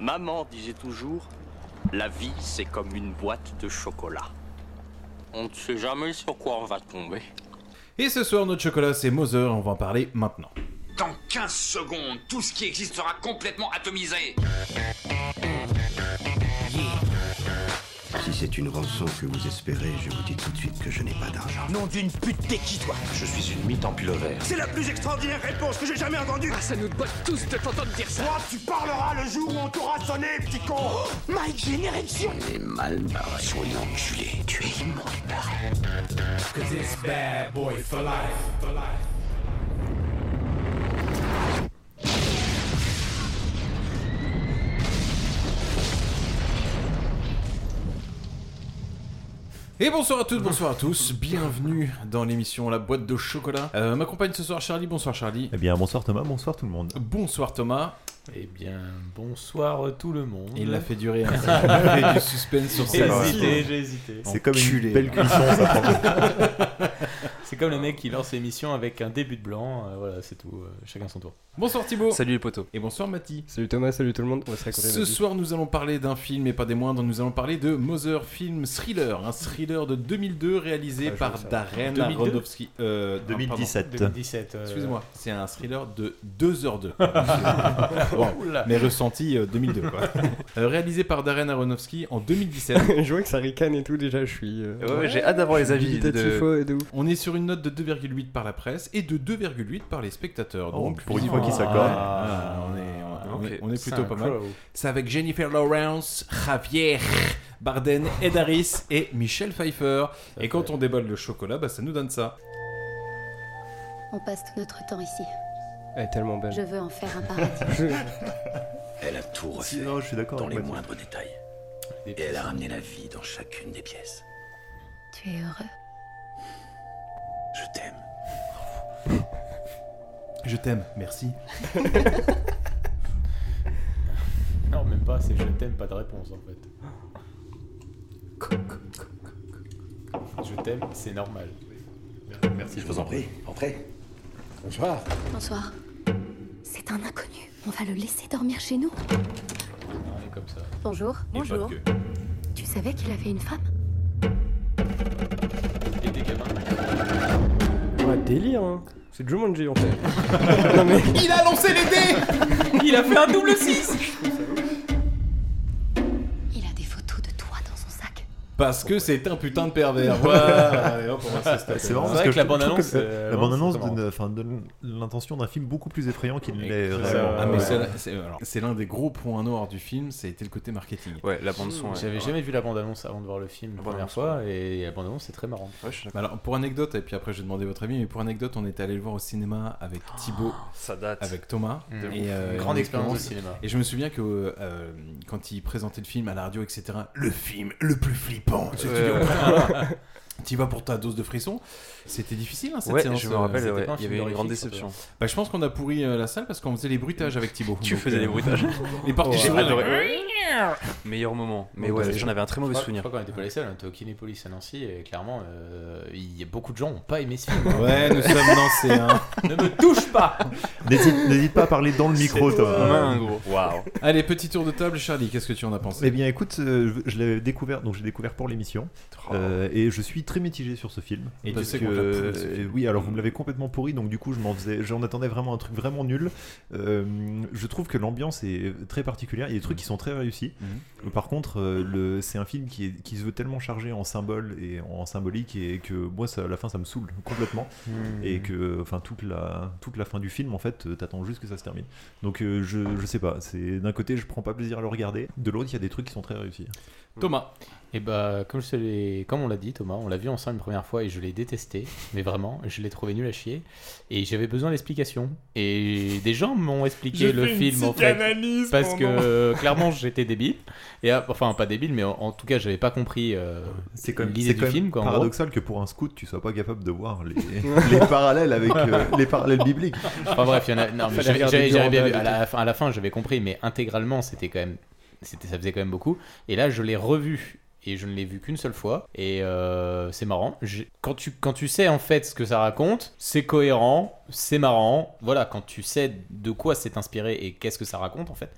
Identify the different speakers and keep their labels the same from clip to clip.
Speaker 1: Maman disait toujours, la vie c'est comme une boîte de chocolat. On ne sait jamais sur quoi on va tomber.
Speaker 2: Et ce soir, notre chocolat, c'est Mother, on va en parler maintenant.
Speaker 3: Dans 15 secondes, tout ce qui existe sera complètement atomisé.
Speaker 4: Si c'est une rançon que vous espérez, je vous dis tout de suite que je n'ai pas d'argent.
Speaker 5: Nom d'une pute, t'es qui toi
Speaker 6: Je suis une mythe en pullover.
Speaker 5: C'est la plus extraordinaire réponse que j'ai jamais entendue
Speaker 7: Ah, ça nous botte tous de t'entendre dire ça
Speaker 5: Toi, tu parleras le jour où on t'aura sonné, petit con oh,
Speaker 8: My Generation
Speaker 9: On est mal barré.
Speaker 10: Soyons enculé, tu es immonde.
Speaker 11: Cause it's bad boy for life, for life.
Speaker 2: Et bonsoir à toutes, bonsoir à tous, bienvenue dans l'émission La boîte de chocolat. Euh, M'accompagne ce soir Charlie, bonsoir Charlie.
Speaker 12: Eh bien, bonsoir Thomas, bonsoir tout le monde.
Speaker 2: Bonsoir Thomas.
Speaker 13: Eh bien, bonsoir euh, tout le monde.
Speaker 2: Il l'a fait durer un petit peu, il y a du suspense sur
Speaker 13: J'ai
Speaker 2: sa
Speaker 13: hésité, j'ai hésité.
Speaker 12: C'est comme une belle cuisson, ça prend.
Speaker 13: C'est comme le mec qui lance l'émission avec un début de blanc. euh, voilà, c'est tout. euh, chacun son tour.
Speaker 2: Bonsoir Thibaut.
Speaker 14: Salut les potos.
Speaker 2: Et bonsoir Mathis.
Speaker 14: Salut Thomas, salut tout le monde. On va se raconter
Speaker 2: Ce soir, nous allons parler d'un film et pas des moindres. Nous allons parler de Mother Film Thriller, un thriller de 2002 réalisé
Speaker 14: Ah, je
Speaker 2: par
Speaker 14: vois ça.
Speaker 2: Darren
Speaker 13: 2002?
Speaker 2: Aronofsky. Euh, non, pardon.
Speaker 12: 2017.
Speaker 13: 2017. euh,
Speaker 2: Excusez-moi, c'est un thriller de 2h02. bon,
Speaker 13: Oula.
Speaker 2: mais ressenti euh, 2002. Quoi. Euh, réalisé par Darren Aronofsky en 2017.
Speaker 14: je vois que ça ricane et tout déjà, je suis. euh,
Speaker 12: Ouais, ouais, j'ai hâte d'avoir les avis de.
Speaker 14: dubitatif, ouais, de ouf.
Speaker 2: On est sur une note de 2,8 par la presse et de 2,8 par les spectateurs.
Speaker 12: Oh,
Speaker 2: Donc,
Speaker 12: pour une
Speaker 2: visiblement-
Speaker 12: fois qu'ils s'accordent.
Speaker 2: Ah, on est- on- on est-
Speaker 13: ok.
Speaker 2: on est
Speaker 13: C'est
Speaker 2: plutôt pas mal.
Speaker 13: incroyable.
Speaker 2: C'est avec Jennifer Lawrence, Javier Barden, Ed Harris et Michel Pfeiffer. Et quand on déballe le chocolat, bah, ça nous donne ça.
Speaker 15: On passe tout notre temps ici.
Speaker 14: Elle est tellement belle.
Speaker 15: Je veux en faire un paradis.
Speaker 10: Elle a tout refait
Speaker 12: non, je suis d'accord.
Speaker 10: dans
Speaker 12: avec
Speaker 10: les
Speaker 12: moi.
Speaker 10: moindres détails.
Speaker 13: Des
Speaker 10: Et elle a ramené la vie dans chacune des pièces.
Speaker 15: tu es heureux.
Speaker 10: Je t'aime.
Speaker 2: Je t'aime, merci.
Speaker 13: Non, même pas, c'est je t'aime, pas de réponse en fait. Je t'aime, c'est normal.
Speaker 10: Merci, je vous en prie. Entrez. Bonsoir.
Speaker 15: Bonsoir. C'est un inconnu. On va le laisser dormir chez nous.
Speaker 13: Non, on est comme ça.
Speaker 15: Bonjour. Bonjour. Tu savais qu'il avait une femme
Speaker 13: Et des gamins.
Speaker 14: Ouais, délire, hein. C'est Jumanji en fait. non mais.
Speaker 2: Il a lancé les dés
Speaker 13: Il a fait un double 6
Speaker 15: Il a des photos de toi dans son sac.
Speaker 2: Parce que c'est un putain de pervers. Voilà, allez, hop, on va se
Speaker 12: C'est
Speaker 2: taper.
Speaker 12: marrant parce
Speaker 13: C'est vrai que
Speaker 12: je
Speaker 13: la
Speaker 12: trouve
Speaker 13: bande-annonce,
Speaker 12: que
Speaker 13: euh,
Speaker 12: La
Speaker 13: ouais,
Speaker 12: bande-annonce
Speaker 13: c'est marrant.
Speaker 12: donne, enfin, donne l'intention d'un film beaucoup plus effrayant qu'il ne l'est
Speaker 13: C'est ça,
Speaker 12: réellement. Euh,
Speaker 2: Ah, mais
Speaker 13: Ouais.
Speaker 2: c'est la- c'est alors, c'est l'un des gros points noirs du film, c'était le côté marketing.
Speaker 14: Ouais, la bande
Speaker 13: J'avais jamais vu la bande-annonce avant de voir le film la première
Speaker 14: bande-annonce,
Speaker 13: fois, et la bande-annonce c'est très marrant.
Speaker 2: Bah Alors, pour anecdote, et puis après je vais demander votre avis, mais pour anecdote, on était allé le voir au cinéma avec Thibaut,
Speaker 14: Ça date.
Speaker 2: avec Thomas.
Speaker 13: Mm.
Speaker 2: Et, euh,
Speaker 13: Grande
Speaker 2: une
Speaker 13: expérience de cinéma.
Speaker 2: Et je me souviens que euh, quand il présentait le film à la radio, etc., le film le plus flippant. Tu tu
Speaker 9: euh,
Speaker 2: dis,
Speaker 14: ouais.
Speaker 2: oh, putain, T'y vas pour ta dose de frisson. C'était difficile hein, cette séance. euh, c'était
Speaker 13: ouais, pas un il y film avait une horrifique, grande surtout. hein. déception.
Speaker 2: Bah, je pense qu'on a pourri euh, la salle parce qu'on faisait les bruitages avec Thibaut.
Speaker 6: Tu
Speaker 2: Donc,
Speaker 6: faisais
Speaker 2: euh,
Speaker 6: des bruitages.
Speaker 2: Les parties
Speaker 14: J'ai
Speaker 2: sont-
Speaker 6: Ah, Meilleur moment. Mais
Speaker 13: Donc,
Speaker 6: ouais,
Speaker 13: euh,
Speaker 6: j'en avais un très mauvais
Speaker 13: Je crois-
Speaker 6: souvenir.
Speaker 13: Je crois qu'on était pas les seuls, on était au Kinépolis à Nancy, et clairement, euh, il y a beaucoup de gens qui n'ont pas aimé ce film. hein.
Speaker 2: Ouais, nous sommes lancés. Hein.
Speaker 13: ne me touche pas
Speaker 12: N'hésite n'hésite pas à parler dans le micro, Thomas.
Speaker 6: Un gros. Waouh.
Speaker 2: Allez, petit tour de table. Charlie, qu'est-ce que tu en as pensé
Speaker 12: Eh bien, écoute, euh, je je l'avais découvert, donc j'ai découvert pour l'émission, euh, et je suis très mitigé sur ce film.
Speaker 2: Oh. Et tu
Speaker 12: parce
Speaker 2: sais
Speaker 12: que,
Speaker 2: qu'on l'a pourri, ce film.
Speaker 12: euh, oui, alors vous me l'avez complètement pourri, donc du coup, je m'en faisais, j'en attendais vraiment un truc vraiment nul. Euh, je trouve que l'ambiance est très particulière. Il y a des
Speaker 2: Mm.
Speaker 12: trucs qui sont très réussis. Par contre, euh, le, c'est un film qui, est- qui se veut tellement chargé en symboles et en symbolique, et que moi, ça, à la fin, ça me saoule complètement
Speaker 13: Hmm.
Speaker 12: et que enfin toute la toute la fin du film en fait euh, t'attends juste que ça se termine donc euh, je, je sais pas c'est d'un côté je prends pas plaisir à le regarder de l'autre il y a des trucs qui sont très réussis
Speaker 2: Thomas.
Speaker 13: Et bah, comme, je te l'ai- comme on l'a dit, Thomas, on l'a vu ensemble une première fois et je l'ai détesté, mais vraiment, je l'ai trouvé nul à chier. Et j'avais besoin d'explications. Et des gens m'ont expliqué le film en fait. Parce que euh, clairement, j'étais débile. Et ah, enfin, pas débile, mais en, en tout cas, j'avais pas compris euh,
Speaker 12: c'est
Speaker 13: l'idée du film. Quoi, en gros.
Speaker 12: paradoxal que pour un scout tu sois pas capable de voir les, les parallèles avec euh, les parallèles bibliques
Speaker 13: Enfin bref, il y en a. Non, mais
Speaker 14: Fallait
Speaker 13: j'avais-
Speaker 14: regarder
Speaker 13: j'avais j'avais bien
Speaker 14: Durandal
Speaker 13: vu.
Speaker 14: et
Speaker 13: À la, fin, à la fin, j'avais compris, mais intégralement, c'était quand même. C'était, ça faisait quand même beaucoup. Et là, je l'ai revu. Et je ne l'ai vu qu'une seule fois. Et euh, c'est marrant. J'ai- Quand tu, quand tu sais en fait ce que ça raconte, c'est cohérent, c'est marrant. Voilà, quand tu sais de quoi c'est inspiré et qu'est-ce que ça raconte en fait,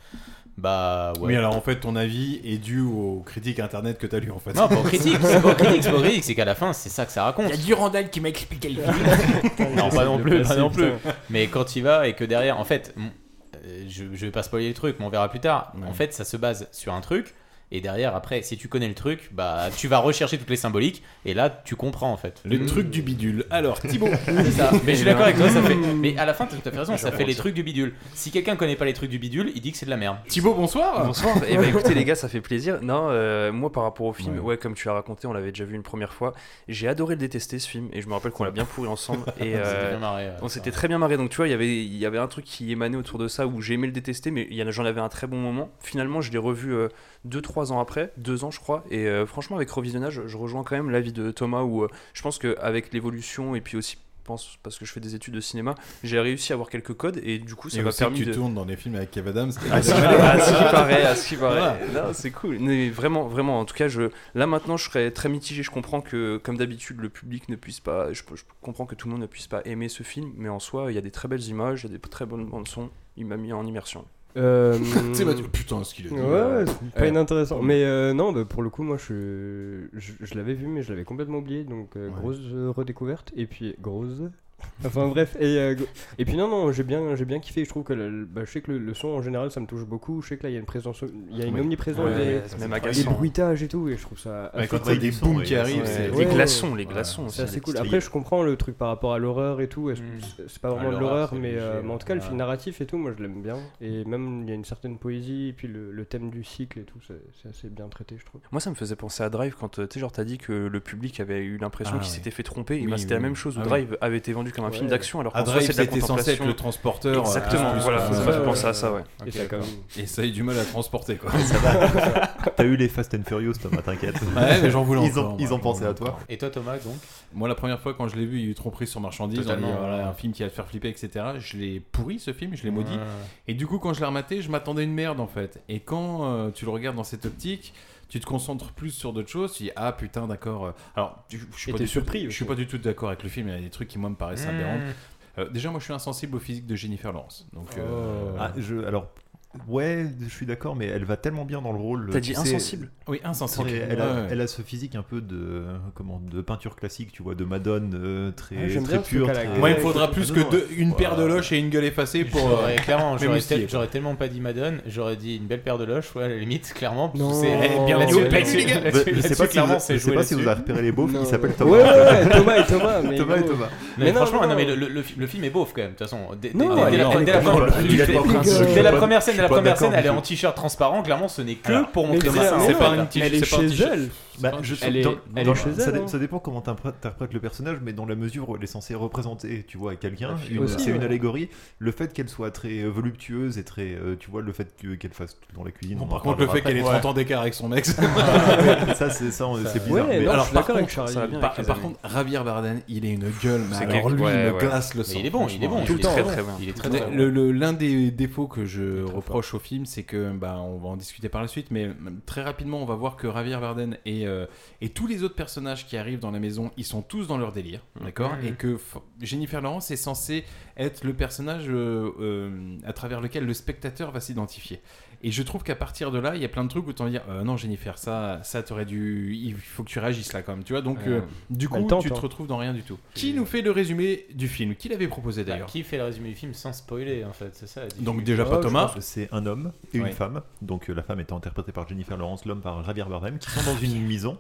Speaker 13: Bah ouais.
Speaker 2: Mais alors en fait, ton avis est dû aux critiques internet que t'as lu en fait.
Speaker 13: Non, pas aux critiques, c'est pas aux critiques, c'est pas aux critiques, c'est qu'à la fin, c'est ça que ça raconte.
Speaker 8: Il y a Durandal qui m'a expliqué le film.
Speaker 13: non, pas non
Speaker 8: Le
Speaker 13: plus, pas
Speaker 8: principe,
Speaker 13: non plus.
Speaker 8: putain.
Speaker 13: Mais quand il va et que derrière, en fait, m- euh, je, je vais pas spoiler le truc, mais on verra plus tard. En fait, ça se base sur un truc. Et derrière, après, si tu connais le truc, bah, tu vas rechercher toutes les symboliques, et là, tu comprends en fait.
Speaker 2: Le truc du bidule. Alors, Thibaut.
Speaker 13: C'est ça. Mais je suis d'accord avec toi, ça fait.
Speaker 2: Mmh.
Speaker 13: Mais à la fin, t'as tout à fait raison, ça
Speaker 2: Je
Speaker 13: fait les
Speaker 2: pense.
Speaker 13: trucs du bidule. Si quelqu'un connaît pas les trucs du bidule, il dit que c'est de la merde.
Speaker 2: Thibaut,
Speaker 6: Ah.
Speaker 2: bonsoir.
Speaker 9: Bonsoir. Et bah écoutez les gars, ça fait plaisir. Non, euh, moi par rapport au film, ouais. comme tu as raconté, on l'avait déjà vu une première fois. J'ai adoré le détester ce film et je me rappelle qu'on l'a bien pourri ensemble. Et euh,
Speaker 13: On s'était bien marré,
Speaker 2: euh,
Speaker 13: ouais,
Speaker 9: on s'était très bien marré. Donc tu vois, il y avait il y avait un truc qui émanait autour de ça où j'aimais le détester, mais il y en a- j'en avais un très bon moment. Finalement, je l'ai revu 2-3 ans après, 2 ans je crois. Et euh, franchement, avec revisionnage, je rejoins quand même l'avis de Thomas où euh, je pense qu'avec l'évolution et puis aussi pense parce que je fais des études de cinéma, j'ai réussi à avoir quelques codes et du coup ça
Speaker 2: Et
Speaker 9: m'a
Speaker 2: aussi que
Speaker 9: permis
Speaker 2: tu
Speaker 9: de
Speaker 2: tournes dans les films avec Kev Adams.
Speaker 9: à ce qui à ce qui paraît, à ce qui
Speaker 2: Voilà.
Speaker 9: paraît. Non, c'est cool. Mais vraiment, vraiment, en tout cas, je, là maintenant, je serais très mitigé. Je comprends que, comme d'habitude, le public ne puisse pas. Je, je comprends que tout le monde ne puisse pas aimer ce film, mais en soi, il y a des très belles images, il y a des très bonnes bandes son. Il m'a mis en immersion.
Speaker 14: Euh,
Speaker 9: Tu sais, bah, tu- putain, ce qu'il a dit.
Speaker 14: Ouais, ouais, c'est pas
Speaker 9: Eh.
Speaker 14: inintéressant. Mais euh, non, bah, pour le coup, moi, je, je, je l'avais vu, mais je l'avais complètement oublié. Donc, euh, grosse euh, redécouverte. Et puis, grosse. Enfin, bref. Et, euh, gro- et puis, non, non, j'ai bien, j'ai bien kiffé. Je trouve que le- le- bah, je sais que le, le son, en général, ça me touche beaucoup. Je sais que là, il y a une présence, il y a une
Speaker 2: Oui.
Speaker 14: omniprésence
Speaker 2: Ouais, ouais,
Speaker 14: des,
Speaker 2: c'est même
Speaker 14: des
Speaker 2: agaçant.
Speaker 14: bruitages et tout. Et je trouve ça.
Speaker 2: Ouais, quand
Speaker 14: assez
Speaker 2: t'as
Speaker 14: cool.
Speaker 2: des booms qui arrivent, c'est- les glaçons, les glaçons aussi,
Speaker 14: C'est assez
Speaker 2: les
Speaker 14: cool.
Speaker 2: petits
Speaker 14: Après, je comprends le truc par rapport à l'horreur et tout. Est-ce que c'est- C'est pas
Speaker 2: Ah,
Speaker 14: vraiment de
Speaker 2: l'horreur,
Speaker 14: l'horreur,
Speaker 2: c'est
Speaker 14: mais,
Speaker 2: léger,
Speaker 14: euh, mais en tout cas, le
Speaker 2: ouais.
Speaker 14: film narratif et tout, moi je l'aime bien. Et même il y a une certaine poésie, et puis le, le thème du cycle et tout, c'est c'est assez bien traité, je trouve.
Speaker 9: Moi, ça me faisait penser à Drive quand euh, tu sais, genre, t'as dit que le public avait eu l'impression
Speaker 14: Ah,
Speaker 9: qu'il
Speaker 14: ouais.
Speaker 9: s'était fait tromper. Et
Speaker 14: Oui,
Speaker 9: bah, c'était la
Speaker 14: oui.
Speaker 9: même chose où
Speaker 14: Ah, oui.
Speaker 9: Drive avait été vendu comme un
Speaker 14: Ouais.
Speaker 9: film d'action, alors
Speaker 2: Ah,
Speaker 9: qu'en soi,
Speaker 2: Drive,
Speaker 9: c'est de la
Speaker 2: c'était censé
Speaker 9: contemplation.
Speaker 2: être le transporteur, euh,
Speaker 9: Exactement,
Speaker 2: plus
Speaker 9: voilà,
Speaker 2: que-
Speaker 9: ça m'a fait penser à ça, ouais.
Speaker 2: Ok, d'accord. Et ça a eu du mal à transporter quoi.
Speaker 12: T'as eu les Fast and Furious, Thomas, t'inquiète.
Speaker 2: Ouais, mais j'en voulais
Speaker 12: Ils
Speaker 2: encore,
Speaker 12: ont, ils
Speaker 2: moi,
Speaker 12: ont
Speaker 2: j'en
Speaker 12: pensé
Speaker 2: voulais
Speaker 12: à toi.
Speaker 13: Et toi, Thomas, donc
Speaker 2: Moi, la première fois quand je l'ai vu, il y a eu tromperie sur marchandise.
Speaker 13: Totalement.
Speaker 2: on dit, voilà, un film qui va te faire flipper, etc. Je l'ai pourri ce film, je l'ai maudit.
Speaker 13: Ouais.
Speaker 2: Et du coup, quand je l'ai rematé, je m'attendais à une merde en fait. Et quand euh, tu le regardes dans cette optique, tu te concentres plus sur d'autres choses. Tu dis ah putain, d'accord. euh. Alors, je je suis
Speaker 14: Et
Speaker 2: pas
Speaker 14: t'es
Speaker 2: du tout-
Speaker 14: surpris,
Speaker 2: Je suis pas du tout d'accord avec le film. Il y a des trucs qui moi me paraissent
Speaker 12: Mm.
Speaker 13: Mmh.
Speaker 2: aberrants. Euh, déjà, moi, je suis insensible au physique de Jennifer Lawrence. Donc, euh,
Speaker 12: Ah, je, alors, ouais, je suis d'accord, mais elle va tellement bien dans le rôle.
Speaker 2: T'as
Speaker 12: tu
Speaker 2: dit
Speaker 12: sais-
Speaker 2: insensible Oui, insensible.
Speaker 14: euh,
Speaker 12: Elle, elle a,
Speaker 2: Ouais, ouais.
Speaker 12: elle a ce physique un peu de, comment, de peinture classique, tu vois, de Madone, euh, très,
Speaker 2: Ouais, j'aime
Speaker 12: très
Speaker 2: bien ce
Speaker 12: pure.
Speaker 2: truc à la
Speaker 12: très-
Speaker 2: gueule. Moi, il me faudra plus que deux- une paire de loches et une gueule effacée pour, euh,
Speaker 13: J'aurais- clairement,
Speaker 2: mais
Speaker 13: j'aurais,
Speaker 2: moustillé,
Speaker 13: tel-
Speaker 2: quoi.
Speaker 13: j'aurais tellement pas dit Madone, j'aurais dit une belle paire de loches, ouais, à la limite, clairement. parce que
Speaker 14: Non.
Speaker 13: c'est
Speaker 14: Eh, bien
Speaker 13: là-dessus,
Speaker 14: joué,
Speaker 13: là-dessus,
Speaker 14: les gars.
Speaker 13: là-dessus,
Speaker 14: Je sais
Speaker 13: là-dessus,
Speaker 14: pas si
Speaker 13: clairement,
Speaker 14: vous-
Speaker 13: c'est
Speaker 12: Bah, je sais
Speaker 13: joué
Speaker 12: pas si
Speaker 13: là-dessus.
Speaker 12: vous avez repéré les beaufs, ils
Speaker 13: Non,
Speaker 12: s'appellent
Speaker 13: ouais.
Speaker 12: Thomas.
Speaker 13: Ouais, ouais, ouais,
Speaker 14: Thomas et Thomas, mais
Speaker 12: Thomas et
Speaker 14: gros.
Speaker 12: Thomas.
Speaker 13: Mais,
Speaker 14: Mais non,
Speaker 13: franchement,
Speaker 14: non,
Speaker 13: non, mais
Speaker 14: non.
Speaker 13: le, le fi- le film est beauf quand même. De toute façon, dès, dès-
Speaker 14: Non,
Speaker 13: dès- dès la,
Speaker 14: non,
Speaker 13: dès la
Speaker 14: non,
Speaker 13: première,
Speaker 14: non, il est
Speaker 13: dès la
Speaker 14: pas
Speaker 13: première-
Speaker 14: d'accord.
Speaker 13: dès la
Speaker 14: Je suis
Speaker 13: première
Speaker 14: pas
Speaker 13: scène, dès la
Speaker 14: d'accord
Speaker 13: première scène,
Speaker 14: du
Speaker 13: elle est
Speaker 14: tout.
Speaker 13: en t-shirt transparent. Clairement, ce n'est que
Speaker 14: Alors,
Speaker 13: pour
Speaker 14: mais
Speaker 13: montrer
Speaker 14: c'est-
Speaker 13: ça.
Speaker 14: c'est pas un
Speaker 12: petit-
Speaker 14: Elle est
Speaker 12: c'est pas un
Speaker 14: chez
Speaker 12: petit- Bah,
Speaker 14: elle. C'est pas-
Speaker 12: je-
Speaker 14: elle est-
Speaker 12: dans-
Speaker 14: elle
Speaker 12: dans-
Speaker 14: est chez
Speaker 12: ça,
Speaker 14: elle,
Speaker 12: dé-
Speaker 14: hein.
Speaker 12: ça dépend comment t'interprètes le personnage, mais dans la mesure où elle est censée représenter, tu vois, à quelqu'un,
Speaker 14: Aussi,
Speaker 12: une- c'est
Speaker 14: ouais.
Speaker 12: une allégorie. Le fait qu'elle soit très euh, voluptueuse et très, euh, tu vois, le fait que- qu'elle fasse tout dans la cuisine.
Speaker 2: Bon,
Speaker 12: on en
Speaker 2: par contre, le
Speaker 12: parlera
Speaker 2: fait qu'elle ait
Speaker 12: après.
Speaker 2: 30 ans d'écart avec son ex.
Speaker 12: ça, c'est ça, on- c'est bizarre. mais-
Speaker 2: alors, par contre, par, par contre, Javier Bardem, il est une gueule, mais
Speaker 12: C'est
Speaker 2: alors
Speaker 12: quelque-
Speaker 2: lui,
Speaker 12: ouais,
Speaker 2: il me
Speaker 12: ouais.
Speaker 2: glace le
Speaker 12: Mais
Speaker 2: sang.
Speaker 12: il est bon, il est
Speaker 2: franchement.
Speaker 12: bon, il est très, très bon. Il est très, très
Speaker 2: Le- le- L'un des défauts que je reproche au film, c'est que, bah, on va en discuter par la suite, mais euh, très rapidement, on va voir que Javier Bardem et, euh, et tous les autres personnages qui arrivent dans la maison, ils sont tous dans leur délire, d'accord
Speaker 12: Mhm.
Speaker 2: Et que f- Jennifer Lawrence est censée être le personnage euh, euh, à travers lequel le spectateur va s'identifier. Et je trouve qu'à partir de là, il y a plein de trucs où t'en dire euh, non Jennifer, ça, ça t'aurais dû, il faut que tu réagisses là quand même, tu vois. Donc euh,
Speaker 13: Euh,
Speaker 2: du
Speaker 13: elle
Speaker 2: coup,
Speaker 13: tente,
Speaker 2: tu te
Speaker 13: hein. euh,
Speaker 2: retrouves dans rien du tout. Qui nous fait le résumé du film Qui l'avait proposé d'ailleurs
Speaker 13: Qui fait le résumé du film sans spoiler, en fait, c'est ça. la
Speaker 2: Donc
Speaker 13: difficulté.
Speaker 12: Oh,
Speaker 2: déjà pas Thomas.
Speaker 12: C'est un homme et une
Speaker 2: Ouais.
Speaker 12: femme. Donc euh, la femme étant interprétée par Jennifer Lawrence, l'homme par Javier Bardem, qui sont dans une maison,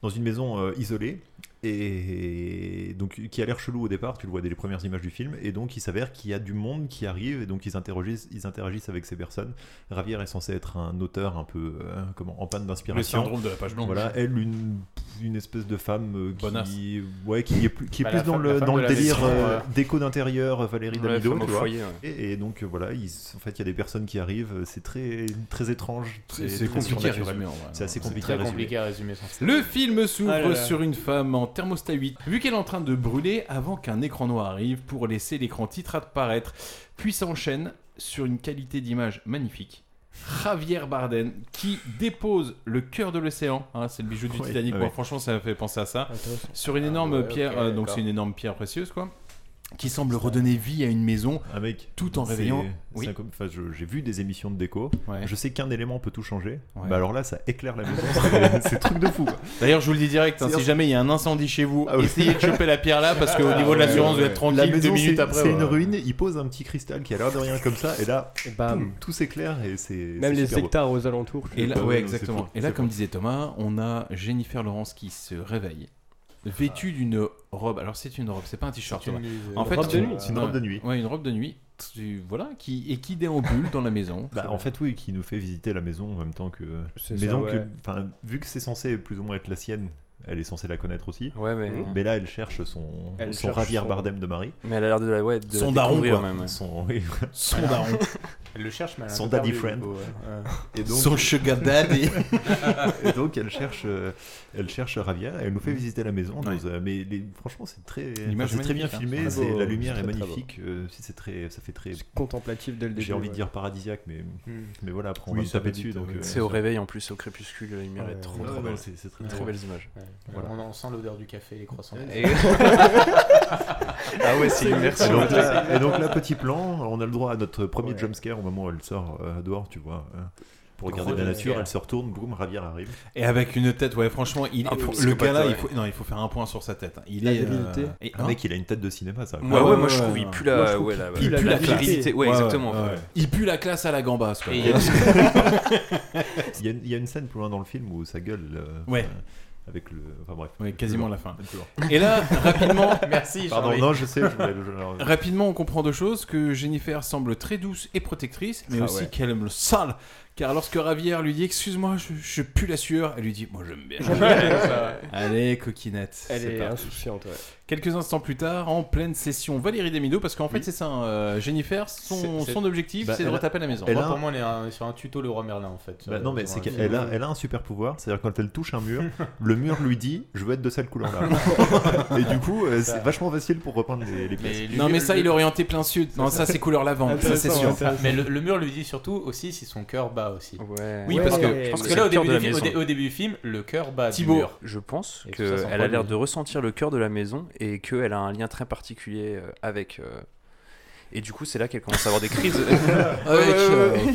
Speaker 12: dans une maison euh, isolée et donc qui a l'air chelou au départ. Tu le vois dès les premières images du film. Et donc il s'avère qu'il y a du monde qui arrive et donc ils interagissent, ils interagissent avec ces personnes. Javier est censé être un auteur un peu euh, comment en panne d'inspiration.
Speaker 2: Le syndrome de la page blanche.
Speaker 12: Voilà, elle une une espèce de femme euh,
Speaker 2: Bonasse.
Speaker 12: qui ouais qui est plus qui est
Speaker 2: Bah,
Speaker 12: plus
Speaker 2: la
Speaker 12: dans
Speaker 2: femme-
Speaker 12: le
Speaker 2: la femme
Speaker 12: dans
Speaker 2: de
Speaker 12: le
Speaker 2: la
Speaker 12: délire
Speaker 2: maison,
Speaker 12: euh,
Speaker 2: ouais.
Speaker 12: déco d'intérieur euh, Valérie
Speaker 2: Ouais,
Speaker 12: Damido
Speaker 2: femme
Speaker 12: tu
Speaker 2: au
Speaker 12: vois.
Speaker 2: foyer, ouais.
Speaker 12: et, et donc euh, voilà ils- en fait il y a des personnes qui arrivent euh, c'est très très étrange
Speaker 2: C'est-
Speaker 12: très-
Speaker 2: c'est
Speaker 12: très
Speaker 2: compliqué à
Speaker 12: surnaturel.
Speaker 2: résumer, en vrai.
Speaker 12: c'est assez
Speaker 2: C'est
Speaker 12: compliqué
Speaker 2: très
Speaker 12: à résumer.
Speaker 13: compliqué à résumer sans spoiler.
Speaker 2: Le film s'ouvre
Speaker 13: Ah là là.
Speaker 2: sur une femme en thermostat 8, vu qu'elle est en train de brûler avant qu'un écran noir arrive pour laisser l'écran titre apparaître, puis s'enchaîne sur une qualité d'image magnifique. Javier Bardem qui dépose le cœur de l'océan, hein, c'est le bijou du
Speaker 12: Oui, ah
Speaker 2: Titanic.
Speaker 12: oui.
Speaker 2: Moi, franchement, ça m'a fait penser à ça.
Speaker 12: Intéressant.
Speaker 2: Sur une
Speaker 12: Ah,
Speaker 2: énorme
Speaker 12: ouais, ok,
Speaker 2: pierre, euh, donc
Speaker 12: d'accord.
Speaker 2: c'est une énorme pierre précieuse quoi. qui semble redonner vie à une maison
Speaker 12: Un mec,
Speaker 2: tout en
Speaker 12: c'est-
Speaker 2: réveillant.
Speaker 12: c'est
Speaker 2: Oui.
Speaker 12: un com- enfin, je- j'ai vu des émissions de déco. Je sais qu'un élément peut tout changer.
Speaker 2: Ouais.
Speaker 12: Bah alors là, ça éclaire la maison. c'est- c'est truc de fou. quoi.
Speaker 2: D'ailleurs, je vous le dis direct, hein,
Speaker 12: C'est-
Speaker 2: si jamais il y a un incendie chez vous,
Speaker 12: Ah oui.
Speaker 2: essayez de choper la pierre là parce qu'au
Speaker 12: Ah
Speaker 2: niveau de
Speaker 12: ouais,
Speaker 2: l'assurance,
Speaker 12: ouais,
Speaker 2: vous
Speaker 12: ouais.
Speaker 2: êtes tranquille
Speaker 12: La maison,
Speaker 2: deux minutes
Speaker 12: c'est-
Speaker 2: après.
Speaker 12: C'est
Speaker 2: voilà.
Speaker 12: une ruine, il pose un petit cristal qui a l'air de rien comme ça, et là, boum, tout s'éclaire et c'est.
Speaker 14: Même les hectares aux alentours.
Speaker 2: Et là,
Speaker 12: Ah Ouais,
Speaker 2: ouais,
Speaker 12: ouais, c'est
Speaker 2: exactement.
Speaker 12: fou,
Speaker 2: Et là,
Speaker 12: c'est
Speaker 2: comme
Speaker 12: fou.
Speaker 2: disait Thomas, on a Jennifer Lawrence qui se réveille, vêtue d'une robe. Alors c'est une robe, c'est pas un t-shirt.
Speaker 12: C'est une-
Speaker 2: Thomas.
Speaker 12: une robe de
Speaker 2: tu-
Speaker 12: nuit. C'est une
Speaker 2: ouais,
Speaker 12: robe de nuit.
Speaker 2: Ouais, une robe de nuit. Tu- voilà, qui et qui déambule dans la maison.
Speaker 12: Bah, en fait, oui, qui nous fait visiter la maison en même temps que.
Speaker 2: C'est ça,
Speaker 12: Maison que.
Speaker 2: ouais.
Speaker 12: Enfin, vu que c'est censé plus ou moins être la sienne, elle est censée la connaître aussi.
Speaker 9: Ouais, mais- Mhm.
Speaker 12: là, Hein. elle cherche son,
Speaker 9: Elle
Speaker 12: son
Speaker 9: cherche
Speaker 12: Javier
Speaker 9: son-
Speaker 12: Bardem de Marie.
Speaker 9: Mais elle a l'air de la- ouais, de
Speaker 12: son
Speaker 9: la
Speaker 12: daron,
Speaker 9: découvrir,
Speaker 12: quoi.
Speaker 9: même, ouais.
Speaker 12: Son, oui.
Speaker 2: Son daron.
Speaker 13: Elle le cherche, mais elle a
Speaker 12: Son
Speaker 13: un peu
Speaker 12: daddy
Speaker 13: perdu,
Speaker 12: friend.
Speaker 13: du coup, ouais.
Speaker 12: Et donc-
Speaker 2: Son sugar daddy.
Speaker 12: et donc, elle cherche, euh, elle cherche Javier, elle nous fait visiter la maison. nous, euh, mais les- franchement, c'est très,
Speaker 2: L'image
Speaker 12: enfin, c'est
Speaker 2: est
Speaker 12: très bien
Speaker 2: magnifique, hein.
Speaker 12: filmé.
Speaker 2: C'est très
Speaker 12: Ah, c'est-
Speaker 2: beau,
Speaker 12: la
Speaker 2: c'est
Speaker 12: lumière
Speaker 2: très,
Speaker 12: est
Speaker 2: très beau.
Speaker 12: magnifique. euh, si c'est très, ça fait très
Speaker 14: contemplatif dès le
Speaker 12: J'ai
Speaker 14: début,
Speaker 12: envie
Speaker 14: ouais.
Speaker 12: de dire paradisiaque, mais,
Speaker 14: Hmm.
Speaker 12: mais voilà, après on
Speaker 9: Oui,
Speaker 12: va nous
Speaker 9: ça va
Speaker 12: taper
Speaker 9: vite,
Speaker 12: dessus. donc,
Speaker 9: ouais.
Speaker 12: euh,
Speaker 9: C'est au réveil en plus, au crépuscule, la lumière
Speaker 12: Ouais,
Speaker 9: est trop
Speaker 12: ouais,
Speaker 9: trop
Speaker 12: ouais,
Speaker 9: belle.
Speaker 12: c'est- c'est très,
Speaker 9: très,
Speaker 12: très
Speaker 9: belles
Speaker 12: beau.
Speaker 9: images.
Speaker 13: Ouais.
Speaker 9: Voilà.
Speaker 13: On en sent l'odeur du café, les croissants.
Speaker 9: Et- Ah ouais, c'est immersif.
Speaker 12: Et donc là- Et donc là, petit plan, on a le droit à notre premier jumpscare au moment où elle sort euh, dehors, tu vois. euh, Pour regarder la
Speaker 2: Gros
Speaker 12: nature,
Speaker 2: jumpscare.
Speaker 12: elle se retourne, boum, Javier arrive.
Speaker 2: Et avec une tête, ouais, franchement, il
Speaker 12: Ah, pour-
Speaker 2: le
Speaker 12: psychopathe,
Speaker 2: gars là, il
Speaker 12: ouais.
Speaker 2: faut non, il faut faire un point sur sa tête. hein. Il
Speaker 12: La
Speaker 2: est euh,
Speaker 12: virilité.
Speaker 2: et-
Speaker 12: Un
Speaker 2: hein
Speaker 12: mec, il a une tête de cinéma, ça.
Speaker 2: Ouais,
Speaker 12: Moi,
Speaker 2: ouais,
Speaker 12: ouais,
Speaker 2: ouais,
Speaker 12: moi, je
Speaker 2: ouais,
Speaker 12: trouve, il
Speaker 2: ouais.
Speaker 12: pue la-
Speaker 2: Moi, je trouve
Speaker 12: ouais,
Speaker 2: qu'il
Speaker 12: la-
Speaker 2: pue
Speaker 12: la virilité.
Speaker 2: Ouais,
Speaker 12: Ouais, exactement.
Speaker 2: ouais. Il pue la classe à la gambasse. quoi.
Speaker 12: Il y, a une... il y a une scène plus loin dans le film où sa gueule. euh,
Speaker 2: Ouais.
Speaker 12: euh, Avec le. Enfin bref.
Speaker 2: Ouais, quasiment la fin.
Speaker 12: Plus loin.
Speaker 2: Et là, rapidement,
Speaker 13: Ah,
Speaker 12: Pardon, non, je sais, je voulais. je-
Speaker 2: rapidement, on comprend deux choses que Jennifer semble très douce et protectrice, mais
Speaker 12: Ah
Speaker 2: aussi
Speaker 12: ouais.
Speaker 2: qu'elle aime le sale. Car lorsque Ravière lui dit "Excuse-moi, je, je pue la sueur", elle lui dit "Moi, j'aime bien."
Speaker 14: J'aime bien.
Speaker 2: Allez, coquinette.
Speaker 14: Elle
Speaker 2: c'est
Speaker 14: est
Speaker 2: parti.
Speaker 14: insouciante, ouais.
Speaker 2: Quelques instants plus tard, en pleine session, Valérie Damido, parce qu'en fait, c'est ça, hein, euh, Jennifer, son, son objectif, c'est Bah, de retaper la maison.
Speaker 13: moi, pour moi, on est un- sur un tuto le roi Merlin en fait.
Speaker 12: Bah,
Speaker 13: Euh,
Speaker 12: non, mais
Speaker 13: sur
Speaker 12: c'est
Speaker 13: un
Speaker 12: qu'elle
Speaker 13: film.
Speaker 12: elle a, elle a un super pouvoir, c'est-à-dire quand elle touche un mur, le mur lui dit Je veux être de cette couleur-là. Et du coup, euh, c'est vachement facile pour repeindre les, les pièces.
Speaker 2: non, mais ça, il est orienté plein sud. Non, ça, c'est couleur lavande, ça, c'est sûr.
Speaker 13: Ah, Mais le, le mur lui dit surtout aussi si son cœur bat aussi. Oui,
Speaker 9: Ouais,
Speaker 13: parce que,
Speaker 9: ouais,
Speaker 13: parce
Speaker 9: ouais.
Speaker 13: que là, au
Speaker 9: C'est le cœur
Speaker 13: début,
Speaker 9: de la
Speaker 13: du film- au, dé-
Speaker 9: maison.
Speaker 13: au début du film, le cœur bat du mur.
Speaker 9: je pense
Speaker 13: Et tout ça, ça
Speaker 9: qu'elle a l'air
Speaker 13: s'envole.
Speaker 9: de ressentir le cœur de la maison et qu'elle a un lien très particulier euh, avec. euh, Et du coup, c'est là qu'elle commence à avoir des crises. Ouais, ouais,
Speaker 2: euh,
Speaker 9: ouais.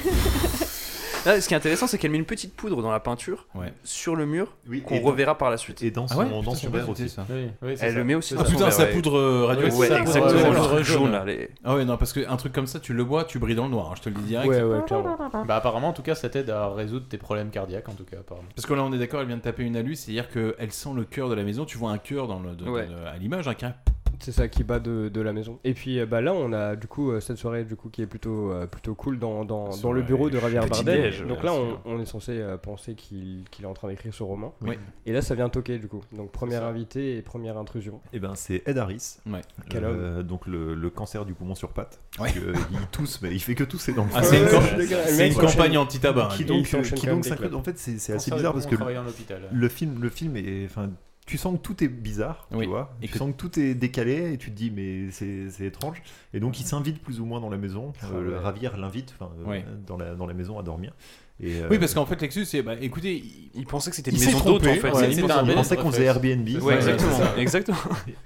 Speaker 9: Ah, ce qui est intéressant, c'est qu'elle met une petite poudre dans la peinture
Speaker 2: Ouais.
Speaker 9: sur le mur
Speaker 12: Oui,
Speaker 9: qu'on
Speaker 12: et dans-
Speaker 9: reverra par la suite.
Speaker 12: Et dans
Speaker 9: Ah
Speaker 12: son,
Speaker 9: ouais,
Speaker 12: dans
Speaker 9: putain,
Speaker 12: son
Speaker 9: je sais pas
Speaker 12: verre
Speaker 9: si
Speaker 12: aussi.
Speaker 9: c'est ça.
Speaker 13: Oui, oui, c'est
Speaker 9: elle
Speaker 13: ça.
Speaker 9: le met aussi
Speaker 2: Ah
Speaker 9: dans son
Speaker 2: putain,
Speaker 9: verre,
Speaker 2: sa
Speaker 9: ouais.
Speaker 2: poudre euh, radio.
Speaker 9: Ouais,
Speaker 2: c'est ça
Speaker 9: exactement.
Speaker 2: Ouais,
Speaker 9: le
Speaker 2: ouais,
Speaker 9: truc
Speaker 2: ouais.
Speaker 9: jaune, là, les-
Speaker 2: Ah ouais, non, parce qu'un truc comme ça, tu le bois, tu brilles dans le noir, hein, je te le dis direct.
Speaker 13: Ouais,
Speaker 12: ah,
Speaker 13: ouais, clairement. Bah, apparemment, en tout cas, ça t'aide à résoudre tes problèmes cardiaques, en tout cas, apparemment.
Speaker 2: Parce que là, on est d'accord, elle vient de taper une alu, c'est-à-dire qu'elle sent le cœur de la maison. Tu vois un cœur dans le, de- de-
Speaker 14: Ouais.
Speaker 2: de- à l'image, hein, un cœur.
Speaker 14: C'est ça qui bat de, de la maison. Et puis euh, bah, là, on a du coup euh, cette soirée du coup, qui est plutôt, euh, plutôt cool dans, dans, dans le bureau de Javier
Speaker 9: Petit
Speaker 14: Bardem.
Speaker 9: déj,
Speaker 14: Donc
Speaker 9: ouais,
Speaker 14: là,
Speaker 9: c'est
Speaker 14: on, on est censé euh, penser qu'il qu'il est en train d'écrire ce roman.
Speaker 12: Oui.
Speaker 14: Et là, ça vient toquer du coup. Donc première invité et première intrusion.
Speaker 12: Et ben c'est Ed Harris,
Speaker 2: Ouais.
Speaker 14: Quel
Speaker 12: Euh, donc le, le cancer du poumon sur patte.
Speaker 2: Ouais.
Speaker 12: Que, euh, il tousse, mais il fait que tousser dans le
Speaker 2: Ah,
Speaker 12: fond.
Speaker 2: c'est une
Speaker 12: Ouais,
Speaker 2: cam-
Speaker 12: ouais,
Speaker 2: c'est une
Speaker 12: ouais. Le mec
Speaker 2: campagne
Speaker 12: s'enchaîne-
Speaker 2: anti-tabac,
Speaker 12: Qui
Speaker 2: hein.
Speaker 12: donc,
Speaker 2: Il s'enchaîne quand
Speaker 12: qui
Speaker 2: même
Speaker 12: donc
Speaker 2: des
Speaker 12: s'incruste.
Speaker 2: clubs.
Speaker 12: En fait, c'est c'est assez
Speaker 13: Cancer du
Speaker 12: bizarre parce
Speaker 13: poumon,
Speaker 12: que
Speaker 13: travailler en hôpital.
Speaker 12: le film, le film est. Enfin, tu sens que tout est bizarre,
Speaker 2: Oui.
Speaker 12: tu vois.
Speaker 2: Et
Speaker 12: tu
Speaker 2: que-
Speaker 12: sens que tout est décalé et tu te dis mais c'est c'est étrange. Et donc il s'invite plus ou moins dans la maison. Euh, le Ravière l'invite, enfin, euh,
Speaker 2: Ouais.
Speaker 12: dans la dans la maison à dormir. Et, euh,
Speaker 2: Oui, parce qu'en fait, Lexus, c'est. Bah, écoutez, il,
Speaker 9: il pensait que c'était une
Speaker 2: s'est
Speaker 9: maison d'hôte,
Speaker 2: trompé.
Speaker 9: en fait.
Speaker 2: Ouais,
Speaker 9: C'est-
Speaker 2: il
Speaker 9: c'est un
Speaker 2: pensait-
Speaker 9: bel
Speaker 2: pensait
Speaker 9: endroit.
Speaker 2: qu'on faisait Airbnb.
Speaker 9: Ouais,
Speaker 2: Ouais,
Speaker 9: exactement,
Speaker 2: c'est ça.
Speaker 9: exactement.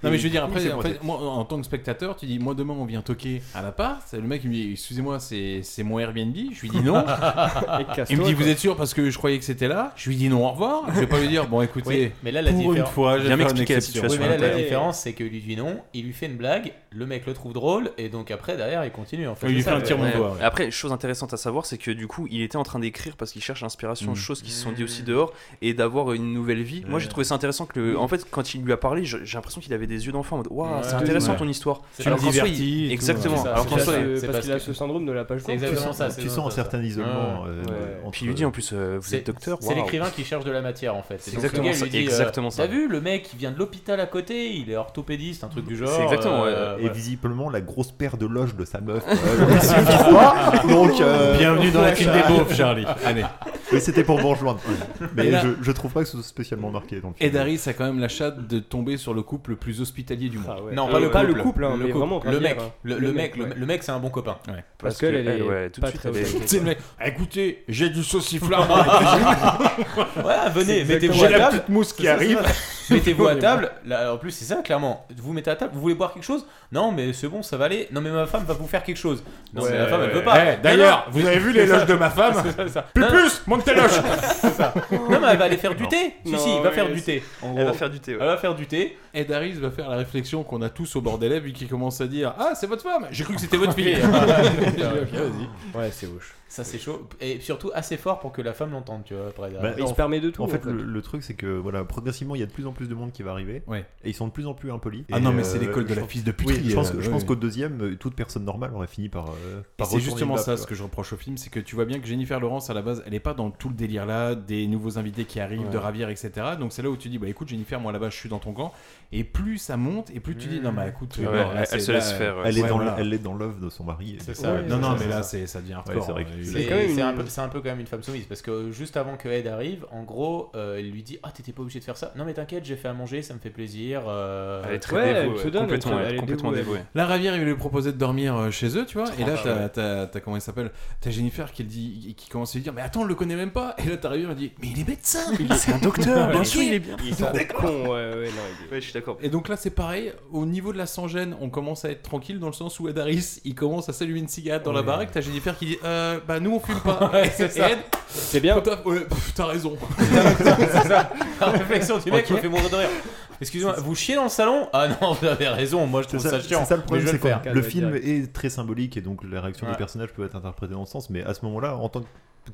Speaker 2: Non, mais je veux
Speaker 9: Et
Speaker 2: dire,
Speaker 9: il
Speaker 2: après,
Speaker 9: s'est
Speaker 2: en
Speaker 9: brossé.
Speaker 2: fait, moi, en tant que spectateur, tu dis, moi, demain, on vient toquer à l'appart. Le mec, il me dit, excusez-moi, c'est c'est mon Airbnb. Je lui dis non.
Speaker 13: Et
Speaker 2: il me
Speaker 13: casse-toi,
Speaker 2: dit,
Speaker 13: quoi.
Speaker 2: vous êtes sûr parce que je croyais que c'était là. Je lui dis non, au revoir. Je vais pas lui dire, bon, écoutez,
Speaker 13: Oui, mais là, la
Speaker 2: pour une
Speaker 13: différence-
Speaker 2: fois, je vais
Speaker 9: Viens
Speaker 2: faire une
Speaker 9: m'expliquer la
Speaker 2: exception.
Speaker 13: Oui, mais là, la
Speaker 9: Ouais.
Speaker 13: différence, c'est que lui dit non, il lui fait une blague, le mec le trouve drôle, et donc après, derrière, il continue. En fait,
Speaker 2: Il lui
Speaker 13: C'est
Speaker 2: fait
Speaker 13: ça,
Speaker 2: un
Speaker 13: le-
Speaker 2: tir au
Speaker 13: ouais.
Speaker 2: doigt, ouais.
Speaker 9: Après, chose intéressante à savoir, c'est que du coup, il était en train d'écrire parce qu'il cherche l'inspiration,
Speaker 2: Mm.
Speaker 9: choses qui se sont dites aussi dehors, et d'avoir une nouvelle vie. Moi, j'ai trouvé ça intéressant que, le... en fait, quand il lui a parlé, je- j'ai l'impression qu'il avait des yeux d'enfant en mode Waouh, c'est
Speaker 13: Ouais.
Speaker 9: intéressant
Speaker 13: Ouais.
Speaker 9: ton histoire.
Speaker 13: C'est un
Speaker 9: qu'en soi, il-
Speaker 13: diverti et tout,
Speaker 9: Exactement.
Speaker 13: ouais. C'est ça,
Speaker 9: Alors
Speaker 13: c'est
Speaker 9: qu'en
Speaker 13: ça,
Speaker 9: soi,
Speaker 13: c'est-
Speaker 9: il-
Speaker 13: c'est
Speaker 14: Parce qu'il a ce syndrome de la page
Speaker 13: C'est exactement ça. c'est
Speaker 12: tu sens un
Speaker 13: ça.
Speaker 12: certain isolement.
Speaker 13: Ouais.
Speaker 12: euh,
Speaker 13: Ouais.
Speaker 12: entre-
Speaker 9: Puis il lui dit en plus, euh, vous
Speaker 13: C'est
Speaker 9: êtes docteur.
Speaker 13: c'est
Speaker 9: waouh.
Speaker 13: l'écrivain qui cherche de la matière en fait.
Speaker 9: C'est
Speaker 13: Et donc, le
Speaker 9: exactement
Speaker 13: gars lui
Speaker 9: ça,
Speaker 13: dit, euh,
Speaker 9: exactement ça.
Speaker 13: T'as vu le mec qui vient de l'hôpital à côté, il est orthopédiste, un truc du genre.
Speaker 9: C'est exactement,
Speaker 13: euh,
Speaker 12: et
Speaker 13: voilà.
Speaker 12: visiblement la grosse paire de loges de sa meuf. euh, elle suffit pas. Donc, euh,
Speaker 2: Bienvenue dans la team des beaufs, Charlie. Allez.
Speaker 12: Mais c'était pour me rejoindre. Mais
Speaker 2: Et là-
Speaker 12: je, je trouve pas que ce soit spécialement marqué dans le film.
Speaker 2: Ed Harris a quand même la chatte de tomber sur le couple le plus hospitalier du monde.
Speaker 13: Non, pas, Euh, le,
Speaker 14: Ah pas
Speaker 13: couple,
Speaker 14: le couple, hein,
Speaker 13: le
Speaker 14: mais vraiment
Speaker 13: le
Speaker 14: Javier,
Speaker 13: mec,
Speaker 14: hein.
Speaker 13: le,
Speaker 14: Le
Speaker 13: le
Speaker 14: mec,
Speaker 13: mec, le,
Speaker 14: ouais.
Speaker 13: le mec, c'est un bon copain.
Speaker 14: Parce qu'elle, elle est
Speaker 9: ouais, tout de
Speaker 14: pas
Speaker 9: suite,
Speaker 14: très
Speaker 9: elle est-
Speaker 14: autoritaire.
Speaker 2: C'est le mec. Écoutez, j'ai du sauciflard dans la cuisine.
Speaker 13: Ouais, venez,
Speaker 2: C'est
Speaker 13: mettez-vous
Speaker 2: exactement
Speaker 13: à
Speaker 2: la
Speaker 13: table.
Speaker 2: petite mousse qui
Speaker 13: C'est ça,
Speaker 2: arrive.
Speaker 13: c'est ça. Mettez-vous à table. Là, en plus, c'est ça, clairement. Vous vous mettez à table. Vous voulez boire quelque chose Non, mais c'est bon, ça va aller. Non, mais ma femme va vous faire quelque chose. Non,
Speaker 2: Ouais,
Speaker 13: mais ma femme, elle
Speaker 2: ouais.
Speaker 13: veut pas.
Speaker 2: Eh,
Speaker 13: Non,
Speaker 2: d'ailleurs,
Speaker 13: non.
Speaker 2: vous avez vu
Speaker 13: C'est
Speaker 2: les
Speaker 13: ça.
Speaker 2: loges de ma femme
Speaker 13: C'est ça, c'est ça.
Speaker 2: Pupus,
Speaker 13: Non, non.
Speaker 2: monte tes loges
Speaker 13: C'est ça. Non, mais elle va aller faire du thé. Si,
Speaker 2: Non,
Speaker 13: si, va
Speaker 2: mais
Speaker 13: faire du
Speaker 2: c'est-
Speaker 13: thé. en
Speaker 2: Elle va
Speaker 13: gros.
Speaker 2: faire
Speaker 9: du thé.
Speaker 13: Elle va faire du thé.
Speaker 2: Et Darius va faire la réflexion qu'on a tous au bord des lèvres et qui commence à dire Ah, c'est votre femme J'ai cru que c'était votre fille. Ah, Ok, vas-y.
Speaker 13: Ouais, c'est louche. Ça, c'est chaud. Et surtout assez fort pour que la femme l'entende, tu vois. Après, euh,
Speaker 12: Bah,
Speaker 13: il
Speaker 12: en-
Speaker 13: se permet de tout.
Speaker 12: En
Speaker 14: hein.
Speaker 12: fait, Le, le truc, c'est que voilà, progressivement, il y a de plus en plus de monde qui va arriver.
Speaker 2: Ouais.
Speaker 12: Et ils sont de plus en plus impolis.
Speaker 2: Ah
Speaker 12: Et,
Speaker 2: non, mais c'est
Speaker 12: euh,
Speaker 2: l'école de
Speaker 12: je
Speaker 2: la
Speaker 12: pense-
Speaker 2: fille de
Speaker 12: oui,
Speaker 2: puterie,
Speaker 12: je pense,
Speaker 2: euh,
Speaker 12: que- je
Speaker 2: ouais,
Speaker 12: pense
Speaker 2: ouais.
Speaker 12: qu'au deuxième, euh, toute personne normale aurait fini par. euh,
Speaker 2: Et
Speaker 12: par
Speaker 2: c'est
Speaker 12: retourner
Speaker 2: justement
Speaker 12: le
Speaker 2: ça
Speaker 12: bap,
Speaker 2: ce
Speaker 12: quoi.
Speaker 2: que je reproche au film, c'est que tu vois bien que Jennifer Lawrence à la base, elle est pas dans tout le délire là, des nouveaux invités qui arrivent, de
Speaker 13: Ouais.
Speaker 2: Ravière, etc. Donc c'est là où tu dis bah écoute Jennifer, moi là-bas je suis dans ton camp, et plus ça monte et plus tu dis non bah écoute,
Speaker 12: Ouais,
Speaker 2: non,
Speaker 12: elle-
Speaker 2: là,
Speaker 12: elle
Speaker 2: c'est-
Speaker 12: se
Speaker 2: là,
Speaker 12: laisse faire,
Speaker 2: euh,
Speaker 12: elle est
Speaker 2: ouais,
Speaker 12: dans
Speaker 2: voilà.
Speaker 12: le- elle est dans l'œuvre de son mari,
Speaker 13: C'est
Speaker 12: et-
Speaker 13: ça.
Speaker 12: Ouais,
Speaker 13: non,
Speaker 12: c'est
Speaker 13: non,
Speaker 12: ça,
Speaker 13: mais
Speaker 12: c'est
Speaker 13: là,
Speaker 12: ça.
Speaker 13: c'est- ça devient
Speaker 12: Ouais,
Speaker 13: hardcore.
Speaker 12: c'est vrai que
Speaker 13: hein.
Speaker 12: c'est-
Speaker 13: C'est
Speaker 12: quand même
Speaker 13: c'est
Speaker 12: une-
Speaker 13: un, peu- c'est un peu quand même une femme soumise parce que juste avant que Ed arrive, en gros, euh, il lui dit Ah, t'étais pas obligé de faire ça. Non, mais t'inquiète, j'ai fait à manger, ça me fait plaisir. euh,
Speaker 9: Elle est très Ouais, dévouée, elle se donne, complètement, elle- elle est complètement dévouée. dévouée.
Speaker 2: La Ravière, il lui proposait de dormir euh, chez eux, tu vois. Et là,
Speaker 9: Tranquille.
Speaker 2: t'as, t'as- t'as- comment il s'appelle T'as Jennifer qui, le dit, qui commence à lui dire Mais attends, on le connaît même pas. Et là, t'as Ravière, il dit Mais il est médecin il est-
Speaker 14: Il est un con, ouais, ouais, non, il est-
Speaker 9: je suis d'accord.
Speaker 2: Et donc là, c'est pareil. Au niveau de la sans-gêne, on commence à être tranquille dans le sens où Adaris, il commence à s'allumer une cigarette dans la
Speaker 13: Ouais.
Speaker 2: baraque. T'as Jennifer qui dit euh, Bah, nous, on fume pas.
Speaker 13: Ouais,
Speaker 2: Et
Speaker 13: c'est ça.
Speaker 2: Ed,
Speaker 13: C'est bien.
Speaker 2: T'as, ouais, pff, t'as raison.
Speaker 13: c'est ça. La réflexion du mec
Speaker 2: Ok.
Speaker 13: me fait mourir de rire. Excusez-moi, vous chiez dans le salon Ah non, vous avez raison, moi je
Speaker 12: C'est
Speaker 13: trouve ça,
Speaker 12: ça,
Speaker 13: chiant.
Speaker 12: c'est ça le problème,
Speaker 13: mais je
Speaker 12: c'est
Speaker 13: vais le
Speaker 12: quoi
Speaker 13: faire.
Speaker 12: Le film est très symbolique et donc la réaction
Speaker 13: Ouais.
Speaker 12: des personnages peut être interprétée dans ce sens, mais à ce moment-là, en tant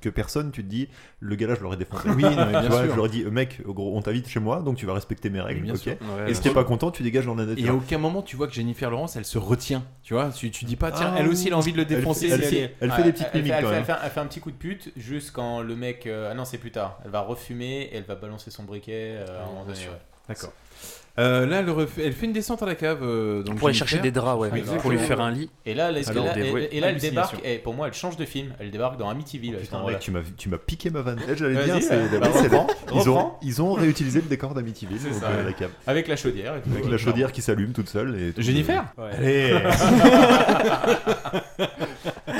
Speaker 12: que personne, tu te dis le gars là, je l'aurais défoncé.
Speaker 2: Oui, non, mais bien
Speaker 12: Tu vois,
Speaker 2: sûr.
Speaker 12: Je leur dis "Euh, mec, au gros, on t'invite chez moi, donc tu vas respecter mes règles.
Speaker 2: bien
Speaker 12: ok.
Speaker 2: sûr. Ouais, bien
Speaker 12: et si t'es
Speaker 2: sûr.
Speaker 12: pas content, tu dégages dans la nature.
Speaker 2: Et à aucun moment, tu vois que Jennifer Lawrence, elle se retient. Tu vois, tu, tu dis pas Tiens,
Speaker 13: Ah,
Speaker 2: elle aussi, elle a envie de le défoncer.
Speaker 13: si, si.
Speaker 12: elle
Speaker 13: Ouais,
Speaker 12: fait des petites mimiques,
Speaker 13: Elle
Speaker 12: quand
Speaker 13: fait,
Speaker 12: même.
Speaker 13: elle fait- elle fait un petit coup de pute juste quand le mec. euh, ah non, c'est plus tard. Elle va refumer et elle va balancer son briquet. euh, à un moment donné, ouais.
Speaker 2: D'accord. Euh, là, elle, refait- elle fait une descente à la cave. euh, donc
Speaker 9: Pour aller
Speaker 2: Jennifer.
Speaker 9: chercher des draps, ouais,
Speaker 2: Exactement.
Speaker 9: pour lui faire un lit.
Speaker 13: Et là, elle,
Speaker 9: Alors,
Speaker 13: et là-
Speaker 9: dévoué.
Speaker 13: et- et là, elle
Speaker 9: Hallucination.
Speaker 13: débarque. Et pour moi, elle change de film. Elle débarque dans Amityville. à ce
Speaker 12: Oh, Putain,
Speaker 13: moment-là.
Speaker 12: mec, tu m'as, tu m'as piqué ma vanne. Eh, J'allais
Speaker 13: Vas-y,
Speaker 12: dire, c'est
Speaker 13: bah,
Speaker 12: la base, c'est
Speaker 13: reprends,
Speaker 12: la- ils, ont,
Speaker 13: reprends.
Speaker 12: ils ont réutilisé le décor d'Amityville
Speaker 13: C'est
Speaker 12: donc,
Speaker 13: ça,
Speaker 12: euh,
Speaker 13: ouais.
Speaker 12: la cave.
Speaker 13: Avec la chaudière et tout,
Speaker 12: Avec
Speaker 13: ouais,
Speaker 12: la chaudière qui s'allume toute seule. Et tout,
Speaker 13: Jennifer
Speaker 12: euh,
Speaker 13: Ouais.
Speaker 12: Allez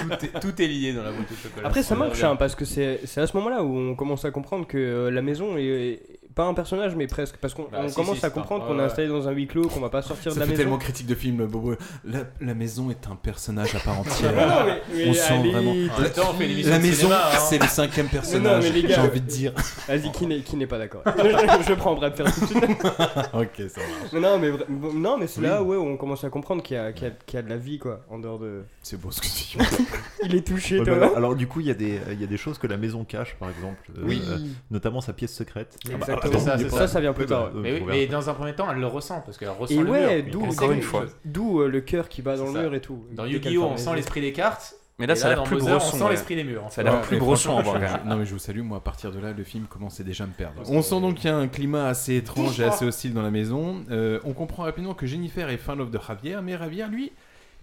Speaker 13: tout, est, tout est lié dans la boîte de chocolat.
Speaker 14: Après, ça
Speaker 13: On
Speaker 14: marche,
Speaker 13: revient.
Speaker 14: hein, parce que c'est c'est à ce moment-là où on commence à comprendre que euh, la maison est, est pas un personnage, mais presque. Parce qu'on
Speaker 13: Bah,
Speaker 14: on
Speaker 13: si,
Speaker 14: commence
Speaker 13: si,
Speaker 14: à
Speaker 13: c'est un-
Speaker 14: comprendre
Speaker 13: ouais,
Speaker 14: qu'on est
Speaker 13: ouais.
Speaker 14: installé dans un huis clos, qu'on va pas sortir de
Speaker 2: Ça
Speaker 14: la
Speaker 2: fait
Speaker 14: maison.
Speaker 2: tellement critique de film, Bobo. La, la maison est un personnage à part entière.
Speaker 14: Non, mais- mais
Speaker 2: on sent
Speaker 14: allez,
Speaker 2: vraiment.
Speaker 14: en même temps, on fait une émission
Speaker 2: la
Speaker 14: de
Speaker 2: maison,
Speaker 14: cinéma, hein.
Speaker 2: c'est le cinquième
Speaker 14: Mais non,
Speaker 2: personnage.
Speaker 14: mais les gars,
Speaker 2: J'ai envie de dire.
Speaker 14: Vas-y, qui n'est- qui n'est pas d'accord je, je prends Brad Pitt tout de suite.
Speaker 2: ok, ça marche.
Speaker 14: Mais non, mais, vra- non, mais c'est
Speaker 2: Oui.
Speaker 14: là ouais, où on commence à comprendre qu'il y, a- qu'il y a- qu'il y a de la vie, quoi, en dehors de.
Speaker 2: C'est beau ce que tu
Speaker 14: Il est touché,
Speaker 12: Ouais, bah,
Speaker 14: toi.
Speaker 12: mais alors, alors, du coup, il y, a des- euh, il y a des choses que la maison cache, par exemple. euh,
Speaker 14: Oui.
Speaker 12: notamment sa pièce secrète.
Speaker 13: Ah,
Speaker 14: Exactement. Ça, c'est ça, ça vient plus
Speaker 12: Ouais, bah,
Speaker 14: tard, ouais.
Speaker 12: euh,
Speaker 13: Mais, oui,
Speaker 12: faut
Speaker 13: mais
Speaker 12: regarder.
Speaker 13: dans un premier temps, elle le ressent parce qu'elle ressent
Speaker 14: Et
Speaker 13: le
Speaker 14: ouais,
Speaker 13: mur.
Speaker 14: d'où
Speaker 13: Elle
Speaker 14: encore
Speaker 13: sait
Speaker 14: une
Speaker 13: quelque
Speaker 14: fois.
Speaker 13: chose.
Speaker 14: D'où euh, le cœur qui bat dans
Speaker 13: C'est
Speaker 14: le
Speaker 13: ça.
Speaker 14: mur et tout.
Speaker 13: Dans
Speaker 14: Dès qu'elle
Speaker 13: Yu-Gi-Oh, on
Speaker 14: ferme les
Speaker 13: sent
Speaker 14: yeux.
Speaker 13: l'esprit des cartes.
Speaker 9: Mais là,
Speaker 13: Et
Speaker 9: ça a l'air
Speaker 13: dans
Speaker 9: plus
Speaker 13: Bowser,
Speaker 9: gros son,
Speaker 13: On sent
Speaker 9: ouais.
Speaker 13: l'esprit des murs. en
Speaker 9: Ça a
Speaker 13: fait.
Speaker 9: l'air plus
Speaker 2: mais
Speaker 9: gros
Speaker 2: franchement,
Speaker 9: son, encore,
Speaker 2: je-
Speaker 9: quand même.
Speaker 2: Non, mais je vous salue, moi, à partir de là, le film commençait déjà à me perdre. On sent donc qu'il y a un climat assez étrange et assez hostile dans la maison. Euh, on comprend rapidement que Jennifer est fin love de Javier, mais Javier, lui.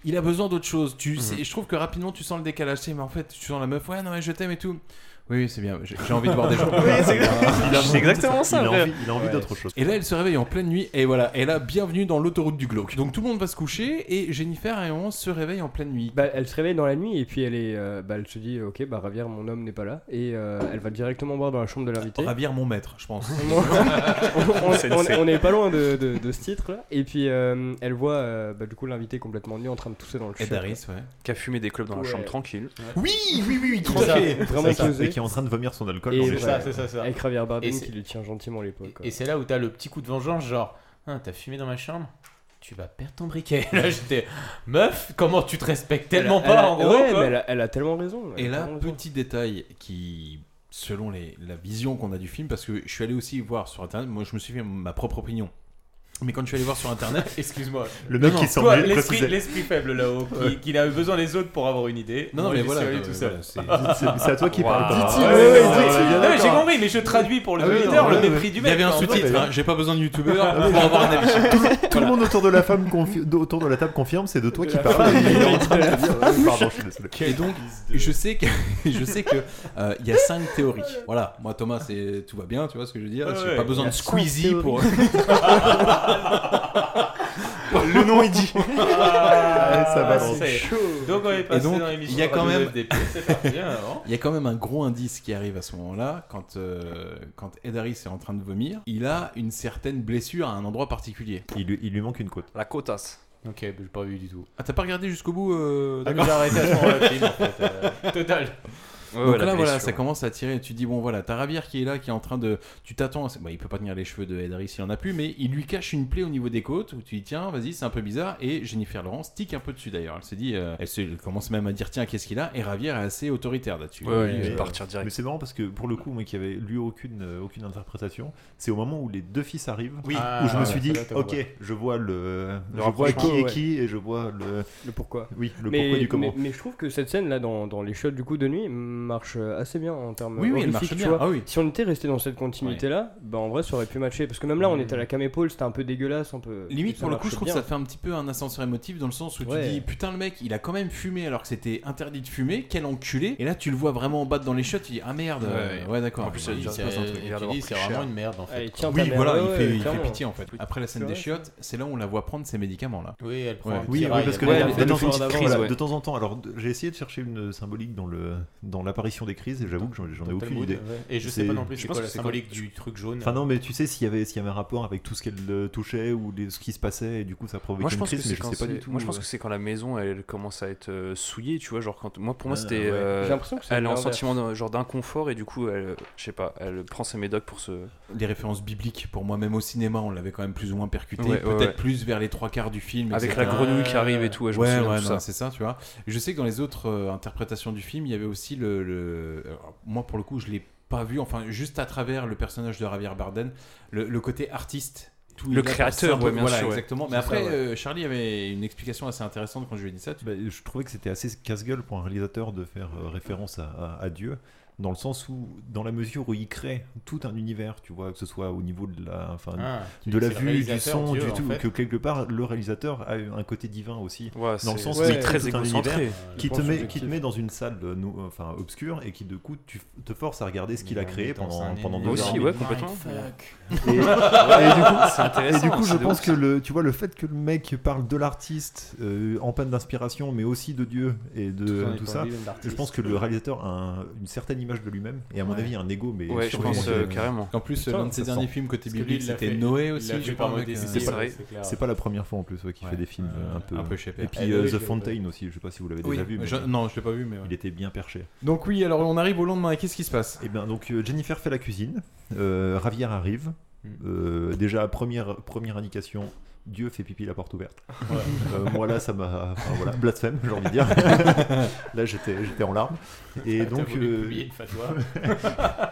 Speaker 2: Il a besoin d'autre chose. Tu, c'est- Je trouve que rapidement tu sens le décalage. C'est, mais en fait, tu sens la meuf, ouais, non, mais je t'aime et tout. Oui, oui, c'est bien, j'ai j'ai envie de voir des gens.
Speaker 12: Oui, c'est-
Speaker 2: Il a-
Speaker 12: c'est exactement ça,
Speaker 2: Il a
Speaker 12: frère.
Speaker 2: envie- il a envie
Speaker 12: Ouais.
Speaker 2: d'autre chose. Et là, elle se réveille en pleine nuit, et voilà, et là, bienvenue dans l'autoroute du glauque. Donc tout le monde va se coucher, et Jennifer, à un moment, se réveille en pleine nuit.
Speaker 14: Bah, elle se réveille dans la nuit et puis elle est, euh, bah, elle se dit ok bah Ravière mon homme n'est pas là et euh, elle va directement boire dans la chambre de l'invité.
Speaker 2: Ravière mon maître, je pense.
Speaker 14: on, on- on- on est pas loin de, de- de ce titre là et puis euh, elle voit euh, bah, du coup l'invité complètement nu en train de tousser dans le
Speaker 2: Et
Speaker 14: chien.
Speaker 2: Daris, ouais.
Speaker 9: Qui a fumé des clubs dans
Speaker 14: Ouais.
Speaker 9: la chambre tranquille.
Speaker 14: Oui,
Speaker 2: oui, oui,
Speaker 14: Tout à fait,
Speaker 12: C'est
Speaker 14: vraiment
Speaker 12: ça.
Speaker 14: posé.
Speaker 12: Et qui est en train de vomir son alcool
Speaker 14: Et
Speaker 12: dans les
Speaker 14: ouais,
Speaker 12: chaises.
Speaker 13: C'est ça, c'est ça.
Speaker 14: Avec Javier Bardem
Speaker 13: Et c'est-
Speaker 14: qui lui tient gentiment les poils. quoi.
Speaker 13: Et c'est là où t'as le petit coup de vengeance, genre, Hein, t'as fumé dans ma chambre tu vas perdre ton briquet. Là, j'étais meuf, comment tu te respectes tellement
Speaker 14: Elle a-
Speaker 13: pas
Speaker 14: elle a-
Speaker 13: en gros
Speaker 14: ouais,
Speaker 13: quoi.
Speaker 14: mais elle a, elle a tellement raison. elle
Speaker 2: Et
Speaker 14: a
Speaker 2: là,
Speaker 14: tellement raison.
Speaker 2: petit détail qui, selon les- la vision qu'on a du film, parce que je suis allé aussi voir sur internet, moi je me suis fait ma propre opinion. Mais quand je suis allé voir sur internet.
Speaker 13: Excuse-moi.
Speaker 2: Le mec
Speaker 13: Non,
Speaker 2: qui
Speaker 13: non,
Speaker 2: s'en
Speaker 13: toi,
Speaker 2: mêle,
Speaker 13: l'esprit,
Speaker 2: précisez.
Speaker 13: l'esprit faible là-haut, qui,
Speaker 2: Ouais.
Speaker 13: qu'il a besoin des autres pour avoir une idée.
Speaker 2: Non, non,
Speaker 13: Moi,
Speaker 2: mais
Speaker 13: j'y
Speaker 2: voilà,
Speaker 13: suis allé
Speaker 2: euh,
Speaker 13: tout seul.
Speaker 2: voilà, c'est- c'est- c'est à toi qui
Speaker 13: Wow.
Speaker 2: parle, Titi,
Speaker 13: Ouais,
Speaker 2: ouais,
Speaker 13: ouais,
Speaker 2: ouais,
Speaker 13: ouais,
Speaker 2: ouais,
Speaker 13: ouais,
Speaker 2: bien
Speaker 13: ouais,
Speaker 2: d'accord.
Speaker 13: J'ai compris, mais je traduis pour le
Speaker 2: Ah oui,
Speaker 13: auditeur
Speaker 2: non,
Speaker 13: le
Speaker 2: ouais,
Speaker 13: mépris
Speaker 2: ouais.
Speaker 13: du
Speaker 2: Il
Speaker 13: mec.
Speaker 2: y avait un
Speaker 13: quoi, en
Speaker 2: sous-titre,
Speaker 13: vrai.
Speaker 2: hein, j'ai pas besoin de youtubeur pour avoir un avis.
Speaker 12: Tout, tout le monde autour de la femme confi- de- autour de la table confirme, c'est de toi qui
Speaker 2: la
Speaker 12: parle.
Speaker 2: femme.
Speaker 12: Et il est en train de te dire, euh, Pardon, je suis désolé.
Speaker 2: Et donc, je sais que je sais que euh, il y a cinq théories. Voilà, moi Thomas, c'est tout va bien, tu vois ce que je veux dire.
Speaker 13: Ouais,
Speaker 2: J'ai
Speaker 13: ouais.
Speaker 2: pas besoin de
Speaker 13: Il y a cinq
Speaker 2: Squeezie pour.
Speaker 13: théories.
Speaker 12: Le nom est dit.
Speaker 2: Ah,
Speaker 12: ça va,
Speaker 2: c'est
Speaker 12: c'est
Speaker 2: chaud.
Speaker 13: Donc on est
Speaker 2: Et
Speaker 13: passé
Speaker 2: donc,
Speaker 13: dans l'émission
Speaker 2: il y a quand
Speaker 13: Radio
Speaker 2: même,
Speaker 13: FDP, c'est hein. parti, alors.
Speaker 2: il y a quand même un gros indice qui arrive à ce moment-là quand euh, quand Ed Harris est en train de vomir, il a une certaine blessure à un endroit particulier.
Speaker 12: Il lui, il lui manque une côte.
Speaker 9: La cotasse.
Speaker 13: Ok, bah, j'ai pas vu du tout.
Speaker 2: Ah, t'as pas regardé jusqu'au bout euh,
Speaker 13: Ah,
Speaker 2: Damien
Speaker 13: j'ai arrêté à ce moment-là, le film, en fait, euh, total. Ouais,
Speaker 2: Donc
Speaker 13: ouais, la
Speaker 2: là, voilà,
Speaker 13: blessure.
Speaker 2: ça commence à tirer. Tu dis, bon, voilà, t'as Ravière qui est là, qui est en train de. Tu t'attends. à ce- Bah, il peut pas tenir les cheveux de Ed Harris, il en a plus, mais il lui cache une plaie au niveau des côtes où tu dis, tiens, vas-y, c'est un peu bizarre. Et Jennifer Lawrence tique un peu dessus d'ailleurs. Elle se dit, euh, elle, se- elle commence même à dire, tiens, qu'est-ce qu'il a Et Ravière est assez autoritaire là-dessus.
Speaker 12: Ouais,
Speaker 2: Il dit,
Speaker 12: mais-
Speaker 2: euh,
Speaker 12: Mais c'est marrant parce que pour le coup, moi qui avait lu aucune, euh, aucune interprétation, c'est au moment où les deux fils arrivent
Speaker 2: Oui.
Speaker 12: où
Speaker 2: Ah,
Speaker 12: je me suis
Speaker 2: ouais,
Speaker 12: dit,
Speaker 2: ça doit être
Speaker 12: ok,
Speaker 2: vrai.
Speaker 12: je vois le,
Speaker 14: Le
Speaker 12: je vois qui
Speaker 14: rapprochement,
Speaker 12: est
Speaker 14: ouais.
Speaker 12: qui et je vois le,
Speaker 14: le pourquoi.
Speaker 12: Oui, le
Speaker 14: mais,
Speaker 12: pourquoi du comment.
Speaker 14: Mais, mais je trouve que cette scène là dans, dans les shots du coup de nuit marche euh, assez bien en termes
Speaker 2: Oui, oui, elle
Speaker 14: horrifiques,
Speaker 2: marche
Speaker 14: tu
Speaker 2: bien.
Speaker 14: vois.
Speaker 2: Ah oui.
Speaker 14: Si on était resté dans cette continuité là, bah en vrai ça aurait pu matcher parce que même là on était à la cam épaule, c'était un peu dégueulasse, un peu.
Speaker 2: Limite,
Speaker 14: ça
Speaker 2: pour le coup,
Speaker 14: marche
Speaker 2: je trouve
Speaker 14: bien.
Speaker 2: que ça fait un petit peu un ascenseur émotif dans le sens où
Speaker 14: Ouais.
Speaker 2: tu dis putain, le mec, il a quand même fumé alors que c'était interdit de fumer, quel enculé. Et là, tu le vois vraiment battre dans les shots, tu dis ah merde,
Speaker 13: Ouais,
Speaker 2: euh, ouais,
Speaker 13: ouais.
Speaker 2: d'accord.
Speaker 13: En plus, il
Speaker 2: il se
Speaker 13: s'est-
Speaker 2: passe un truc.
Speaker 13: il a l'air d'avoir pris cher. Allez, tiens, ta
Speaker 2: Oui,
Speaker 13: mère,
Speaker 2: voilà,
Speaker 13: ouais,
Speaker 2: il
Speaker 13: ouais,
Speaker 2: fait- il fait
Speaker 13: clairement.
Speaker 2: pitié en fait. Après la scène
Speaker 13: C'est
Speaker 2: des
Speaker 13: vrai.
Speaker 2: chiottes, c'est là où on la voit prendre ses médicaments là.
Speaker 13: Oui, elle prend
Speaker 2: Ouais.
Speaker 13: un petit
Speaker 12: Oui, oui,
Speaker 13: rail,
Speaker 12: parce que
Speaker 13: elle
Speaker 12: elle
Speaker 13: prend-
Speaker 12: elle
Speaker 13: elle
Speaker 12: nous fait une
Speaker 13: prend
Speaker 12: petite
Speaker 13: d'avance,
Speaker 12: crise
Speaker 13: ouais.
Speaker 12: de temps en temps. Alors de- j'ai essayé de chercher une symbolique dans le dans l'apparition des crises et j'avoue que j'en j'en ai
Speaker 13: Dans le
Speaker 12: aucune
Speaker 13: Talmud,
Speaker 12: idée.
Speaker 13: ouais. Et je sais pas non plus c'est quoi
Speaker 12: pense
Speaker 13: la
Speaker 12: que c'est
Speaker 13: symbolique
Speaker 12: un-
Speaker 13: du truc jaune.
Speaker 12: Enfin non, mais tu sais s'il y avait s'il y avait un rapport avec tout ce qu'elle euh, touchait ou les- ce qui se passait et du coup ça provoquait
Speaker 9: Moi je
Speaker 12: une
Speaker 9: pense que
Speaker 12: crise, mais
Speaker 9: c'est
Speaker 12: je
Speaker 9: quand
Speaker 12: sais pas
Speaker 9: c'est-
Speaker 12: du tout.
Speaker 9: moi je pense
Speaker 12: euh,
Speaker 9: que c'est quand la maison elle commence à être euh, souillée, tu vois, genre quand moi pour moi
Speaker 12: Ah,
Speaker 9: c'était
Speaker 12: ouais.
Speaker 9: euh,
Speaker 12: J'ai l'impression que c'est
Speaker 9: elle a un
Speaker 12: l'inverse.
Speaker 9: sentiment d'un- genre d'inconfort et du coup elle euh, je sais pas, elle prend ses médocs pour se
Speaker 2: Les références bibliques, pour moi, même au cinéma, on l'avait quand même plus ou moins percuté.
Speaker 9: Ouais, ouais,
Speaker 2: Peut-être
Speaker 9: ouais.
Speaker 2: plus vers les trois quarts du film.
Speaker 9: Avec
Speaker 2: etc.
Speaker 9: la grenouille qui arrive et tout, ouais, je me
Speaker 2: ouais,
Speaker 9: souviens
Speaker 2: ouais,
Speaker 9: de tout
Speaker 2: non,
Speaker 9: ça.
Speaker 2: c'est ça, tu vois. Je sais que dans les autres euh, interprétations du film, il y avait aussi le. le- alors, Moi, pour le coup, je l'ai pas vu, enfin, juste à travers le personnage de Javier Barden, le, le côté artiste. Tout
Speaker 9: Le
Speaker 2: est là pour
Speaker 9: créateur,
Speaker 2: symbo-
Speaker 9: ouais, bien
Speaker 2: voilà,
Speaker 9: sûr, ouais.
Speaker 2: exactement. Mais
Speaker 9: C'est
Speaker 2: après,
Speaker 9: ça, ouais.
Speaker 2: euh, Charlie avait une explication assez intéressante quand je lui ai dit ça.
Speaker 12: Bah, je trouvais que c'était assez casse-gueule pour un réalisateur de faire euh, référence à, à- à Dieu, dans le sens où, dans la mesure où il crée tout un univers, tu vois, que ce soit au niveau de la, enfin,
Speaker 13: Ah, tu
Speaker 12: de
Speaker 13: dis
Speaker 12: la
Speaker 13: que c'est le
Speaker 12: vue, du
Speaker 13: réalisateur,
Speaker 12: son,
Speaker 13: Dieu,
Speaker 12: du
Speaker 13: en
Speaker 12: tout,
Speaker 13: fait.
Speaker 12: que quelque part le réalisateur a un côté divin aussi,
Speaker 9: Ouais,
Speaker 12: dans
Speaker 9: c'est-
Speaker 12: le sens
Speaker 9: ouais,
Speaker 12: où il
Speaker 9: très
Speaker 12: crée tout un
Speaker 9: égocentré.
Speaker 12: univers
Speaker 9: Je
Speaker 12: qui te
Speaker 9: pense
Speaker 12: met, qui
Speaker 9: objectif.
Speaker 12: te met dans une salle euh, nou- enfin obscure et qui de coup tu f- te force à regarder ce qu'il a créé
Speaker 13: hein,
Speaker 12: pendant pendant deux
Speaker 9: Aussi,
Speaker 12: ans.
Speaker 9: ouais, complètement.
Speaker 12: Et, et du coup,
Speaker 9: c'est intéressant.
Speaker 12: et du coup, je
Speaker 9: c'est de
Speaker 12: pense
Speaker 9: ouf.
Speaker 12: que le, tu vois, le fait que le mec parle de l'artiste euh, en panne d'inspiration, mais aussi de Dieu et
Speaker 9: Tout
Speaker 12: de
Speaker 9: en
Speaker 12: tout,
Speaker 9: étant
Speaker 12: ça,
Speaker 9: lui-même d'artiste.
Speaker 12: je pense que le réalisateur a un- une certaine image de lui-même et à mon
Speaker 2: Ouais.
Speaker 12: avis un ego, mais
Speaker 9: Ouais, je
Speaker 12: sûrement,
Speaker 9: pense,
Speaker 12: euh,
Speaker 9: euh, carrément.
Speaker 2: En plus, l'un de ses
Speaker 12: ça
Speaker 2: derniers
Speaker 12: sent.
Speaker 2: films côté
Speaker 12: Parce que lui,
Speaker 2: biblique,
Speaker 12: il l'a
Speaker 2: c'était
Speaker 12: fait-
Speaker 2: Noé
Speaker 12: il
Speaker 2: aussi.
Speaker 12: l'a
Speaker 2: je
Speaker 12: fait
Speaker 2: crois,
Speaker 12: par
Speaker 2: mec,
Speaker 12: modestie,
Speaker 2: euh,
Speaker 12: c'est pas-
Speaker 2: c'est clair.
Speaker 12: C'est pas la première fois en plus ouais, qu'il fait des films euh, un peu.
Speaker 2: un peu chez Pierre.
Speaker 12: Et puis
Speaker 2: Eh
Speaker 12: euh,
Speaker 2: oui, je
Speaker 12: The
Speaker 2: l'ai
Speaker 12: Fontaine
Speaker 2: pas.
Speaker 12: aussi, je sais pas si vous l'avez
Speaker 2: Oui,
Speaker 12: déjà vu.
Speaker 2: je- non, je l'ai pas vu, mais ouais.
Speaker 12: il était bien perché.
Speaker 2: Donc, oui, alors on arrive au lendemain. et Qu'est-ce qui se passe
Speaker 12: Et bien, donc euh, Jennifer fait la cuisine, euh, Ravière arrive. Euh, déjà, première, première indication. Dieu fait pipi la porte ouverte. Euh, moi là, ça m'a. enfin, voilà, blasphème, j'ai envie de dire. là, j'étais j'étais en larmes. Et
Speaker 13: T'as
Speaker 12: donc. euh,
Speaker 13: voulu publier une fatwa.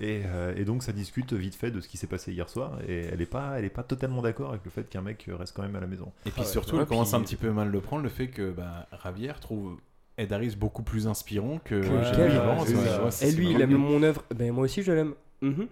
Speaker 12: et, euh, et donc, ça discute vite fait de ce qui s'est passé hier soir. Et elle n'est pas, elle est pas totalement d'accord avec le fait qu'un mec reste quand même à la maison.
Speaker 2: Et puis surtout, elle commence un petit peu mal le prendre, le fait que bah, Ravière trouve Ed Harris beaucoup plus inspirant que
Speaker 14: Que
Speaker 2: Jennifer
Speaker 14: quel-
Speaker 2: Lawrence,
Speaker 14: oui,
Speaker 2: ouais,
Speaker 14: oui.
Speaker 2: ouais, c'est-
Speaker 14: Et
Speaker 2: c'est
Speaker 14: lui, il
Speaker 2: marrant.
Speaker 14: aime mon œuvre. Ben moi aussi, je l'aime. Mhm.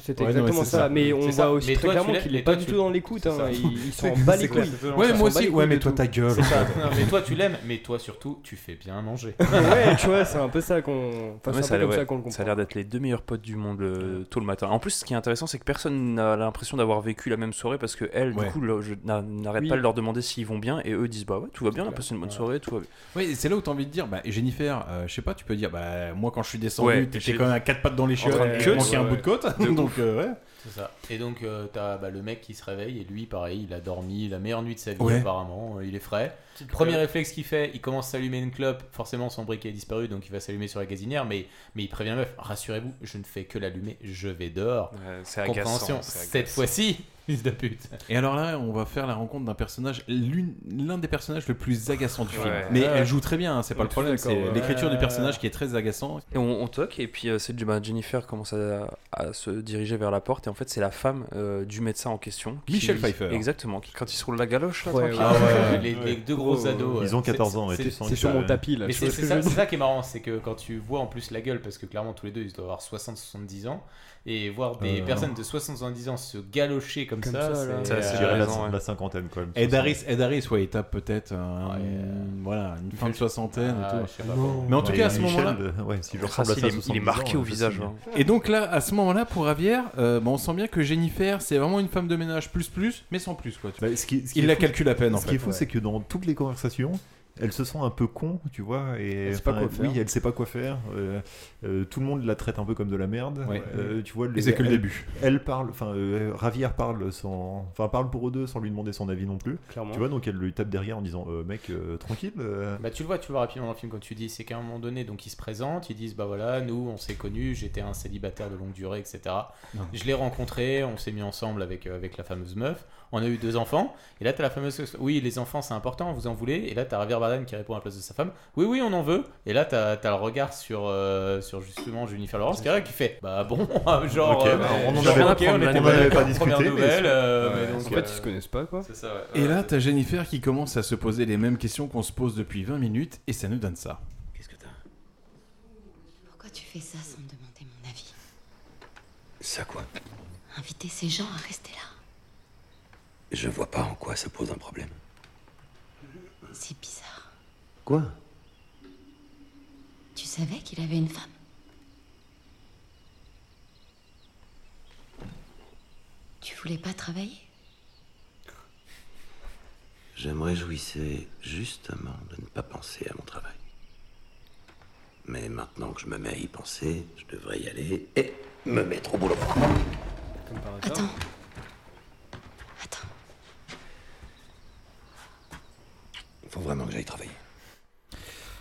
Speaker 14: C'était
Speaker 2: Ouais, non,
Speaker 14: exactement
Speaker 2: mais c'est
Speaker 14: ça.
Speaker 2: ça.
Speaker 14: mais on
Speaker 2: C'est
Speaker 14: voit
Speaker 2: ça.
Speaker 14: aussi
Speaker 2: Mais
Speaker 14: très
Speaker 2: toi, tu
Speaker 14: clairement
Speaker 2: l'as-
Speaker 14: qu'il
Speaker 2: mais
Speaker 14: est
Speaker 2: toi,
Speaker 14: pas du
Speaker 2: tu-
Speaker 14: tout dans l'écoute, hein.
Speaker 13: C'est ça.
Speaker 14: il, il s'en
Speaker 13: C'est
Speaker 14: bat les
Speaker 13: clair.
Speaker 14: couilles.
Speaker 13: Ouais,
Speaker 14: Il s'en
Speaker 13: moi
Speaker 14: bat
Speaker 13: aussi.
Speaker 14: les
Speaker 13: Ouais,
Speaker 14: couilles
Speaker 13: mais
Speaker 14: de
Speaker 13: toi,
Speaker 14: tout.
Speaker 13: ta gueule,
Speaker 14: C'est ça.
Speaker 13: Non, mais toi, tu l'aimes, mais toi, surtout, tu fais bien manger.
Speaker 14: Ouais, tu vois, c'est un peu ça qu'on.
Speaker 9: Ouais,
Speaker 14: Enfin, c'est un
Speaker 9: ça, a
Speaker 14: peu
Speaker 9: l'air-
Speaker 14: comme ça
Speaker 9: ouais,
Speaker 14: qu'on le
Speaker 9: ça
Speaker 14: comprend.
Speaker 9: a l'air d'être les deux meilleurs potes du monde euh, tôt le matin. En plus, ce qui est intéressant, c'est que personne n'a l'impression d'avoir vécu la même soirée parce que elle,
Speaker 2: Ouais.
Speaker 9: du coup, le- je n'a- n'arrête
Speaker 2: Oui.
Speaker 9: pas de leur demander s'ils vont bien et eux disent bah ouais, tout va bien, on a
Speaker 2: clair.
Speaker 9: passé une bonne soirée, tout va bien.
Speaker 2: Oui, et c'est là où t'as envie de dire, bah, Jennifer, euh, je sais pas, tu peux dire, bah, moi quand je suis descendu,
Speaker 9: Ouais,
Speaker 2: t'étais
Speaker 9: j'ai-
Speaker 2: quand même à quatre pattes dans les
Speaker 9: en
Speaker 2: chiottes,
Speaker 9: train de
Speaker 2: et il
Speaker 9: cut,
Speaker 2: manquait un
Speaker 9: ouais,
Speaker 2: bout de côte,
Speaker 9: ouais. De
Speaker 2: donc
Speaker 9: ouf.
Speaker 2: euh, ouais.
Speaker 13: C'est ça. Et donc, euh, t'as bah, le mec qui se réveille, et lui, pareil, il a dormi la meilleure nuit de sa vie,
Speaker 2: Ouais.
Speaker 13: apparemment. euh, Il est frais.
Speaker 2: Petite
Speaker 13: Premier
Speaker 2: clope.
Speaker 13: réflexe qu'il fait, il commence à s'allumer une clope. Forcément, son briquet est disparu, donc il va s'allumer sur la gazinière. Mais, mais il prévient la meuf rassurez-vous, je ne fais que l'allumer, je vais dehors.
Speaker 9: Ouais, c'est
Speaker 13: Compréhension,
Speaker 9: agaçant, c'est
Speaker 13: cette
Speaker 9: agaçant.
Speaker 13: fois-ci, fils de pute.
Speaker 2: Et alors là, on va faire la rencontre d'un personnage, l'une- l'un des personnages le plus agaçant du film.
Speaker 9: Ouais.
Speaker 2: Mais
Speaker 9: Ouais.
Speaker 2: elle joue très bien, hein, c'est pas
Speaker 9: On est
Speaker 2: le problème,
Speaker 9: tous
Speaker 2: c'est
Speaker 9: d'accord, ouais.
Speaker 2: l'écriture du personnage qui est très agaçant.
Speaker 9: Et on, on toque, et puis euh, c'est bah, Jennifer commence à, à se diriger vers la porte, et en fait, c'est la femme euh, du médecin en question. qui-
Speaker 2: Michel Pfeiffer.
Speaker 9: Exactement, qui, quand il se roule la galoche, là,
Speaker 13: Ouais,
Speaker 9: tranquille.
Speaker 13: ouais, Ah ouais, ouais, les- ouais. les deux gros
Speaker 9: Oh,
Speaker 13: ados,
Speaker 9: ouais.
Speaker 13: Ils ouais. ont 14 ans, ouais, C'est- tu sens c'est que- sur
Speaker 14: mon tapis, là,
Speaker 13: Mais
Speaker 14: tu vois
Speaker 13: c'est
Speaker 14: ce
Speaker 13: c'est
Speaker 14: que je
Speaker 13: ça,
Speaker 14: veux dire
Speaker 13: c'est ça qui est marrant, c'est que quand tu vois en plus la gueule, parce que clairement tous les deux ils doivent avoir 60-70 ans, et voir des
Speaker 12: Euh,
Speaker 13: personnes de 70 ans se galocher comme,
Speaker 12: Comme
Speaker 13: ça,
Speaker 12: ça, là.
Speaker 13: c'est
Speaker 12: Ça, c'est
Speaker 13: euh,
Speaker 12: Je dirais la- raison, ouais. la cinquantaine, quand même,
Speaker 2: Ed
Speaker 12: soixante.
Speaker 2: Harris, Ed Harris, ouais, il tape peut-être un- voilà, une fin de soixantaine
Speaker 13: Ah,
Speaker 2: et
Speaker 13: je sais
Speaker 2: tout.
Speaker 13: pas, bon.
Speaker 2: Mais en tout
Speaker 12: Ouais,
Speaker 2: cas, à
Speaker 12: il
Speaker 2: ce
Speaker 12: est Michel
Speaker 2: moment-là.
Speaker 12: de- ouais, s'il lui
Speaker 9: Ah,
Speaker 12: ressemble à
Speaker 9: s'il
Speaker 12: ça,
Speaker 9: est- il est
Speaker 12: 70
Speaker 9: marqué
Speaker 12: ans, hein, euh,
Speaker 9: au visage,
Speaker 12: facile.
Speaker 9: hein.
Speaker 2: Et donc là, à ce moment-là, pour Javier, euh, bon, on sent bien que Jennifer, c'est vraiment une femme de ménage plus plus, mais sans plus quoi. tu vois.
Speaker 12: Bah, ce qui- ce qui
Speaker 2: Il
Speaker 12: est
Speaker 2: la
Speaker 12: fou,
Speaker 2: calcule à peine en
Speaker 12: Ce
Speaker 2: fait.
Speaker 12: qui est fou, c'est que dans toutes les conversations, elle se sent un peu con, tu vois, et
Speaker 2: Elle sait pas
Speaker 12: enfin,
Speaker 2: quoi faire.
Speaker 12: oui, elle sait pas quoi faire. euh, euh, tout le monde la traite un peu comme de la merde.
Speaker 2: Ouais.
Speaker 12: euh, tu vois,
Speaker 2: Et c'est que le
Speaker 12: elle-
Speaker 2: début.
Speaker 12: Elle parle, enfin, euh, Ravière parle sans, enfin, parle pour eux deux sans lui demander son avis non plus.
Speaker 14: Hein
Speaker 13: Clairement.
Speaker 12: Tu vois, donc elle lui tape derrière en disant, euh, mec, euh, tranquille. euh,
Speaker 13: Bah, tu le vois, tu le vois rapidement dans le film, comme tu dis, c'est qu'à un moment donné, donc ils se présentent, ils disent Bah voilà, nous, on s'est connus, j'étais un célibataire de longue durée, etc.
Speaker 2: Non.
Speaker 13: Je l'ai rencontré, on s'est mis ensemble avec, euh, avec la fameuse meuf, on a eu deux enfants, et là, t'as la fameuse. Oui, les enfants, c'est important, vous en voulez, et là, t'as Javier Bardem qui répond à la place de sa femme Oui, oui, on en veut, et là, t'as as le regard sur, euh, sur justement Jennifer Lawrence qui, est là, qui fait Bah bon, genre,
Speaker 12: Ok,
Speaker 13: euh,
Speaker 12: bah, on en
Speaker 13: genre,
Speaker 12: avait- on
Speaker 13: ok,
Speaker 12: en
Speaker 13: était
Speaker 12: avait
Speaker 13: d'accord,
Speaker 12: pas discuté,
Speaker 13: première
Speaker 12: mais-
Speaker 13: nouvelle, euh,
Speaker 12: Ouais,
Speaker 13: mais donc,
Speaker 12: en fait,
Speaker 13: euh,
Speaker 12: ils se connaissent pas, quoi.
Speaker 13: C'est ça, ouais.
Speaker 2: Et là, t'as Jennifer qui commence à se poser les mêmes questions qu'on se pose depuis 20 minutes, et ça nous donne ça.
Speaker 15: Pourquoi tu fais ça sans me demander mon avis
Speaker 10: Ça quoi
Speaker 15: Inviter ces gens à rester là.
Speaker 10: Je vois pas en quoi ça pose un problème.
Speaker 15: C'est bizarre.
Speaker 10: Quoi
Speaker 15: Tu savais qu'il avait une femme Tu voulais pas travailler
Speaker 10: Je me réjouissais justement de ne pas penser à mon travail. Mais maintenant que je me mets à y penser, je devrais y aller et me mettre au boulot.
Speaker 15: Attends.
Speaker 10: Faut vraiment que j'aille travailler.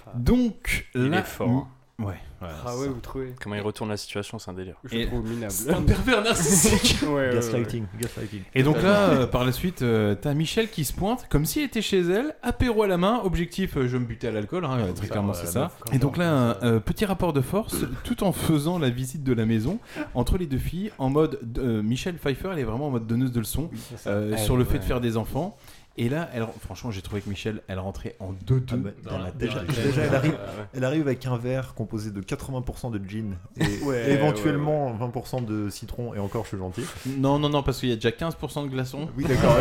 Speaker 2: Ah. Donc,
Speaker 9: Il
Speaker 2: là,
Speaker 9: est fort.
Speaker 2: nous- Ouais, ouais,
Speaker 14: Ah ouais, vous trouvez
Speaker 9: Comment il retourne la situation, c'est un délire.
Speaker 14: Je le trouve minable.
Speaker 2: C'est un pervers narcissique.
Speaker 14: Ouais,
Speaker 9: Euh,
Speaker 14: ouais, ouais.
Speaker 2: Et donc là, euh, par la suite, euh, t'as Michel qui se pointe comme s'il était chez elle, apéro à la main, objectif, euh, je vais me buter à l'alcool, hein, très
Speaker 9: ça,
Speaker 2: clairement
Speaker 9: voilà,
Speaker 2: c'est
Speaker 9: la
Speaker 2: ça.
Speaker 9: meuf, quand
Speaker 2: Et donc là, un euh, petit rapport de force, tout en faisant la visite de la maison entre les deux filles, en mode euh, Michel Pfeiffer, elle est vraiment en mode donneuse de leçons euh,
Speaker 9: Elle,
Speaker 2: sur le fait de
Speaker 9: ouais.
Speaker 2: faire des enfants. Et là, elle, franchement, j'ai trouvé que Michel, elle rentrait en deux
Speaker 12: Ah
Speaker 2: deux
Speaker 12: bah,
Speaker 2: dans la tête.
Speaker 12: déjà, déjà, elle, arrive, elle arrive avec un verre composé de 80% de gin et
Speaker 2: Ouais,
Speaker 12: éventuellement 20% de citron, et encore je suis gentil.
Speaker 2: Non, non, non, parce qu'il y a déjà 15% de glaçons.
Speaker 12: Oui, d'accord.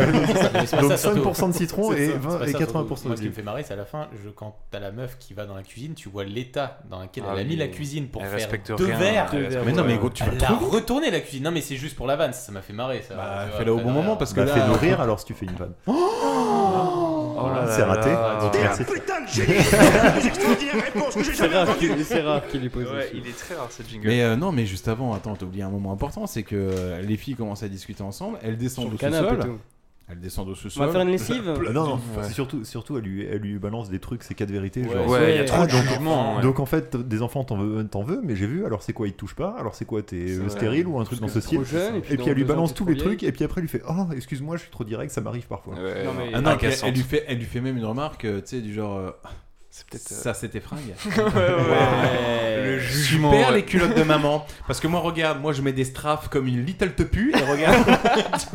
Speaker 13: Mais c'est pas
Speaker 12: Donc
Speaker 13: ça, surtout.
Speaker 12: 5% de citron
Speaker 13: C'est
Speaker 12: et
Speaker 13: ça,
Speaker 12: 20
Speaker 13: c'est pas
Speaker 12: et 80%
Speaker 13: ça, surtout. Moi, ce qui
Speaker 12: de
Speaker 13: me fait marrer, c'est à la fin, je, quand t'as la meuf qui va dans la cuisine, tu vois l'état dans lequel
Speaker 9: Ah
Speaker 13: elle a
Speaker 9: oui.
Speaker 13: mis la cuisine pour
Speaker 9: Elle
Speaker 13: faire
Speaker 9: respecte
Speaker 13: deux
Speaker 9: rien,
Speaker 13: verres.
Speaker 9: elle respecte Mais non, mais rien. gros, tu vas
Speaker 13: Elle
Speaker 9: trop
Speaker 13: a
Speaker 9: vite.
Speaker 13: retourné la cuisine. Non, mais c'est juste pour la vanne, ça m'a fait marrer. Ça, Bah, Tu vois,
Speaker 2: Bah, fais-la au
Speaker 13: après,
Speaker 2: bon
Speaker 13: derrière.
Speaker 2: moment, parce que
Speaker 12: Bah,
Speaker 2: là-
Speaker 12: fais-le rire alors si tu fais une vanne.
Speaker 9: Oh là
Speaker 12: c'est
Speaker 9: là
Speaker 12: raté.
Speaker 9: là.
Speaker 12: Donc,
Speaker 9: T'es un
Speaker 12: merci.
Speaker 9: putain de
Speaker 14: C'est rare qu'il- c'est rare qu'il ait posé
Speaker 9: Ouais,
Speaker 14: ça.
Speaker 9: il est très rare cette jingle.
Speaker 2: Mais euh, non, mais juste avant, attends, t'as oublié un moment important, c'est que euh, les filles commencent à discuter ensemble, elles
Speaker 14: Sur
Speaker 2: descendent
Speaker 14: le
Speaker 2: au
Speaker 14: canapé,
Speaker 2: sous-sol.
Speaker 14: tout.
Speaker 2: Elles descendent au sous-sol.
Speaker 14: On va faire une lessive
Speaker 12: Non, non,
Speaker 2: Ouais.
Speaker 12: c'est surtout, surtout elle, lui, elle lui balance des trucs, ces quatre vérités.
Speaker 9: Ouais,
Speaker 12: genre,
Speaker 9: ouais,
Speaker 12: c'est-
Speaker 9: il y a trop de
Speaker 12: donc,
Speaker 9: jugements, ouais.
Speaker 12: donc en fait, des enfants, t'en veux, t'en veux, mais j'ai vu, alors c'est quoi, il te touche pas, alors c'est quoi, t'es euh,
Speaker 14: vrai.
Speaker 12: stérile ou un truc dans
Speaker 14: Parce
Speaker 12: ce
Speaker 14: que
Speaker 12: style.
Speaker 14: trop jeune, et puis dans
Speaker 12: elle lui
Speaker 14: deux ans,
Speaker 12: balance
Speaker 14: t'es
Speaker 12: tous
Speaker 14: trop
Speaker 12: les trucs,
Speaker 14: vieille.
Speaker 12: et puis après, elle lui fait Oh, excuse-moi, je suis trop direct, ça m'arrive parfois.
Speaker 9: Ouais, Non, mais-
Speaker 2: Ah non, puis elle,
Speaker 9: Agaçante.
Speaker 2: elle lui fait, elle lui fait même une remarque, euh, tu sais, du genre. euh,
Speaker 9: peut-être, euh,
Speaker 2: Ça, c'était fringue.
Speaker 9: Ouais,
Speaker 13: Euh,
Speaker 9: ouais. Le jugement,
Speaker 2: Super
Speaker 9: ouais.
Speaker 2: les culottes de maman. Parce que moi, regarde, moi je mets des straffes comme une little tepu. Et regarde.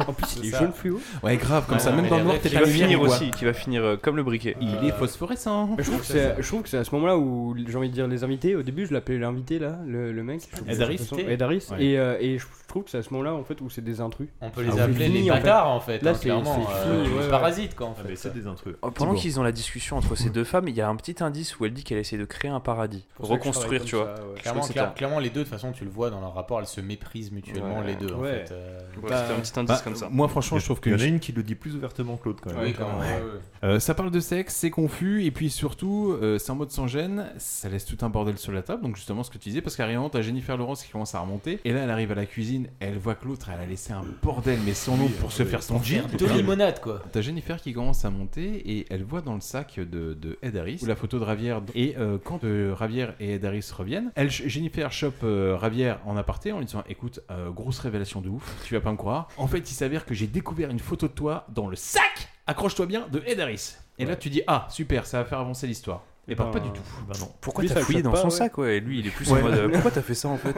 Speaker 2: en plus,
Speaker 9: il est jaune fluo.
Speaker 2: Ouais, grave, comme
Speaker 9: Ouais,
Speaker 2: ça,
Speaker 9: non,
Speaker 2: même
Speaker 9: mais
Speaker 2: dans le
Speaker 9: il y a
Speaker 2: noir,
Speaker 9: vrai
Speaker 2: t'es
Speaker 9: qui
Speaker 2: pas
Speaker 9: va
Speaker 2: lumière,
Speaker 9: finir
Speaker 2: quoi.
Speaker 9: aussi, qui va finir euh, comme le briquet.
Speaker 2: Il est phosphorescent.
Speaker 14: Mais Bah, Je trouve que c'est à- je trouve que c'est à ce moment-là où j'ai envie de dire les invités. Au début, je l'appelais l'invité là, le, le mec. je trouve que
Speaker 2: Ed Harris.
Speaker 14: de toute façon- Ed Harris.
Speaker 2: Ouais.
Speaker 14: Et, euh, et je trouve que c'est à ce moment-là en fait où c'est des intrus.
Speaker 13: On peut
Speaker 14: Ah,
Speaker 13: les
Speaker 14: oui,
Speaker 13: appeler
Speaker 14: fini,
Speaker 13: les bâtards, en fait,
Speaker 14: Là,
Speaker 13: hein,
Speaker 14: c'est
Speaker 13: clairement,
Speaker 14: c'est
Speaker 13: euh,
Speaker 14: fini,
Speaker 13: les
Speaker 14: ouais, ouais.
Speaker 13: parasites, quoi, en fait.
Speaker 12: Ah,
Speaker 13: Euh,
Speaker 12: c'est des intrus.
Speaker 9: Oh, Pendant
Speaker 12: Thibaut.
Speaker 9: qu'ils ont la discussion entre ces deux femmes, il y a un petit indice où elle dit qu'elle essaie de créer un paradis,
Speaker 13: Pour ça que je
Speaker 9: reconstruire, tu vois.
Speaker 13: travaille comme ça, ouais.
Speaker 9: Je
Speaker 13: Clairement,
Speaker 9: trouve que
Speaker 13: clair-
Speaker 9: c'était
Speaker 13: clairement, les deux, de toute façon, tu le vois dans leur rapport, elles se méprisent mutuellement,
Speaker 9: Ouais.
Speaker 13: les deux, en
Speaker 9: Ouais.
Speaker 13: fait. euh,
Speaker 9: Ouais, c'était un petit indice
Speaker 2: Bah,
Speaker 9: comme ça.
Speaker 2: Moi, franchement, je trouve que.
Speaker 12: Il y en a une qui le dit plus ouvertement que l'autre quand même.
Speaker 13: Oui, quand même, ouais, ouais.
Speaker 2: Euh, ça parle de sexe, c'est confus, et puis surtout, euh, c'est en mode sans gêne, ça laisse tout un bordel sur la table, donc justement ce que tu disais, parce qu'arrivant, t'as Jennifer Lawrence qui commence à remonter, et là elle arrive à la cuisine, elle voit que l'autre, elle a laissé un bordel, mais sans nom, pour se faire son gin.
Speaker 13: faire deux limonades, quoi.
Speaker 2: T'as Jennifer qui commence à monter, et elle voit dans le sac de, de Ed Harris la photo de Ravière, et euh, quand euh, Ravière et Ed Harris reviennent, elle, ch- Jennifer chope euh, Ravière en aparté en lui disant, écoute, euh, grosse révélation de ouf, tu vas pas me croire, en fait il s'avère que j'ai découvert une photo de toi dans le sac accroche-toi bien, de Ed Harris. Et là, tu dis, ah, super, ça va faire avancer l'histoire. Et bah, pas
Speaker 9: Ben,
Speaker 2: du tout.
Speaker 9: Pourquoi t'as fouillé dans son sac, ouais Et Lui, il est plus en
Speaker 2: Ouais.
Speaker 9: mode. euh, Pourquoi t'as fait ça en fait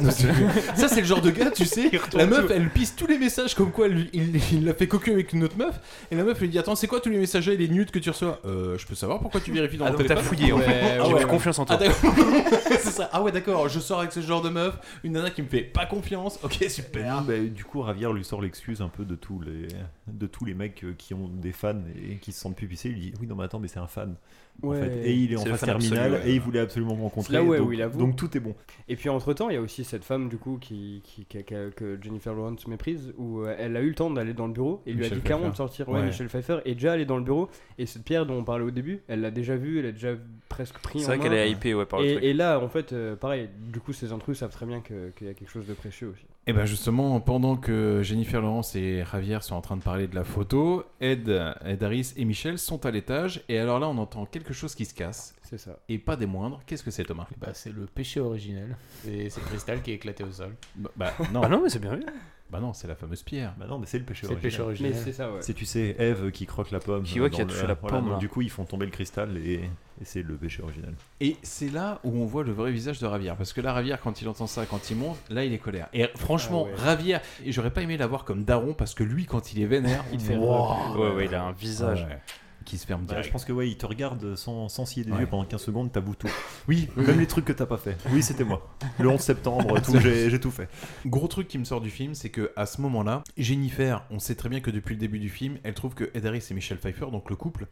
Speaker 2: ça, c'est le genre de gars, tu sais,
Speaker 9: Il retourne
Speaker 2: la meuf,
Speaker 9: tout.
Speaker 2: elle pisse tous les messages comme quoi elle- il il l'a fait cocu avec une autre meuf. Et la meuf, elle lui dit, attends, c'est quoi tous les messages et les nudes que tu reçois Euh, je peux savoir pourquoi tu vérifies dans
Speaker 9: Ah,
Speaker 2: mon
Speaker 9: donc t'as
Speaker 2: téléphone
Speaker 9: fouillé, en fait. J'ai plus confiance en
Speaker 2: Ah,
Speaker 9: toi.
Speaker 2: d'accord. c'est ça. Ah ouais, d'accord, je sors avec ce genre de meuf, une nana qui me fait pas confiance, ok, super.
Speaker 12: Ah, bah, du coup, Ravière lui sort l'excuse un peu de tous les de tous les mecs euh, qui ont des fans et qui se sentent pupissés. Il lui dit oui non mais attends mais c'est un fan. en
Speaker 14: Ouais.
Speaker 12: fait. Et il est en
Speaker 14: C'est le
Speaker 12: phase
Speaker 14: fan absolu,
Speaker 12: terminale
Speaker 14: ouais.
Speaker 12: et il voulait absolument me rencontrer.
Speaker 14: Là, ouais,
Speaker 12: donc,
Speaker 14: où il avoue.
Speaker 12: donc tout est bon.
Speaker 14: Et puis entre temps, il y a aussi cette femme du coup qui, qui- qui- qui- que Jennifer Lawrence méprise, où euh, elle a eu le temps d'aller dans le bureau et lui a
Speaker 12: Michel
Speaker 14: dit clairement
Speaker 12: Pfeiffer.
Speaker 14: de sortir. Ouais,
Speaker 12: Ouais.
Speaker 14: Michel Pfeiffer est déjà allé dans le bureau et cette pierre dont on parlait au début, elle l'a déjà vue, elle a déjà presque pris.
Speaker 9: C'est
Speaker 14: en
Speaker 9: vrai
Speaker 14: main.
Speaker 9: qu'elle est hypée, ouais, par le
Speaker 14: et,
Speaker 9: truc.
Speaker 14: Et là, en fait, euh, pareil, du coup, ces intrus savent très bien que- qu'il y a quelque chose de précieux aussi.
Speaker 2: Et ben justement, pendant que Jennifer Lawrence et Javier sont en train de parler de la photo, Ed, Ed Harris et Michel sont à l'étage. Et alors là, on entend quelque chose qui se casse.
Speaker 14: C'est ça.
Speaker 2: Et pas des moindres. Qu'est-ce que c'est, Thomas
Speaker 13: Bah, c'est le péché originel. Et c'est le cristal qui est éclaté au sol.
Speaker 2: Bah, bah, non.
Speaker 9: Bah non, mais c'est bien vu.
Speaker 2: Bah non, c'est la fameuse pierre.
Speaker 12: Bah non, mais c'est le péché
Speaker 13: C'est le
Speaker 12: original.
Speaker 13: péché originel.
Speaker 14: Mais c'est ça, ouais.
Speaker 12: C'est, tu sais, Eve qui croque la pomme.
Speaker 9: Qui,
Speaker 12: euh,
Speaker 9: ouais, qui
Speaker 12: dans
Speaker 9: a
Speaker 12: le-
Speaker 9: touché la
Speaker 12: voilà,
Speaker 9: pomme,
Speaker 12: donc
Speaker 9: là.
Speaker 12: du coup, ils font tomber le cristal et, et c'est le péché original.
Speaker 2: Et c'est là où on voit le vrai visage de Ravière. Parce que là, Ravière, quand il entend ça, quand il monte, là, il est colère. Et franchement,
Speaker 9: Ah ouais.
Speaker 2: Ravière, et j'aurais pas aimé l'avoir comme daron parce que lui, quand il est vénère, il fait.
Speaker 9: Wouah. Ouais, ouais, il a un visage.
Speaker 2: Ouais. Qui se ferme
Speaker 12: Bah,
Speaker 2: direct.
Speaker 12: je pense que ouais, il te regarde sans, sans scier des
Speaker 2: Ouais.
Speaker 12: yeux pendant 15 secondes, t'avoues tout. Oui,
Speaker 2: Oui,
Speaker 12: même
Speaker 2: oui.
Speaker 12: les trucs que t'as pas fait. Oui, c'était moi. Le 11 septembre, tout, j'ai, j'ai tout fait.
Speaker 2: Gros truc qui me sort du film, c'est que à ce moment-là, Jennifer, on sait très bien que depuis le début du film, elle trouve que Ed Harris et Michel Pfeiffer, donc le couple,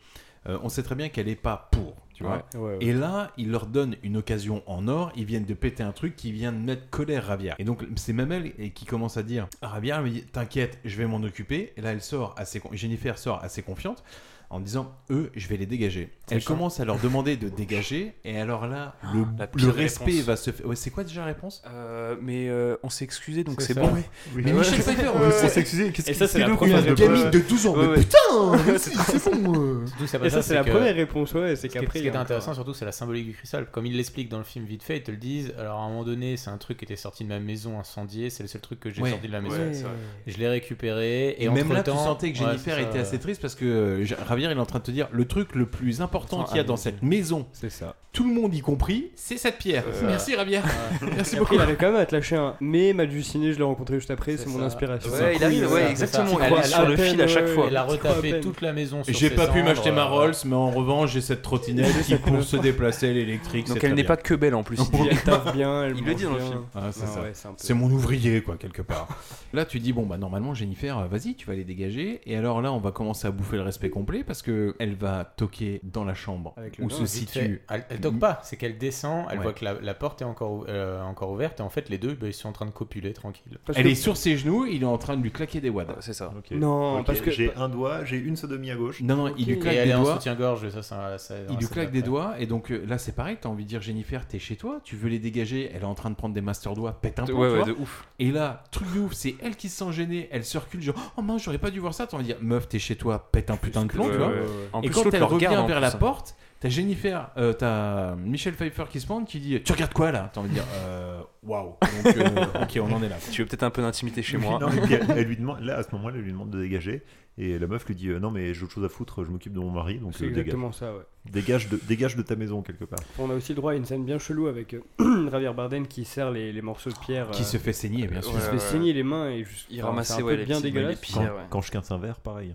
Speaker 2: euh, on sait très bien qu'elle est pas pour, tu vois.
Speaker 14: Ouais, ouais, ouais.
Speaker 2: Et là, il leur donne une occasion en or, ils viennent de péter un truc qui vient de mettre colère Ravière. Et donc c'est même elle et qui commence à dire à Ravière, elle me dit "T'inquiète, je vais m'en occuper." Et là, elle sort assez con- Jennifer sort assez confiante en disant "Eux, je vais les dégager."
Speaker 9: C'est
Speaker 2: Elle
Speaker 9: ça.
Speaker 2: commence à leur demander de dégager et alors là, le,
Speaker 9: La
Speaker 2: le
Speaker 9: pire
Speaker 2: respect
Speaker 9: réponse.
Speaker 2: va se faire. Ouais, c'est quoi déjà la réponse
Speaker 9: Euh, mais euh, on s'est excusé donc
Speaker 2: C'est
Speaker 9: c'est
Speaker 2: ça.
Speaker 9: bon.
Speaker 2: Oui. Mais Michel Pfeiffer, on s'est excusé, qu'est-ce Et ça, qu'il c'est fait la donc première Il y a un réponse. gamine de 12 ans, mais putain, c'est- c'est bon, euh.
Speaker 13: Surtout, ça
Speaker 14: Et
Speaker 13: va
Speaker 14: ça,
Speaker 13: pas,
Speaker 14: c'est la
Speaker 13: que-
Speaker 14: première réponse, ouais, c'est
Speaker 13: ce qui est- Ce
Speaker 14: qu'après, il
Speaker 13: qui
Speaker 14: y
Speaker 13: est
Speaker 14: a
Speaker 13: intéressant, surtout, c'est la symbolique du cristal. Comme ils l'expliquent dans le film vite fait, ils te le disent. Alors, à un moment donné, c'est un truc qui était sorti de ma maison incendiée. C'est le seul truc que j'ai
Speaker 2: Ouais.
Speaker 13: sorti de la maison.
Speaker 2: Ouais, c'est vrai.
Speaker 13: Je l'ai récupéré. Et,
Speaker 2: Et même
Speaker 13: entre
Speaker 2: là,
Speaker 13: temps,
Speaker 2: tu sentais que
Speaker 13: ouais,
Speaker 2: Jennifer
Speaker 13: c'est ça,
Speaker 2: était assez triste parce que euh, Ja- Javier, il est en train de te dire le truc le plus important
Speaker 13: Attends,
Speaker 2: qu'il y a
Speaker 13: ah,
Speaker 2: dans
Speaker 13: oui.
Speaker 2: cette maison.
Speaker 14: C'est ça.
Speaker 2: Tout le monde y compris, c'est cette pierre.
Speaker 14: Euh,
Speaker 2: Merci
Speaker 14: ouais.
Speaker 2: Javier. Merci
Speaker 14: Et
Speaker 2: beaucoup.
Speaker 14: après, il arrive quand même à te lâcher un. Mais m'a du ciné, je l'ai rencontré juste après, c'est mon
Speaker 9: ça.
Speaker 14: inspiration.
Speaker 9: Ouais, il arrive, ouais, exactement, elle est sur le fil à chaque fois.
Speaker 13: Elle a
Speaker 9: Tu crois à
Speaker 13: retapé
Speaker 9: peine.
Speaker 13: toute la maison. sur
Speaker 2: J'ai
Speaker 13: ses
Speaker 2: pas pu
Speaker 13: cendres,
Speaker 2: m'acheter ma
Speaker 13: euh,
Speaker 2: Rolls, mais en revanche, j'ai cette trottinette qui, pour se déplacer, l'électrique.
Speaker 9: Donc
Speaker 2: c'est très
Speaker 9: elle n'est
Speaker 2: bien.
Speaker 9: pas que belle en plus.
Speaker 14: Puis elle taffe bien, elle
Speaker 9: Il le dit
Speaker 14: mange
Speaker 9: dans le
Speaker 14: bien.
Speaker 9: film.
Speaker 2: Ah, c'est
Speaker 14: Ah
Speaker 2: ça.
Speaker 14: ouais, c'est un peu-
Speaker 2: c'est mon ouvrier, quoi, quelque part. là, tu dis, bon, bah, normalement, Jennifer, euh, vas-y, tu vas les dégager. Et alors là, on va commencer à bouffer le respect complet parce que elle va toquer dans la chambre
Speaker 13: Avec le
Speaker 2: où
Speaker 13: nom,
Speaker 2: se
Speaker 13: vite fait.
Speaker 2: situe.
Speaker 13: Elle, elle toque pas, c'est qu'elle descend, elle
Speaker 2: Mm. Ouais.
Speaker 13: voit que la, la porte est encore, ou- euh, encore ouverte, et en fait, les deux, bah, ils sont en train de copuler tranquille.
Speaker 2: elle est sur ses genoux, il est en train de lui claquer des wads.
Speaker 9: C'est ça.
Speaker 14: Non,
Speaker 12: Ok,
Speaker 14: parce que-
Speaker 12: j'ai un doigt, j'ai une sodomie à gauche.
Speaker 2: Non, non, il lui
Speaker 13: Et
Speaker 2: claque
Speaker 13: elle
Speaker 2: des
Speaker 13: est en
Speaker 2: doigts.
Speaker 13: soutien-gorge, ça, ça, ça-
Speaker 2: Il lui
Speaker 13: ça,
Speaker 2: claque
Speaker 13: ça,
Speaker 2: des
Speaker 13: ça.
Speaker 2: doigts et donc euh, là c'est pareil, t'as envie de dire Jennifer, t'es chez toi, tu veux les dégager, elle est en train de prendre des master doigts, pète un peu.
Speaker 9: Ouais, ouais, de ouf.
Speaker 2: Et là, truc de ouf, c'est elle qui se sent gênée, elle se recule, genre oh mince, j'aurais pas dû voir ça, t'as envie de dire meuf, t'es chez toi, pète un putain de plomb,
Speaker 9: ouais,
Speaker 2: tu vois.
Speaker 9: ouais, ouais. En
Speaker 2: Et
Speaker 9: plus,
Speaker 2: quand
Speaker 9: l'autre
Speaker 2: elle
Speaker 9: le
Speaker 2: revient
Speaker 9: regarde, en
Speaker 2: vers la
Speaker 9: plus. hein.
Speaker 2: porte, t'as Jennifer, euh, t'as Michel Pfeiffer qui se pointe qui dit tu regardes quoi là T'as envie de dire Euh, waouh, donc euh, ok, on en est là.
Speaker 9: Tu veux peut-être un peu d'intimité chez moi.
Speaker 12: Non, mais puis elle, elle lui demande, là, à ce moment-là, elle lui demande de dégager. Et la meuf lui dit euh, Non, mais j'ai autre chose à foutre, je m'occupe de mon mari, donc
Speaker 14: C'est
Speaker 12: euh, dégage.
Speaker 14: exactement ça, ouais.
Speaker 12: Dégage de, dégage de ta maison, quelque part.
Speaker 14: On a aussi le droit à une scène bien chelou avec euh, Javier Bardem qui serre les, les morceaux de pierre. euh,
Speaker 2: Qui se fait saigner, bien sûr.
Speaker 14: Qui se
Speaker 2: Ouais,
Speaker 14: fait
Speaker 2: ouais.
Speaker 14: saigner les mains et juste.
Speaker 9: Il
Speaker 14: enfin,
Speaker 9: ramassait,
Speaker 14: c'est un
Speaker 9: ouais,
Speaker 14: peu
Speaker 9: les
Speaker 14: bien
Speaker 9: petits-
Speaker 14: dégueulasse.
Speaker 9: les
Speaker 12: Quand,
Speaker 9: Pierre, ouais.
Speaker 12: quand je quince un verre, pareil.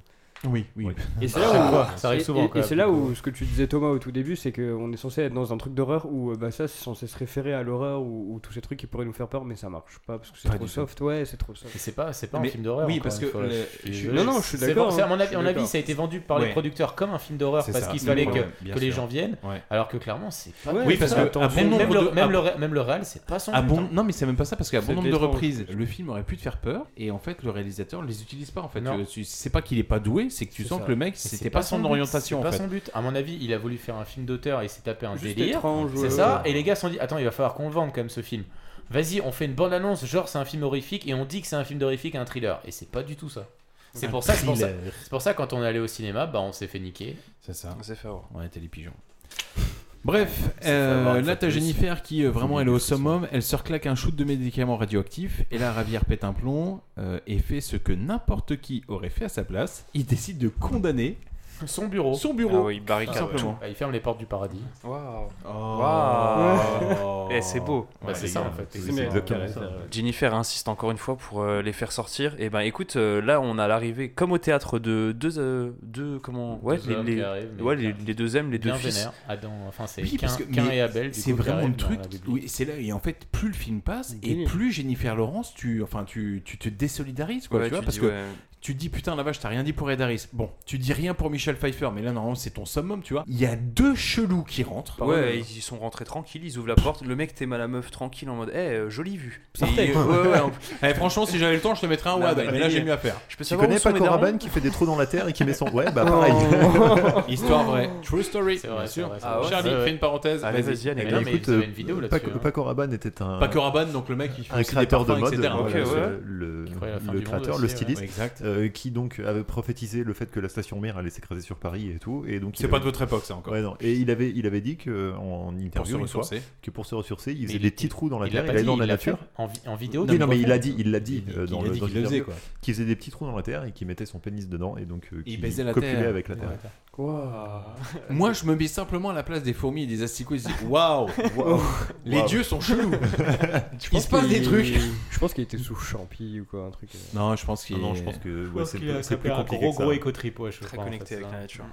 Speaker 2: Oui, oui.
Speaker 14: Et c'est là
Speaker 12: Ah,
Speaker 14: où,
Speaker 12: ça arrive
Speaker 14: et-
Speaker 12: souvent,
Speaker 14: et-
Speaker 12: quoi,
Speaker 14: et c'est là où ce que tu disais Thomas au tout début, c'est qu'on est censé être dans un truc d'horreur où euh, bah, ça c'est censé se référer à l'horreur ou, ou tous ces trucs qui pourraient nous faire peur, mais ça marche pas parce que c'est
Speaker 13: Pas
Speaker 14: trop
Speaker 13: du tout.
Speaker 14: soft. Ouais, c'est trop soft.
Speaker 13: Et c'est pas, c'est pas un
Speaker 14: Mais-
Speaker 13: film d'horreur.
Speaker 14: oui,
Speaker 13: encore
Speaker 14: parce
Speaker 13: une
Speaker 14: que
Speaker 13: fois,
Speaker 14: le-
Speaker 13: je suis
Speaker 14: je-
Speaker 13: désolé.
Speaker 14: non, non, je suis
Speaker 13: C'est
Speaker 14: d'accord,
Speaker 13: bon, c'est à mon
Speaker 14: hein,
Speaker 13: avis,
Speaker 14: je
Speaker 13: à mon
Speaker 14: suis
Speaker 13: avis,
Speaker 14: d'accord.
Speaker 13: ça a été vendu par les
Speaker 2: Ouais.
Speaker 13: producteurs comme un film d'horreur
Speaker 2: C'est
Speaker 13: parce
Speaker 2: ça,
Speaker 13: qu'il
Speaker 2: c'est
Speaker 13: fallait
Speaker 2: le
Speaker 13: que,
Speaker 2: problème, bien
Speaker 13: que les
Speaker 2: sûr.
Speaker 13: gens viennent.
Speaker 2: Ouais.
Speaker 13: Alors que clairement, c'est pas.
Speaker 2: oui, parce que à bon
Speaker 13: même, même
Speaker 2: nombre
Speaker 13: le,
Speaker 2: de-
Speaker 13: même,
Speaker 2: à-
Speaker 13: le, ré- même le réal, c'est pas son.
Speaker 2: À
Speaker 13: but,
Speaker 2: bon...
Speaker 13: hein.
Speaker 2: Non, mais c'est même pas ça, parce qu'à
Speaker 13: C'est
Speaker 2: bon nombre de
Speaker 13: décevant,
Speaker 2: reprises, le film aurait pu te faire peur, et en fait, le réalisateur ne les utilise pas. En fait,
Speaker 13: Non.
Speaker 2: Tu- tu- c'est pas qu'il est pas doué, c'est que tu
Speaker 13: C'est
Speaker 2: sens
Speaker 13: ça.
Speaker 2: que le mec,
Speaker 13: Et c'est
Speaker 2: c'était pas, son
Speaker 13: but,
Speaker 2: orientation.
Speaker 13: C'est
Speaker 2: en
Speaker 13: pas
Speaker 2: fait.
Speaker 13: son but. À mon avis, il a voulu faire un film d'auteur et il s'est tapé un
Speaker 14: Juste
Speaker 13: délire.
Speaker 14: étrange,
Speaker 13: C'est
Speaker 14: ouais,
Speaker 13: ça.
Speaker 14: ouais.
Speaker 13: Et les gars se sont dit Attends, il va falloir qu'on le vende quand même ce film. Vas-y, on fait une bonne annonce, genre c'est un film horrifique et on dit que c'est un film horrifique, un thriller. Et c'est pas du tout ça. C'est
Speaker 2: Un
Speaker 13: pour ça, c'est pour ça,
Speaker 2: thriller.
Speaker 13: c'est pour ça quand on est allé au cinéma, bah on s'est fait niquer.
Speaker 2: C'est ça.
Speaker 9: On s'est fait avoir.
Speaker 2: On était les pigeons. Bref,
Speaker 13: Ça fait
Speaker 2: euh,
Speaker 13: avoir une fois
Speaker 2: là
Speaker 13: de
Speaker 2: t'as
Speaker 13: plus.
Speaker 2: Jennifer qui euh, vraiment
Speaker 13: Faut
Speaker 2: elle est au summum, elle se reclaque un shoot de médicaments radioactifs et là Ravière pète un plomb euh, et fait ce que n'importe qui aurait fait à sa place, il décide de condamner
Speaker 13: son bureau.
Speaker 2: Son bureau.
Speaker 9: Ah oui, il barricade
Speaker 2: Tout simplement.
Speaker 9: tout.
Speaker 13: Bah, il ferme les portes du paradis.
Speaker 9: Waouh.
Speaker 13: Waouh.
Speaker 9: Eh, c'est beau.
Speaker 13: Bah, Oh. c'est ça en fait.
Speaker 9: Jennifer insiste encore une fois pour euh, les faire sortir. Et ben écoute, euh, là on a l'arrivée comme au théâtre de deux, euh, deux comment ouais,
Speaker 13: Deux
Speaker 9: les,
Speaker 13: hommes
Speaker 9: les-
Speaker 13: qui arrivent, mais
Speaker 9: ouais,
Speaker 13: bien-
Speaker 9: les, les deux M, les deux
Speaker 13: bien
Speaker 9: fils.
Speaker 13: vénères. Adam, enfin c'est
Speaker 2: Oui,
Speaker 13: Cain
Speaker 2: parce que-
Speaker 13: Cain
Speaker 2: mais
Speaker 13: et Abel. du
Speaker 2: C'est
Speaker 13: coup, qui
Speaker 2: vraiment
Speaker 13: arrivent
Speaker 2: le
Speaker 13: dans
Speaker 2: truc.
Speaker 13: la Bible.
Speaker 2: Oui, c'est là. Et en fait, plus le film passe, et plus Jennifer Lawrence, tu, enfin, tu, tu te désolidarises, quoi.
Speaker 9: Ouais,
Speaker 2: tu vois,
Speaker 9: tu
Speaker 2: parce
Speaker 9: dis,
Speaker 2: que
Speaker 9: ouais.
Speaker 2: Tu te dis putain la vache, t'as rien dit pour Ed Harris. Bon, tu dis rien pour Michel Pfeiffer, mais là normalement c'est ton summum, tu vois. Il y a deux chelous qui rentrent.
Speaker 9: Ouais, ils sont rentrés tranquilles, ils ouvrent la porte. Le mec t'aimes à la meuf tranquille en mode, eh, euh, jolie vue.
Speaker 2: Sortez.
Speaker 9: Et- ouais, ouais, en-
Speaker 2: Eh, franchement, si j'avais le temps, je te mettrais un
Speaker 9: Non,
Speaker 2: WAD, mais là j'ai mieux à faire.
Speaker 9: Je peux
Speaker 12: Tu
Speaker 9: savoir
Speaker 12: connais
Speaker 9: où sont
Speaker 12: pas
Speaker 9: mes
Speaker 12: Coraban
Speaker 9: darons
Speaker 12: qui fait des trous dans la terre et qui met son. Ouais, bah pareil.
Speaker 2: Histoire vraie. True story.
Speaker 13: C'est vrai,
Speaker 2: bien
Speaker 13: c'est
Speaker 2: sûr.
Speaker 13: vrai, c'est vrai.
Speaker 2: Charlie,
Speaker 13: Ah ouais.
Speaker 2: fais une parenthèse.
Speaker 13: Allez, vas-y, allez,
Speaker 2: Eh bien,
Speaker 13: allez,
Speaker 2: mais
Speaker 13: écoute,
Speaker 2: vous avez
Speaker 13: euh,
Speaker 2: une vidéo là-dessus.
Speaker 12: Paco, Paco Rabanne était un.
Speaker 2: Paco Rabanne, donc le mec qui fait
Speaker 12: un
Speaker 2: aussi des
Speaker 12: créateur de
Speaker 2: parfums,
Speaker 12: mode,
Speaker 2: etc.,
Speaker 12: voilà,
Speaker 2: ok, ouais.
Speaker 12: le- le,
Speaker 2: Qui croyait à la fin
Speaker 12: le
Speaker 2: du monde
Speaker 12: créateur,
Speaker 2: aussi,
Speaker 12: le
Speaker 2: ouais.
Speaker 12: styliste,
Speaker 2: Ouais, exact.
Speaker 12: euh, qui donc avait prophétisé le fait que la station mère allait s'écraser sur Paris et tout. Et donc il
Speaker 2: C'est pas
Speaker 12: avait-
Speaker 2: de votre époque, ça, encore.
Speaker 12: Ouais, non. Et il avait, il avait dit que en interview
Speaker 2: se
Speaker 12: une fois,
Speaker 2: ressourcer.
Speaker 12: que pour se ressourcer, il
Speaker 13: Mais
Speaker 12: faisait
Speaker 13: il-
Speaker 12: des petits trous dans la
Speaker 13: il l'a
Speaker 12: terre,
Speaker 13: pas
Speaker 12: il allait
Speaker 13: dit,
Speaker 12: dans
Speaker 13: il
Speaker 12: la
Speaker 13: l'a
Speaker 12: nature.
Speaker 13: fait en vi- en vidéo,
Speaker 12: Oui,
Speaker 13: dans
Speaker 12: non,
Speaker 13: le
Speaker 12: mais il l'a dit,
Speaker 13: podcast.
Speaker 12: il l'a dit euh, dans
Speaker 13: il a
Speaker 12: le
Speaker 13: dit
Speaker 12: dans
Speaker 13: qu'il le faisait,
Speaker 12: l'interview,
Speaker 13: quoi.
Speaker 12: qu'il faisait des petits trous dans la terre et qu'il mettait son pénis dedans et donc euh,
Speaker 2: Il
Speaker 12: qu'il
Speaker 2: baisait la
Speaker 12: copulait
Speaker 2: terre.
Speaker 12: avec la terre.
Speaker 2: Moi, je me mets simplement à la place des fourmis et des asticots. et Je dis waouh,
Speaker 12: Waouh.
Speaker 2: les
Speaker 12: Waouh.
Speaker 2: dieux sont chelous.
Speaker 14: Je
Speaker 2: Il
Speaker 14: pense
Speaker 2: se passe des
Speaker 14: qu'il-
Speaker 2: trucs.
Speaker 14: Je pense qu'il était sous champi ou quoi, un truc. euh.
Speaker 2: Non, je pense qu'il.
Speaker 12: Non, non,
Speaker 2: est-
Speaker 12: je pense que
Speaker 2: Je
Speaker 12: ouais,
Speaker 2: pense
Speaker 12: c'est
Speaker 2: qu'il a-
Speaker 12: c'est
Speaker 2: ça
Speaker 12: plus
Speaker 2: fait un
Speaker 12: compliqué.
Speaker 2: gros,
Speaker 12: que ça.
Speaker 2: gros éco-trip, ouais, je
Speaker 9: Très
Speaker 2: crois, en
Speaker 9: connecté
Speaker 2: fait,
Speaker 9: avec
Speaker 2: ça. Mm.
Speaker 9: la nature.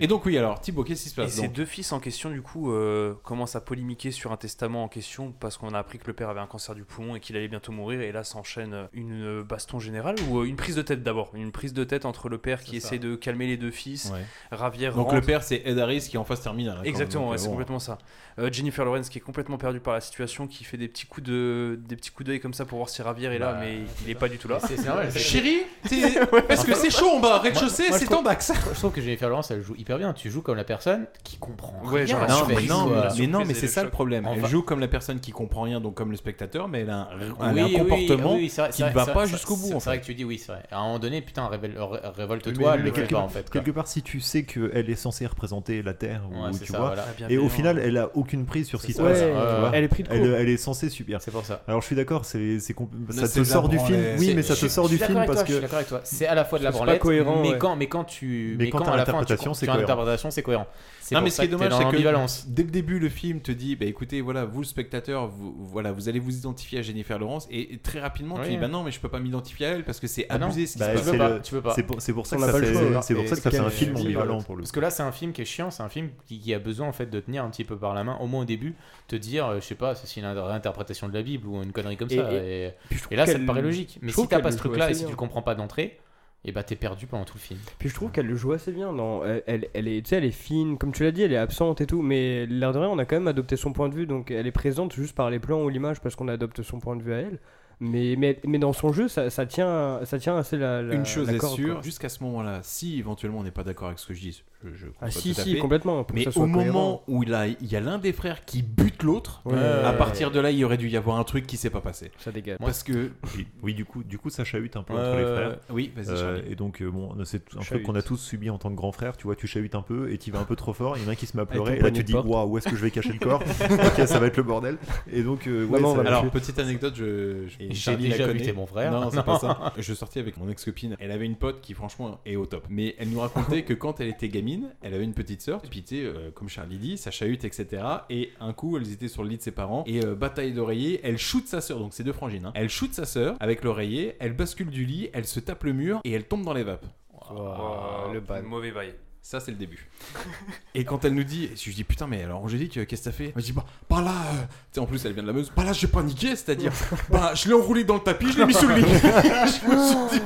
Speaker 2: Et donc oui, alors Thibaut, qu'est-ce qui se
Speaker 9: Et
Speaker 2: passe
Speaker 9: ces
Speaker 2: donc
Speaker 9: deux fils en question, du coup, euh, commencent à polémiquer sur un testament en question parce qu'on a appris que le père avait un cancer du poumon et qu'il allait bientôt mourir. Et là, s'enchaîne euh, une euh, baston générale ou euh, une prise de tête d'abord. Une prise de tête entre le père qui
Speaker 2: ça.
Speaker 9: essaie de calmer les deux fils,
Speaker 2: Ouais.
Speaker 9: Ravière
Speaker 2: Donc
Speaker 9: rentre.
Speaker 2: le père, c'est Ed Harris qui est en phase terminale. hein, quand même,
Speaker 9: Exactement,
Speaker 2: donc,
Speaker 9: ouais,
Speaker 2: euh,
Speaker 9: c'est
Speaker 2: bon.
Speaker 9: complètement ça. Euh, Jennifer Lawrence qui est complètement perdue par la situation, qui fait des petits coups de, des petits coups d'œil comme ça pour voir si Ravière est là,
Speaker 2: Bah,
Speaker 9: mais il est pas du tout là.
Speaker 13: c'est- c'est normal, c'est-
Speaker 2: Chérie, t'es- parce que c'est chaud en bas, rez-de-chaussée,
Speaker 13: Moi- moi, je
Speaker 2: c'est
Speaker 13: trouve-
Speaker 2: en bas que ça.
Speaker 13: Je trouve que Jennifer Lawrence, elle joue hyper bien. Tu joues comme la personne qui comprend.
Speaker 9: Ouais,
Speaker 13: rien
Speaker 9: genre
Speaker 13: à
Speaker 9: la
Speaker 13: ce
Speaker 2: Non, mais
Speaker 13: qu'elle
Speaker 2: non, euh,
Speaker 13: voit.
Speaker 2: mais, mais non, mais c'est ça le problème.
Speaker 13: En
Speaker 2: Elle
Speaker 13: va-
Speaker 2: joue comme la personne qui comprend rien, donc comme le spectateur, mais elle a un, elle a
Speaker 13: Oui,
Speaker 2: un
Speaker 13: oui,
Speaker 2: comportement
Speaker 13: oui, oui, c'est vrai,
Speaker 2: qui
Speaker 13: c'est
Speaker 2: ne
Speaker 13: vrai,
Speaker 2: va
Speaker 13: c'est
Speaker 2: pas
Speaker 13: vrai,
Speaker 2: jusqu'au
Speaker 13: c'est-
Speaker 2: bout. en
Speaker 13: C'est vrai
Speaker 2: fait.
Speaker 13: que tu dis oui, c'est vrai. À un moment donné, putain, révèle- ré- révolte-toi,
Speaker 12: Mais
Speaker 13: elle le fait
Speaker 12: quelque,
Speaker 13: pas en fait. quoi.
Speaker 12: quelque part, si tu sais qu'elle est censée représenter la Terre, ou-
Speaker 13: Ouais, c'est
Speaker 12: tu
Speaker 13: ça,
Speaker 12: vois,
Speaker 2: Ah,
Speaker 13: voilà.
Speaker 9: Ah,
Speaker 12: et au
Speaker 13: Bienveillant.
Speaker 12: final, elle a aucune prise sur ce qui se
Speaker 13: Ouais,
Speaker 12: passe.
Speaker 13: ouais,
Speaker 12: tu
Speaker 13: ouais.
Speaker 12: vois.
Speaker 13: euh, Elle est prise de
Speaker 12: elle,
Speaker 13: court.
Speaker 12: elle est censée subir.
Speaker 13: C'est pour ça.
Speaker 12: Alors je suis d'accord, c'est, c'est compl- ça
Speaker 2: c'est
Speaker 12: te sort du film.
Speaker 2: branlée.
Speaker 12: Oui,
Speaker 2: C'est-
Speaker 12: mais ça
Speaker 2: je
Speaker 12: te
Speaker 2: suis-
Speaker 12: sort
Speaker 13: Je
Speaker 12: du
Speaker 13: suis
Speaker 12: film
Speaker 13: d'accord avec
Speaker 12: parce
Speaker 13: toi, je
Speaker 12: que
Speaker 13: suis d'accord avec toi. C'est à la fois de la
Speaker 14: C'est pas
Speaker 13: branlette,
Speaker 14: cohérent,
Speaker 13: mais
Speaker 14: ouais.
Speaker 13: quand, mais quand tu,
Speaker 12: Mais quand
Speaker 13: quand
Speaker 12: t'as
Speaker 13: à la fin, tu,
Speaker 12: l'interprétation, c'est
Speaker 13: tu as
Speaker 12: cohérent.
Speaker 13: l'interprétation, c'est cohérent. C'est
Speaker 2: Non,
Speaker 13: pour
Speaker 2: mais ce
Speaker 13: ça
Speaker 2: qui est
Speaker 13: que t'es
Speaker 2: dommage,
Speaker 13: dans
Speaker 2: c'est
Speaker 13: l'ambivalence.
Speaker 2: que dès le début, le film te dit, bah écoutez, voilà, vous le spectateur, vous, voilà, vous allez vous identifier à Jennifer Lawrence, et très rapidement,
Speaker 13: Oui.
Speaker 2: tu dis, bah non, mais je peux pas m'identifier à elle parce que c'est
Speaker 13: Ah non.
Speaker 2: abusé ce qui
Speaker 12: Bah,
Speaker 2: se passe.
Speaker 12: c'est
Speaker 13: pas,
Speaker 12: le-
Speaker 13: tu peux pas.
Speaker 12: C'est pour, c'est pour ça
Speaker 14: On
Speaker 12: que ça
Speaker 14: n'a pas le
Speaker 12: fait-
Speaker 14: choix,
Speaker 12: c'est pour
Speaker 13: Et
Speaker 12: ça que ça fait
Speaker 13: quel-
Speaker 12: un film
Speaker 13: euh,
Speaker 12: ambivalent pour le
Speaker 13: Parce que là, c'est un film qui est chiant, c'est un film qui, qui a besoin en fait de tenir un petit peu par la main, au moins au début, te dire, euh, je sais pas, c'est une réinterprétation de la Bible ou une connerie comme
Speaker 14: Et-
Speaker 13: ça.
Speaker 14: et-
Speaker 13: Et,
Speaker 14: puis je trouve
Speaker 13: et là, ça
Speaker 14: qu'elle-
Speaker 13: te paraît logique.
Speaker 14: je
Speaker 13: Mais si
Speaker 14: trouve
Speaker 13: t'as
Speaker 14: qu'elle
Speaker 13: pas ce
Speaker 14: le joue
Speaker 13: truc-là et
Speaker 14: assez
Speaker 13: si
Speaker 14: bien.
Speaker 13: tu comprends pas d'entrée, et bah t'es perdu pendant tout le film.
Speaker 14: Puis je trouve qu'elle le joue assez bien. Non, elle, elle, elle est, tu sais, elle est fine, comme tu l'as dit, elle est absente et tout, mais l'air de rien, on a quand même adopté son point de vue, donc elle est présente juste par les plans ou l'image parce qu'on adopte son point de vue à elle. Mais, mais, mais dans son jeu, ça, ça, tient, ça tient assez la. la
Speaker 2: Une chose
Speaker 14: la
Speaker 2: est
Speaker 14: corde,
Speaker 2: sûre,
Speaker 14: quoi.
Speaker 2: jusqu'à ce moment-là, si éventuellement on n'est pas d'accord avec ce que je dis, je, je comprends
Speaker 14: Ah, si,
Speaker 2: tout à
Speaker 14: si,
Speaker 2: fait.
Speaker 14: complètement, pour que
Speaker 2: Mais
Speaker 14: ça
Speaker 2: au
Speaker 14: soit
Speaker 2: moment
Speaker 14: cohérent.
Speaker 2: où il, a, il y a l'un des frères qui bute l'autre,
Speaker 14: Ouais.
Speaker 2: à partir de là, il y aurait dû y avoir un truc qui s'est pas passé.
Speaker 14: Ça dégage.
Speaker 2: Parce que
Speaker 12: Oui, oui, du coup, du coup, ça chahute un peu
Speaker 2: Euh,
Speaker 12: entre les frères.
Speaker 2: oui, vas-y, Charlie.
Speaker 12: et donc, euh, bon, c'est un truc
Speaker 14: Chahute.
Speaker 12: qu'on a tous subi en tant que grand frère. Tu vois, tu chahutes un peu et tu vas un peu trop fort. Il y en a un qui se met à
Speaker 14: ton
Speaker 12: pleurer. Et là,
Speaker 14: poignet
Speaker 12: tu
Speaker 14: de
Speaker 12: dis,
Speaker 14: porte.
Speaker 12: waouh, où est-ce que je vais cacher le corps Ok, ça va être le bordel. Et donc, euh, ouais,
Speaker 14: Maman, on
Speaker 12: ça-
Speaker 14: va
Speaker 2: Alors, petite anecdote, je, je-
Speaker 13: Et
Speaker 2: Charlie
Speaker 13: t'as déjà
Speaker 2: la connaît.
Speaker 13: buté mon frère.
Speaker 2: Non, c'est
Speaker 13: Non.
Speaker 2: pas ça. Je sortais avec mon ex-copine. Elle avait une pote qui, franchement, est au top. Mais elle nous racontait que quand elle était gamine, elle avait une petite sœur. Puis, tu sais, euh, comme Charlie dit, ça chahute, etc. Et un coup, elles étaient sur le lit de ses parents. Et euh, bataille d'oreiller, elle shoot sa sœur. Donc, c'est deux frangines. hein. Elle shoot sa sœur avec l'oreiller. Elle bascule du lit. Elle se tape le mur. Et elle tombe dans les vapes. Ah,
Speaker 9: Ouah,
Speaker 14: le ban.
Speaker 9: oh, Mauvais bail.
Speaker 2: Ça, c'est le début. et quand elle nous dit, et je dis putain, mais alors Angélique, euh, qu'est-ce que t'as fait Elle me dit, bah, bah là, euh, tu sais, en plus, elle vient de la Meuse, bah là, j'ai paniqué, c'est-à-dire, bah, je l'ai enroulé dans le tapis, je l'ai mis sous le lit. je me suis dit,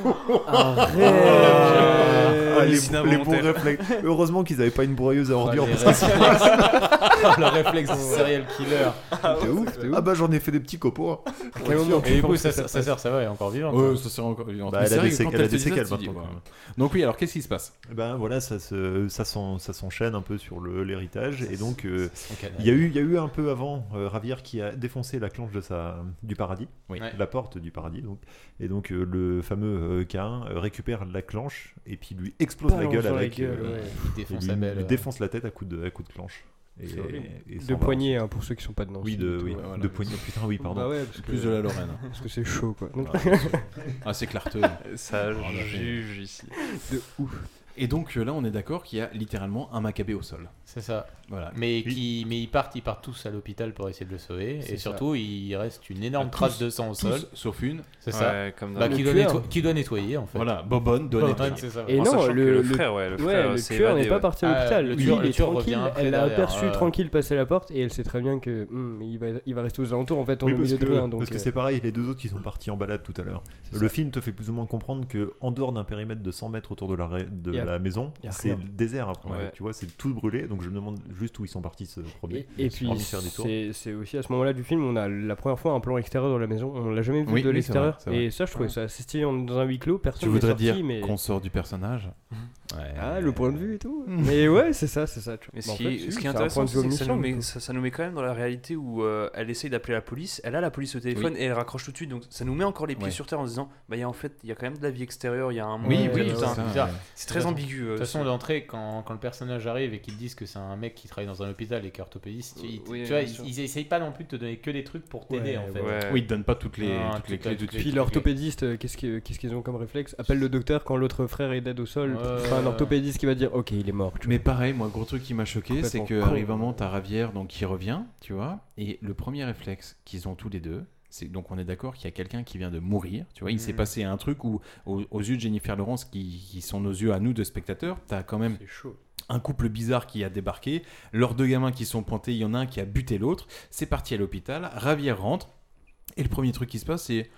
Speaker 2: Oh,
Speaker 12: Ah, les,
Speaker 2: Hallucinant
Speaker 12: les bons
Speaker 2: volontaire.
Speaker 12: réflexes. Heureusement qu'ils n'avaient pas une broyeuse à ordures.
Speaker 13: Oh, les
Speaker 12: parce que
Speaker 13: le réflexe du serial killer.
Speaker 12: c'était ouf. Ah bah j'en ai fait des petits copeaux. hein.
Speaker 14: Quel moment tu
Speaker 13: Et du coup,
Speaker 14: penses
Speaker 13: sa
Speaker 14: que ça
Speaker 13: sa sœur, ça va, elle est encore vivante.
Speaker 2: ouais, oh, ça sert encore vivant.
Speaker 12: Bah,
Speaker 2: Mais
Speaker 12: elle
Speaker 2: c'est
Speaker 12: a
Speaker 2: vrai
Speaker 12: des
Speaker 2: que quand
Speaker 12: séquelles- elle a
Speaker 2: elle te
Speaker 12: des
Speaker 2: dit ça,
Speaker 12: séquelles
Speaker 2: tu te dis,
Speaker 12: maintenant, quand
Speaker 2: ouais.
Speaker 12: même.
Speaker 2: Donc, oui, alors, qu'est-ce qui se passe
Speaker 12: Eh Ben voilà, ça se, ça s'en- ça s'enchaîne un peu sur le- l'héritage et donc euh,
Speaker 13: son canal.
Speaker 12: il y a eu, il y a eu un peu avant euh, Ravière qui a défoncé la clanche de sa du paradis,
Speaker 2: Oui.
Speaker 13: Ouais.
Speaker 12: la porte du paradis donc et donc euh, le fameux euh, Caïn euh, récupère la clanche et puis lui explose la
Speaker 14: Balance
Speaker 12: gueule
Speaker 14: dans la
Speaker 12: avec,
Speaker 14: gueule,
Speaker 12: euh,
Speaker 14: ouais.
Speaker 13: Il
Speaker 12: et
Speaker 13: défonce
Speaker 12: lui-
Speaker 13: sa
Speaker 12: lui
Speaker 13: belle.
Speaker 12: défonce euh, la tête à coups de à coups de clanche et, euh,
Speaker 14: C'est horrible.
Speaker 12: et s'en
Speaker 14: De
Speaker 12: va.
Speaker 14: poignée, hein, pour ceux qui sont pas de Nancy.
Speaker 12: Oui de,
Speaker 14: et tout,
Speaker 12: oui,
Speaker 14: ouais, voilà.
Speaker 12: de poignée. Putain oui pardon.
Speaker 14: Bah ouais, parce que,
Speaker 2: Plus de
Speaker 12: Euh.
Speaker 2: la Lorraine.
Speaker 14: parce que c'est chaud, quoi. Donc,
Speaker 2: Ah, c'est clarteux.
Speaker 9: Ça
Speaker 2: on a fait-
Speaker 9: juge ici.
Speaker 14: de ouf.
Speaker 2: Et donc euh, là, on est d'accord qu'il y a littéralement un Maccabée au sol.
Speaker 13: C'est ça.
Speaker 2: Voilà.
Speaker 13: Mais, qui, mais ils partent, ils partent tous à l'hôpital pour essayer de le sauver.
Speaker 2: C'est
Speaker 13: Et
Speaker 2: ça.
Speaker 13: surtout, il reste une
Speaker 2: Ah,
Speaker 13: énorme
Speaker 2: tous-
Speaker 13: trace de sang au
Speaker 2: tous,
Speaker 13: sol.
Speaker 2: sauf une.
Speaker 13: C'est
Speaker 2: Ouais,
Speaker 13: ça.
Speaker 2: comme dans-
Speaker 13: Bah,
Speaker 2: Le
Speaker 13: qui, doit
Speaker 2: cuir.
Speaker 13: netto- qui doit nettoyer en fait.
Speaker 2: Voilà, Bobonne doit nettoyer.
Speaker 13: c'est ça.
Speaker 14: Et
Speaker 13: En
Speaker 14: non,
Speaker 13: sachant
Speaker 14: le,
Speaker 13: que
Speaker 14: le-
Speaker 9: Euh,
Speaker 14: ouais, le
Speaker 13: s'est
Speaker 14: tueur
Speaker 13: évadé,
Speaker 14: n'est pas
Speaker 13: ouais.
Speaker 14: parti à
Speaker 13: Ah,
Speaker 14: l'hôpital. le tueur, il est
Speaker 13: tueur revient
Speaker 14: tranquille.
Speaker 13: après
Speaker 14: Elle l'a
Speaker 13: derrière,
Speaker 14: aperçu
Speaker 13: ouais.
Speaker 14: tranquille passer la porte et elle sait très bien que hum, il, va, il va rester aux alentours. En fait, on
Speaker 12: Oui,
Speaker 14: est au
Speaker 12: parce
Speaker 14: milieu
Speaker 12: que,
Speaker 14: de rien. Donc,
Speaker 12: parce que
Speaker 14: euh,
Speaker 12: c'est pareil, les deux autres qui sont partis en balade tout à l'heure.
Speaker 14: C'est
Speaker 12: Le
Speaker 14: ça.
Speaker 12: film te fait plus ou moins comprendre que en dehors d'un périmètre de 100 mètres autour de la, ré- de
Speaker 14: Y a-
Speaker 12: la maison,
Speaker 14: y a
Speaker 12: c'est
Speaker 14: rien.
Speaker 12: le désert après.
Speaker 14: Ouais.
Speaker 12: Tu vois, c'est tout brûlé. Donc je me demande juste où ils sont partis se promener.
Speaker 14: Et puis,
Speaker 12: hormis faire des tours.
Speaker 14: c'est c'est aussi à ce moment-là du film, on a la première fois un plan extérieur dans la maison. On l'a jamais vu
Speaker 2: Oui,
Speaker 14: de
Speaker 2: oui, c'est vrai,
Speaker 14: l'extérieur.
Speaker 2: c'est vrai.
Speaker 14: Et ça, je trouvais ça assez stylé. On est dans un huis clos, personne
Speaker 2: Tu
Speaker 14: n'est
Speaker 2: voudrais
Speaker 14: sorti,
Speaker 2: dire
Speaker 14: mais...
Speaker 2: qu'on sort du personnage
Speaker 14: Ah, le point de vue et tout. mais ouais, c'est ça, c'est ça. tu vois.
Speaker 9: Mais ce,
Speaker 14: Bah, en
Speaker 9: qui,
Speaker 14: fait, oui,
Speaker 9: ce qui
Speaker 14: c'est
Speaker 9: est
Speaker 14: un
Speaker 9: intéressant,
Speaker 14: point de vue
Speaker 9: c'est que ça nous,
Speaker 14: omniscient,
Speaker 9: met,
Speaker 14: quoi.
Speaker 9: ça, ça nous met quand même dans la réalité où euh, elle essaye d'appeler la police, elle a la police au téléphone
Speaker 14: Oui.
Speaker 9: et elle raccroche tout de suite. Donc ça nous met encore les pieds
Speaker 14: Ouais.
Speaker 9: sur terre en se disant bah, il y a, en fait, il y a quand même de la vie extérieure, il y a un monde.
Speaker 13: Oui,
Speaker 9: il y a
Speaker 13: oui,
Speaker 9: tout
Speaker 13: c'est
Speaker 9: un-
Speaker 13: ça, ouais.
Speaker 9: C'est très
Speaker 13: De toute
Speaker 9: ambigu.
Speaker 13: façon- De
Speaker 9: euh,
Speaker 13: toute façon,
Speaker 9: c'est-
Speaker 13: d'entrée, quand, quand le personnage arrive et qu'ils te disent que c'est un mec qui travaille dans un hôpital et qui est orthopédiste, ils-
Speaker 9: Oui,
Speaker 13: tu vois,
Speaker 9: bien
Speaker 13: ils,
Speaker 9: sûr.
Speaker 13: ils essayent pas non plus de te donner que des trucs pour t'aider
Speaker 9: Ouais,
Speaker 13: en fait.
Speaker 9: ouais.
Speaker 2: Oui, ils te donnent pas toutes les-
Speaker 13: Non,
Speaker 2: toutes les
Speaker 13: tout à-
Speaker 2: clés tout de
Speaker 13: toutes les-
Speaker 14: Puis l'orthopédiste, euh, qu'est-ce que- qu'est-ce qu'ils ont comme réflexe Appelle le docteur quand l'autre frère est dead au sol.
Speaker 2: Ouais.
Speaker 14: Enfin, un orthopédiste qui va dire Ok, il est mort.
Speaker 2: Mais pareil, moi, gros truc qui m'a choqué, c'est
Speaker 14: Complètement
Speaker 2: que
Speaker 14: con.
Speaker 2: arrive un moment, t'as Ravière donc, qui revient, tu vois, et le premier réflexe qu'ils ont tous les deux, c'est donc on est d'accord qu'il y a quelqu'un qui vient de mourir, tu vois, il s'est
Speaker 9: Mm.
Speaker 13: Mhm.
Speaker 2: passé un truc où, aux, aux yeux de Jennifer Lawrence, qui, qui sont nos yeux à nous de spectateurs, t'as quand même un couple bizarre qui a débarqué, leurs deux gamins qui sont pointés, il y en a un qui a buté l'autre, c'est parti à l'hôpital, Ravière rentre, et le premier truc qui se passe, c'est.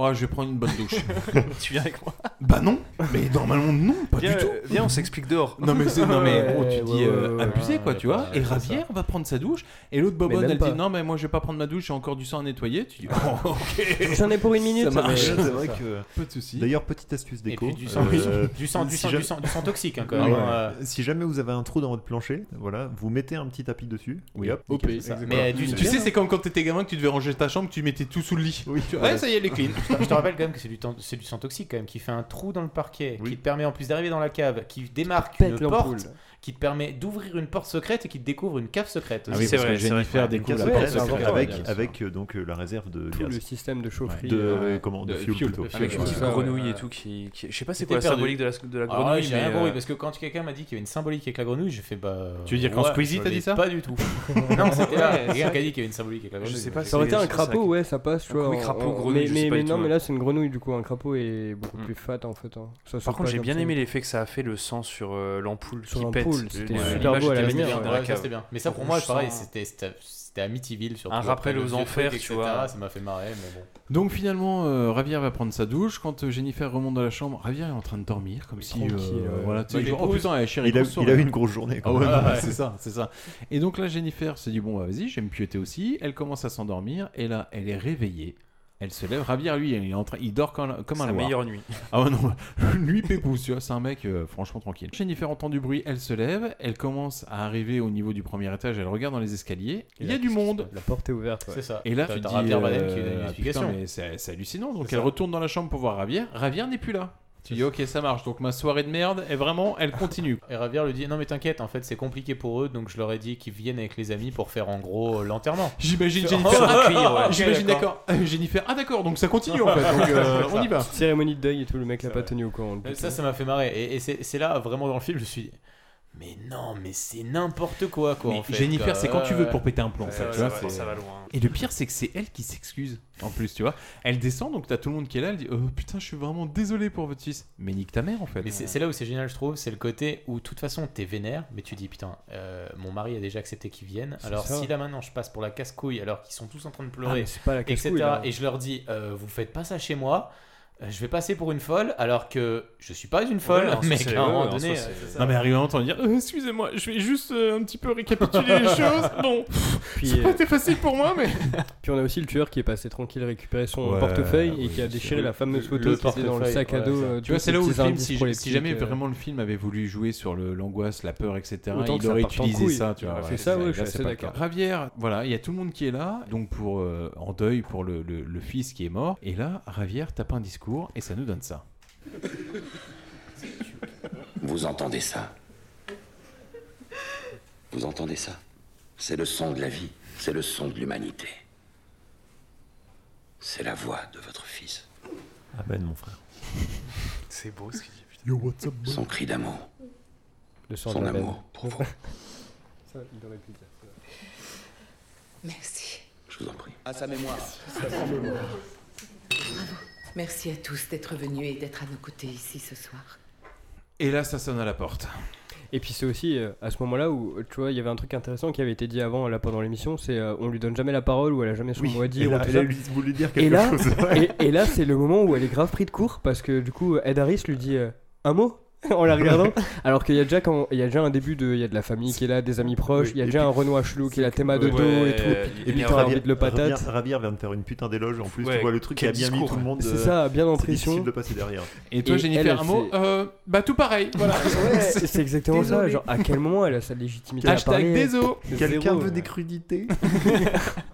Speaker 2: Oh, je vais prendre une bonne douche.
Speaker 9: tu viens avec moi
Speaker 2: Bah non, mais normalement non, pas du
Speaker 9: Viens,
Speaker 2: tout.
Speaker 9: euh, viens, on s'explique dehors.
Speaker 2: Non mais c'est non mais
Speaker 9: Ouais,
Speaker 2: gros, tu dis
Speaker 9: ouais,
Speaker 2: euh,
Speaker 9: ouais, ouais,
Speaker 2: abusé
Speaker 9: ouais,
Speaker 2: quoi,
Speaker 9: ouais,
Speaker 2: tu vois.
Speaker 9: ouais,
Speaker 2: Et
Speaker 9: ouais,
Speaker 2: Ravière va prendre sa douche et l'autre
Speaker 9: Mais
Speaker 2: bobonne
Speaker 9: même
Speaker 2: elle
Speaker 9: pas.
Speaker 2: dit non mais moi je vais pas prendre ma douche, j'ai encore du sang à nettoyer. Tu dis oh, ok.
Speaker 14: J'en ai pour une minute.
Speaker 2: Ça marche.
Speaker 12: C'est vrai que.
Speaker 2: Pas de soucis.
Speaker 12: D'ailleurs, petite astuce
Speaker 13: Et
Speaker 12: déco.
Speaker 13: puis du sang, du sang, du
Speaker 12: si
Speaker 13: sang, du
Speaker 12: jamais-
Speaker 13: sang, du sang toxique, hein, quand
Speaker 12: Ouais.
Speaker 13: même, hein, euh.
Speaker 12: Si jamais vous avez un trou dans votre plancher, voilà, vous mettez un petit tapis dessus.
Speaker 2: Oui,
Speaker 12: et hop,
Speaker 2: hop,
Speaker 12: nickel.
Speaker 2: ça.
Speaker 12: Exactement.
Speaker 13: Mais, euh, du-
Speaker 2: tu sais c'est comme quand t'étais gamin que tu devais ranger ta chambre, que tu mettais tout sous le lit. hein. Tu vois, Ouais ça y est elle est clean.
Speaker 13: Je te- je te rappelle quand même que c'est du, temps- c'est du sang toxique quand même qui fait un trou dans le parquet, qui te permet en plus d'arriver dans la cave, qui démarque une
Speaker 14: pète l'ampoule.
Speaker 13: porte, qui te permet d'ouvrir une porte secrète et qui te découvre une cave
Speaker 12: Ah
Speaker 13: secrète. aussi.
Speaker 12: oui, parce que Jennifer découvre la porte secrète
Speaker 13: important,
Speaker 12: avec,
Speaker 13: bien sûr.
Speaker 12: avec euh, donc euh, la réserve de
Speaker 14: Tout
Speaker 12: gaz.
Speaker 14: le système de chaufferie.
Speaker 12: De, euh,
Speaker 14: Ouais.
Speaker 12: comment, de,
Speaker 14: De
Speaker 12: fuel,
Speaker 14: fuel,
Speaker 12: plutôt.
Speaker 14: de fuel, Avec une ouais. petite
Speaker 9: grenouille et tout qui- qui- je sais pas c'est
Speaker 13: J'étais
Speaker 9: quoi la
Speaker 13: perdu.
Speaker 9: symbolique de la- de la
Speaker 13: Ah ouais,
Speaker 9: grenouille,
Speaker 13: j'ai
Speaker 9: mais,
Speaker 13: rien
Speaker 9: euh,
Speaker 13: compris, parce que quand quelqu'un m'a dit qu'il y avait une symbolique avec la grenouille, j'ai fait bah.
Speaker 2: Tu veux dire quand
Speaker 13: ouais,
Speaker 2: Squeezie t'a dit ça
Speaker 13: Pas du tout. non, c'était là.
Speaker 9: Ouais,
Speaker 13: Quelqu'un
Speaker 9: c'est-
Speaker 13: qui a dit qu'il y avait une symbolique avec la grenouille.
Speaker 9: sais pas
Speaker 13: mais-
Speaker 14: Ça aurait été un crapaud, ouais, ça passe. Tu
Speaker 9: Un
Speaker 14: vois,
Speaker 9: oui,
Speaker 14: en-
Speaker 9: crapaud,
Speaker 14: en-
Speaker 9: grenouille,
Speaker 14: mais-
Speaker 9: je sais
Speaker 14: mais,
Speaker 9: pas
Speaker 14: mais
Speaker 9: du
Speaker 14: non,
Speaker 9: tout,
Speaker 14: mais
Speaker 9: ouais.
Speaker 14: là c'est une grenouille du coup. Un crapaud est beaucoup plus fat en fait. hein. Ça saute
Speaker 9: Par contre,
Speaker 14: pas
Speaker 9: j'ai
Speaker 14: comme
Speaker 9: bien
Speaker 14: ça.
Speaker 9: aimé l'effet que ça a fait le sang sur euh, l'ampoule
Speaker 14: Sur
Speaker 9: qui
Speaker 14: l'ampoule,
Speaker 9: pète.
Speaker 14: c'était
Speaker 9: Le-
Speaker 14: super
Speaker 9: l'image
Speaker 14: beau à la
Speaker 9: était
Speaker 14: lumière,
Speaker 9: magnifique dans
Speaker 13: Ouais,
Speaker 9: la
Speaker 13: ça,
Speaker 9: cave.
Speaker 13: c'était bien. Mais ça pour
Speaker 9: Rouge
Speaker 13: moi, pareil,
Speaker 9: sang.
Speaker 13: c'était c'était- c'était Amityville surtout.
Speaker 9: Un rappel
Speaker 13: Après, le
Speaker 9: aux
Speaker 13: vieux
Speaker 9: enfers,
Speaker 13: truc,
Speaker 9: tu
Speaker 13: etc.,
Speaker 9: vois.
Speaker 13: Ça m'a fait marrer, mais bon.
Speaker 2: Donc finalement euh, Ravière va prendre sa douche quand euh, Jennifer remonte dans la chambre, Ravière est en train de dormir comme si euh,
Speaker 12: tranquille, ouais.
Speaker 2: voilà, tu sais,
Speaker 12: Il
Speaker 2: genre, oh
Speaker 12: dépose.
Speaker 2: putain, eh, chérie,
Speaker 12: Il a-
Speaker 2: grosse
Speaker 12: il a
Speaker 2: soirée.
Speaker 12: eu une grosse journée,
Speaker 2: Ah
Speaker 12: quoi.
Speaker 2: ouais, non,
Speaker 12: Ah ouais.
Speaker 2: c'est ça, c'est ça. Et donc là Jennifer se dit bon bah vas-y, je vais me pioter aussi, elle commence à s'endormir et là elle est réveillée. Elle se lève, Ravière lui, il, est en train, il dort quand- comme un
Speaker 9: Sa
Speaker 2: loir.
Speaker 9: meilleure nuit.
Speaker 2: Ah ouais, non, lui pépousse, tu vois, c'est un mec euh, franchement tranquille. Jennifer entend du bruit, elle se lève, elle commence à arriver au niveau du premier étage, elle regarde dans les escaliers, il y a du monde.
Speaker 14: La porte est ouverte. ouais.
Speaker 13: C'est ça.
Speaker 2: Et là,
Speaker 13: T'as-
Speaker 2: tu te
Speaker 13: t'as
Speaker 2: dis.
Speaker 13: Javier
Speaker 12: euh,
Speaker 13: Bardem qui donne une
Speaker 2: ah,
Speaker 13: explication.
Speaker 2: putain, mais c'est c'est hallucinant. Donc,
Speaker 13: C'est
Speaker 2: elle
Speaker 13: ça.
Speaker 2: retourne dans la chambre pour voir Ravière. Ravière n'est plus là. Tu dis, ok, ça marche. Donc, ma soirée de merde, est vraiment, elle continue.
Speaker 13: Et Ravière lui dit Non, mais t'inquiète, en fait, c'est compliqué pour eux, donc je leur ai dit qu'ils viennent avec les amis pour faire en gros euh, l'enterrement.
Speaker 2: J'imagine
Speaker 13: Oh,
Speaker 2: Jennifer.
Speaker 13: ah,
Speaker 2: Ah,
Speaker 13: cuir, ouais.
Speaker 2: J'imagine, d'accord. Euh, Jennifer, ah, d'accord. Donc, ça continue en fait. Donc, euh, on y va.
Speaker 14: Petite Cérémonie de deuil et tout, le mec l'a pas tenu au courant.
Speaker 13: Euh, Ça, ça m'a fait marrer. Et, et c'est c'est là, vraiment, dans le film, je me suis dit Mais non, mais c'est n'importe quoi, quoi.
Speaker 2: Mais
Speaker 13: en fait,
Speaker 2: Jennifer,
Speaker 13: quoi.
Speaker 2: c'est quand
Speaker 13: Ouais,
Speaker 2: tu veux
Speaker 13: ouais.
Speaker 2: pour péter un plomb.
Speaker 13: Ouais,
Speaker 2: ça,
Speaker 13: ouais,
Speaker 2: tu vois,
Speaker 13: ouais,
Speaker 2: c'est-
Speaker 13: ça va loin.
Speaker 2: Et le pire, c'est que c'est elle qui s'excuse. En plus, tu vois, elle descend, donc t'as tout le monde qui est là. Elle dit, oh putain, je suis vraiment désolé pour votre fils. Mais nique ta mère en fait.
Speaker 13: Mais c'est c'est là où c'est génial, je trouve, c'est le côté où, de toute façon, t'es vénère, mais tu dis Putain, euh, mon mari a déjà accepté qu'ils viennent.
Speaker 14: C'est
Speaker 13: Alors,
Speaker 14: ça.
Speaker 13: si là maintenant je passe pour la casse-couille, alors qu'ils sont tous en train de
Speaker 14: Ah,
Speaker 13: pleurer,
Speaker 14: mais c'est pas la
Speaker 13: etc.,
Speaker 14: casse-couille, hein. là.
Speaker 13: et je leur dis euh, Vous faites pas ça chez moi. euh, Je vais passer pour une folle alors que je suis pas une folle,
Speaker 2: Ouais, en soi,
Speaker 13: mais
Speaker 2: c'est-
Speaker 13: qu'à un
Speaker 2: ouais,
Speaker 13: moment
Speaker 2: en soi,
Speaker 13: donné.
Speaker 2: c'est-
Speaker 13: euh,
Speaker 2: Non, mais arrive un moment, on va dire, Euh, excusez-moi, je vais juste euh, un petit peu récapituler les choses. Bon,
Speaker 14: Puis,
Speaker 2: ça n'a
Speaker 14: euh,
Speaker 2: pas été facile pour moi, mais.
Speaker 14: Puis on a aussi le tueur qui est passé tranquille récupérer son
Speaker 2: Ouais,
Speaker 14: portefeuille et
Speaker 2: oui,
Speaker 14: qui
Speaker 2: bien
Speaker 14: a déchiré
Speaker 2: sûr.
Speaker 14: la fameuse
Speaker 13: Le-
Speaker 14: photo
Speaker 13: le
Speaker 14: qui était dans le
Speaker 13: portefeuille,
Speaker 14: sac à
Speaker 13: ouais,
Speaker 14: dos.
Speaker 13: ça.
Speaker 14: euh,
Speaker 2: Tu vois,
Speaker 14: tous
Speaker 2: c'est là
Speaker 14: ces
Speaker 2: où le
Speaker 14: petits
Speaker 2: film,
Speaker 14: indices
Speaker 2: si, si
Speaker 14: pour
Speaker 2: jamais
Speaker 14: l'expliquer, euh,
Speaker 2: vraiment le film avait voulu jouer sur le- l'angoisse, la peur, etc.,
Speaker 14: Autant que
Speaker 2: il
Speaker 14: ça
Speaker 2: aurait
Speaker 14: parte en
Speaker 2: utilisé
Speaker 14: couille.
Speaker 2: ça, tu vois.
Speaker 14: Ouais, c'est ça, ouais,
Speaker 2: là,
Speaker 14: je suis
Speaker 2: c'est
Speaker 14: assez
Speaker 2: pas le cas.
Speaker 14: d'accord.
Speaker 2: Ravière, voilà, il y a tout le monde qui est là, donc pour, euh, en deuil pour le, le- le fils qui est mort. Et là, Ravière tape un discours et ça nous donne ça.
Speaker 10: Vous entendez ça Vous entendez ça C'est le son de la vie, c'est le son de l'humanité. C'est la voix de votre fils.
Speaker 14: Ah
Speaker 12: Amen, mon frère.
Speaker 14: ben,
Speaker 9: C'est beau ce qu'il dit.
Speaker 10: Son cri d'amour.
Speaker 14: Le sang
Speaker 10: Son
Speaker 14: de la veine.
Speaker 10: amour pour vous.
Speaker 14: Ça, il aurait pu dire ça.
Speaker 16: Merci.
Speaker 10: Je vous en prie.
Speaker 17: À sa mémoire.
Speaker 16: Merci à tous d'être venus et d'être à nos côtés ici ce soir.
Speaker 2: Et là, ça sonne à la porte.
Speaker 14: Et puis c'est aussi euh, à ce moment-là où euh, tu vois il y avait un truc intéressant qui avait été dit avant là pendant l'émission, c'est euh, on lui donne jamais la parole ou elle a jamais son
Speaker 12: Oui,
Speaker 14: mot à dire.
Speaker 12: elle a-
Speaker 14: ou tout
Speaker 12: elle
Speaker 14: ça.
Speaker 12: a lui- voulu dire quelque
Speaker 14: et là,
Speaker 12: chose.
Speaker 14: et, et là c'est le moment où elle est grave prise de court parce que du coup Ed Harris lui dit euh, un mot en la regardant, alors qu'il y a déjà quand il y a déjà un début de il y a de la famille qui est là, des amis proches, il y a déjà un Renoir chelou qui est la théma de dos et tout, et puis t'as envie de le patate.
Speaker 12: Rabir vient de faire une putain d'éloge en plus.
Speaker 14: Ouais,
Speaker 12: tu vois le truc qui
Speaker 14: quel
Speaker 12: a bien mis
Speaker 14: discours.
Speaker 12: tout le monde.
Speaker 14: C'est
Speaker 12: euh,
Speaker 14: ça, bien en
Speaker 12: c'est
Speaker 14: pression.
Speaker 12: difficile de passer derrière.
Speaker 2: Et toi,
Speaker 14: Et elle,
Speaker 2: Jennifer, un
Speaker 14: elle
Speaker 2: mot
Speaker 14: fait-
Speaker 2: Euh, Bah, tout pareil. Voilà.
Speaker 14: Ouais, c'est exactement ça.
Speaker 2: Désolé.
Speaker 14: Genre, à quel moment elle a sa légitimité à
Speaker 2: Hashtag
Speaker 14: parler
Speaker 2: déso.
Speaker 12: Quelqu'un
Speaker 14: Zéro,
Speaker 12: veut
Speaker 14: ouais.
Speaker 12: des crudités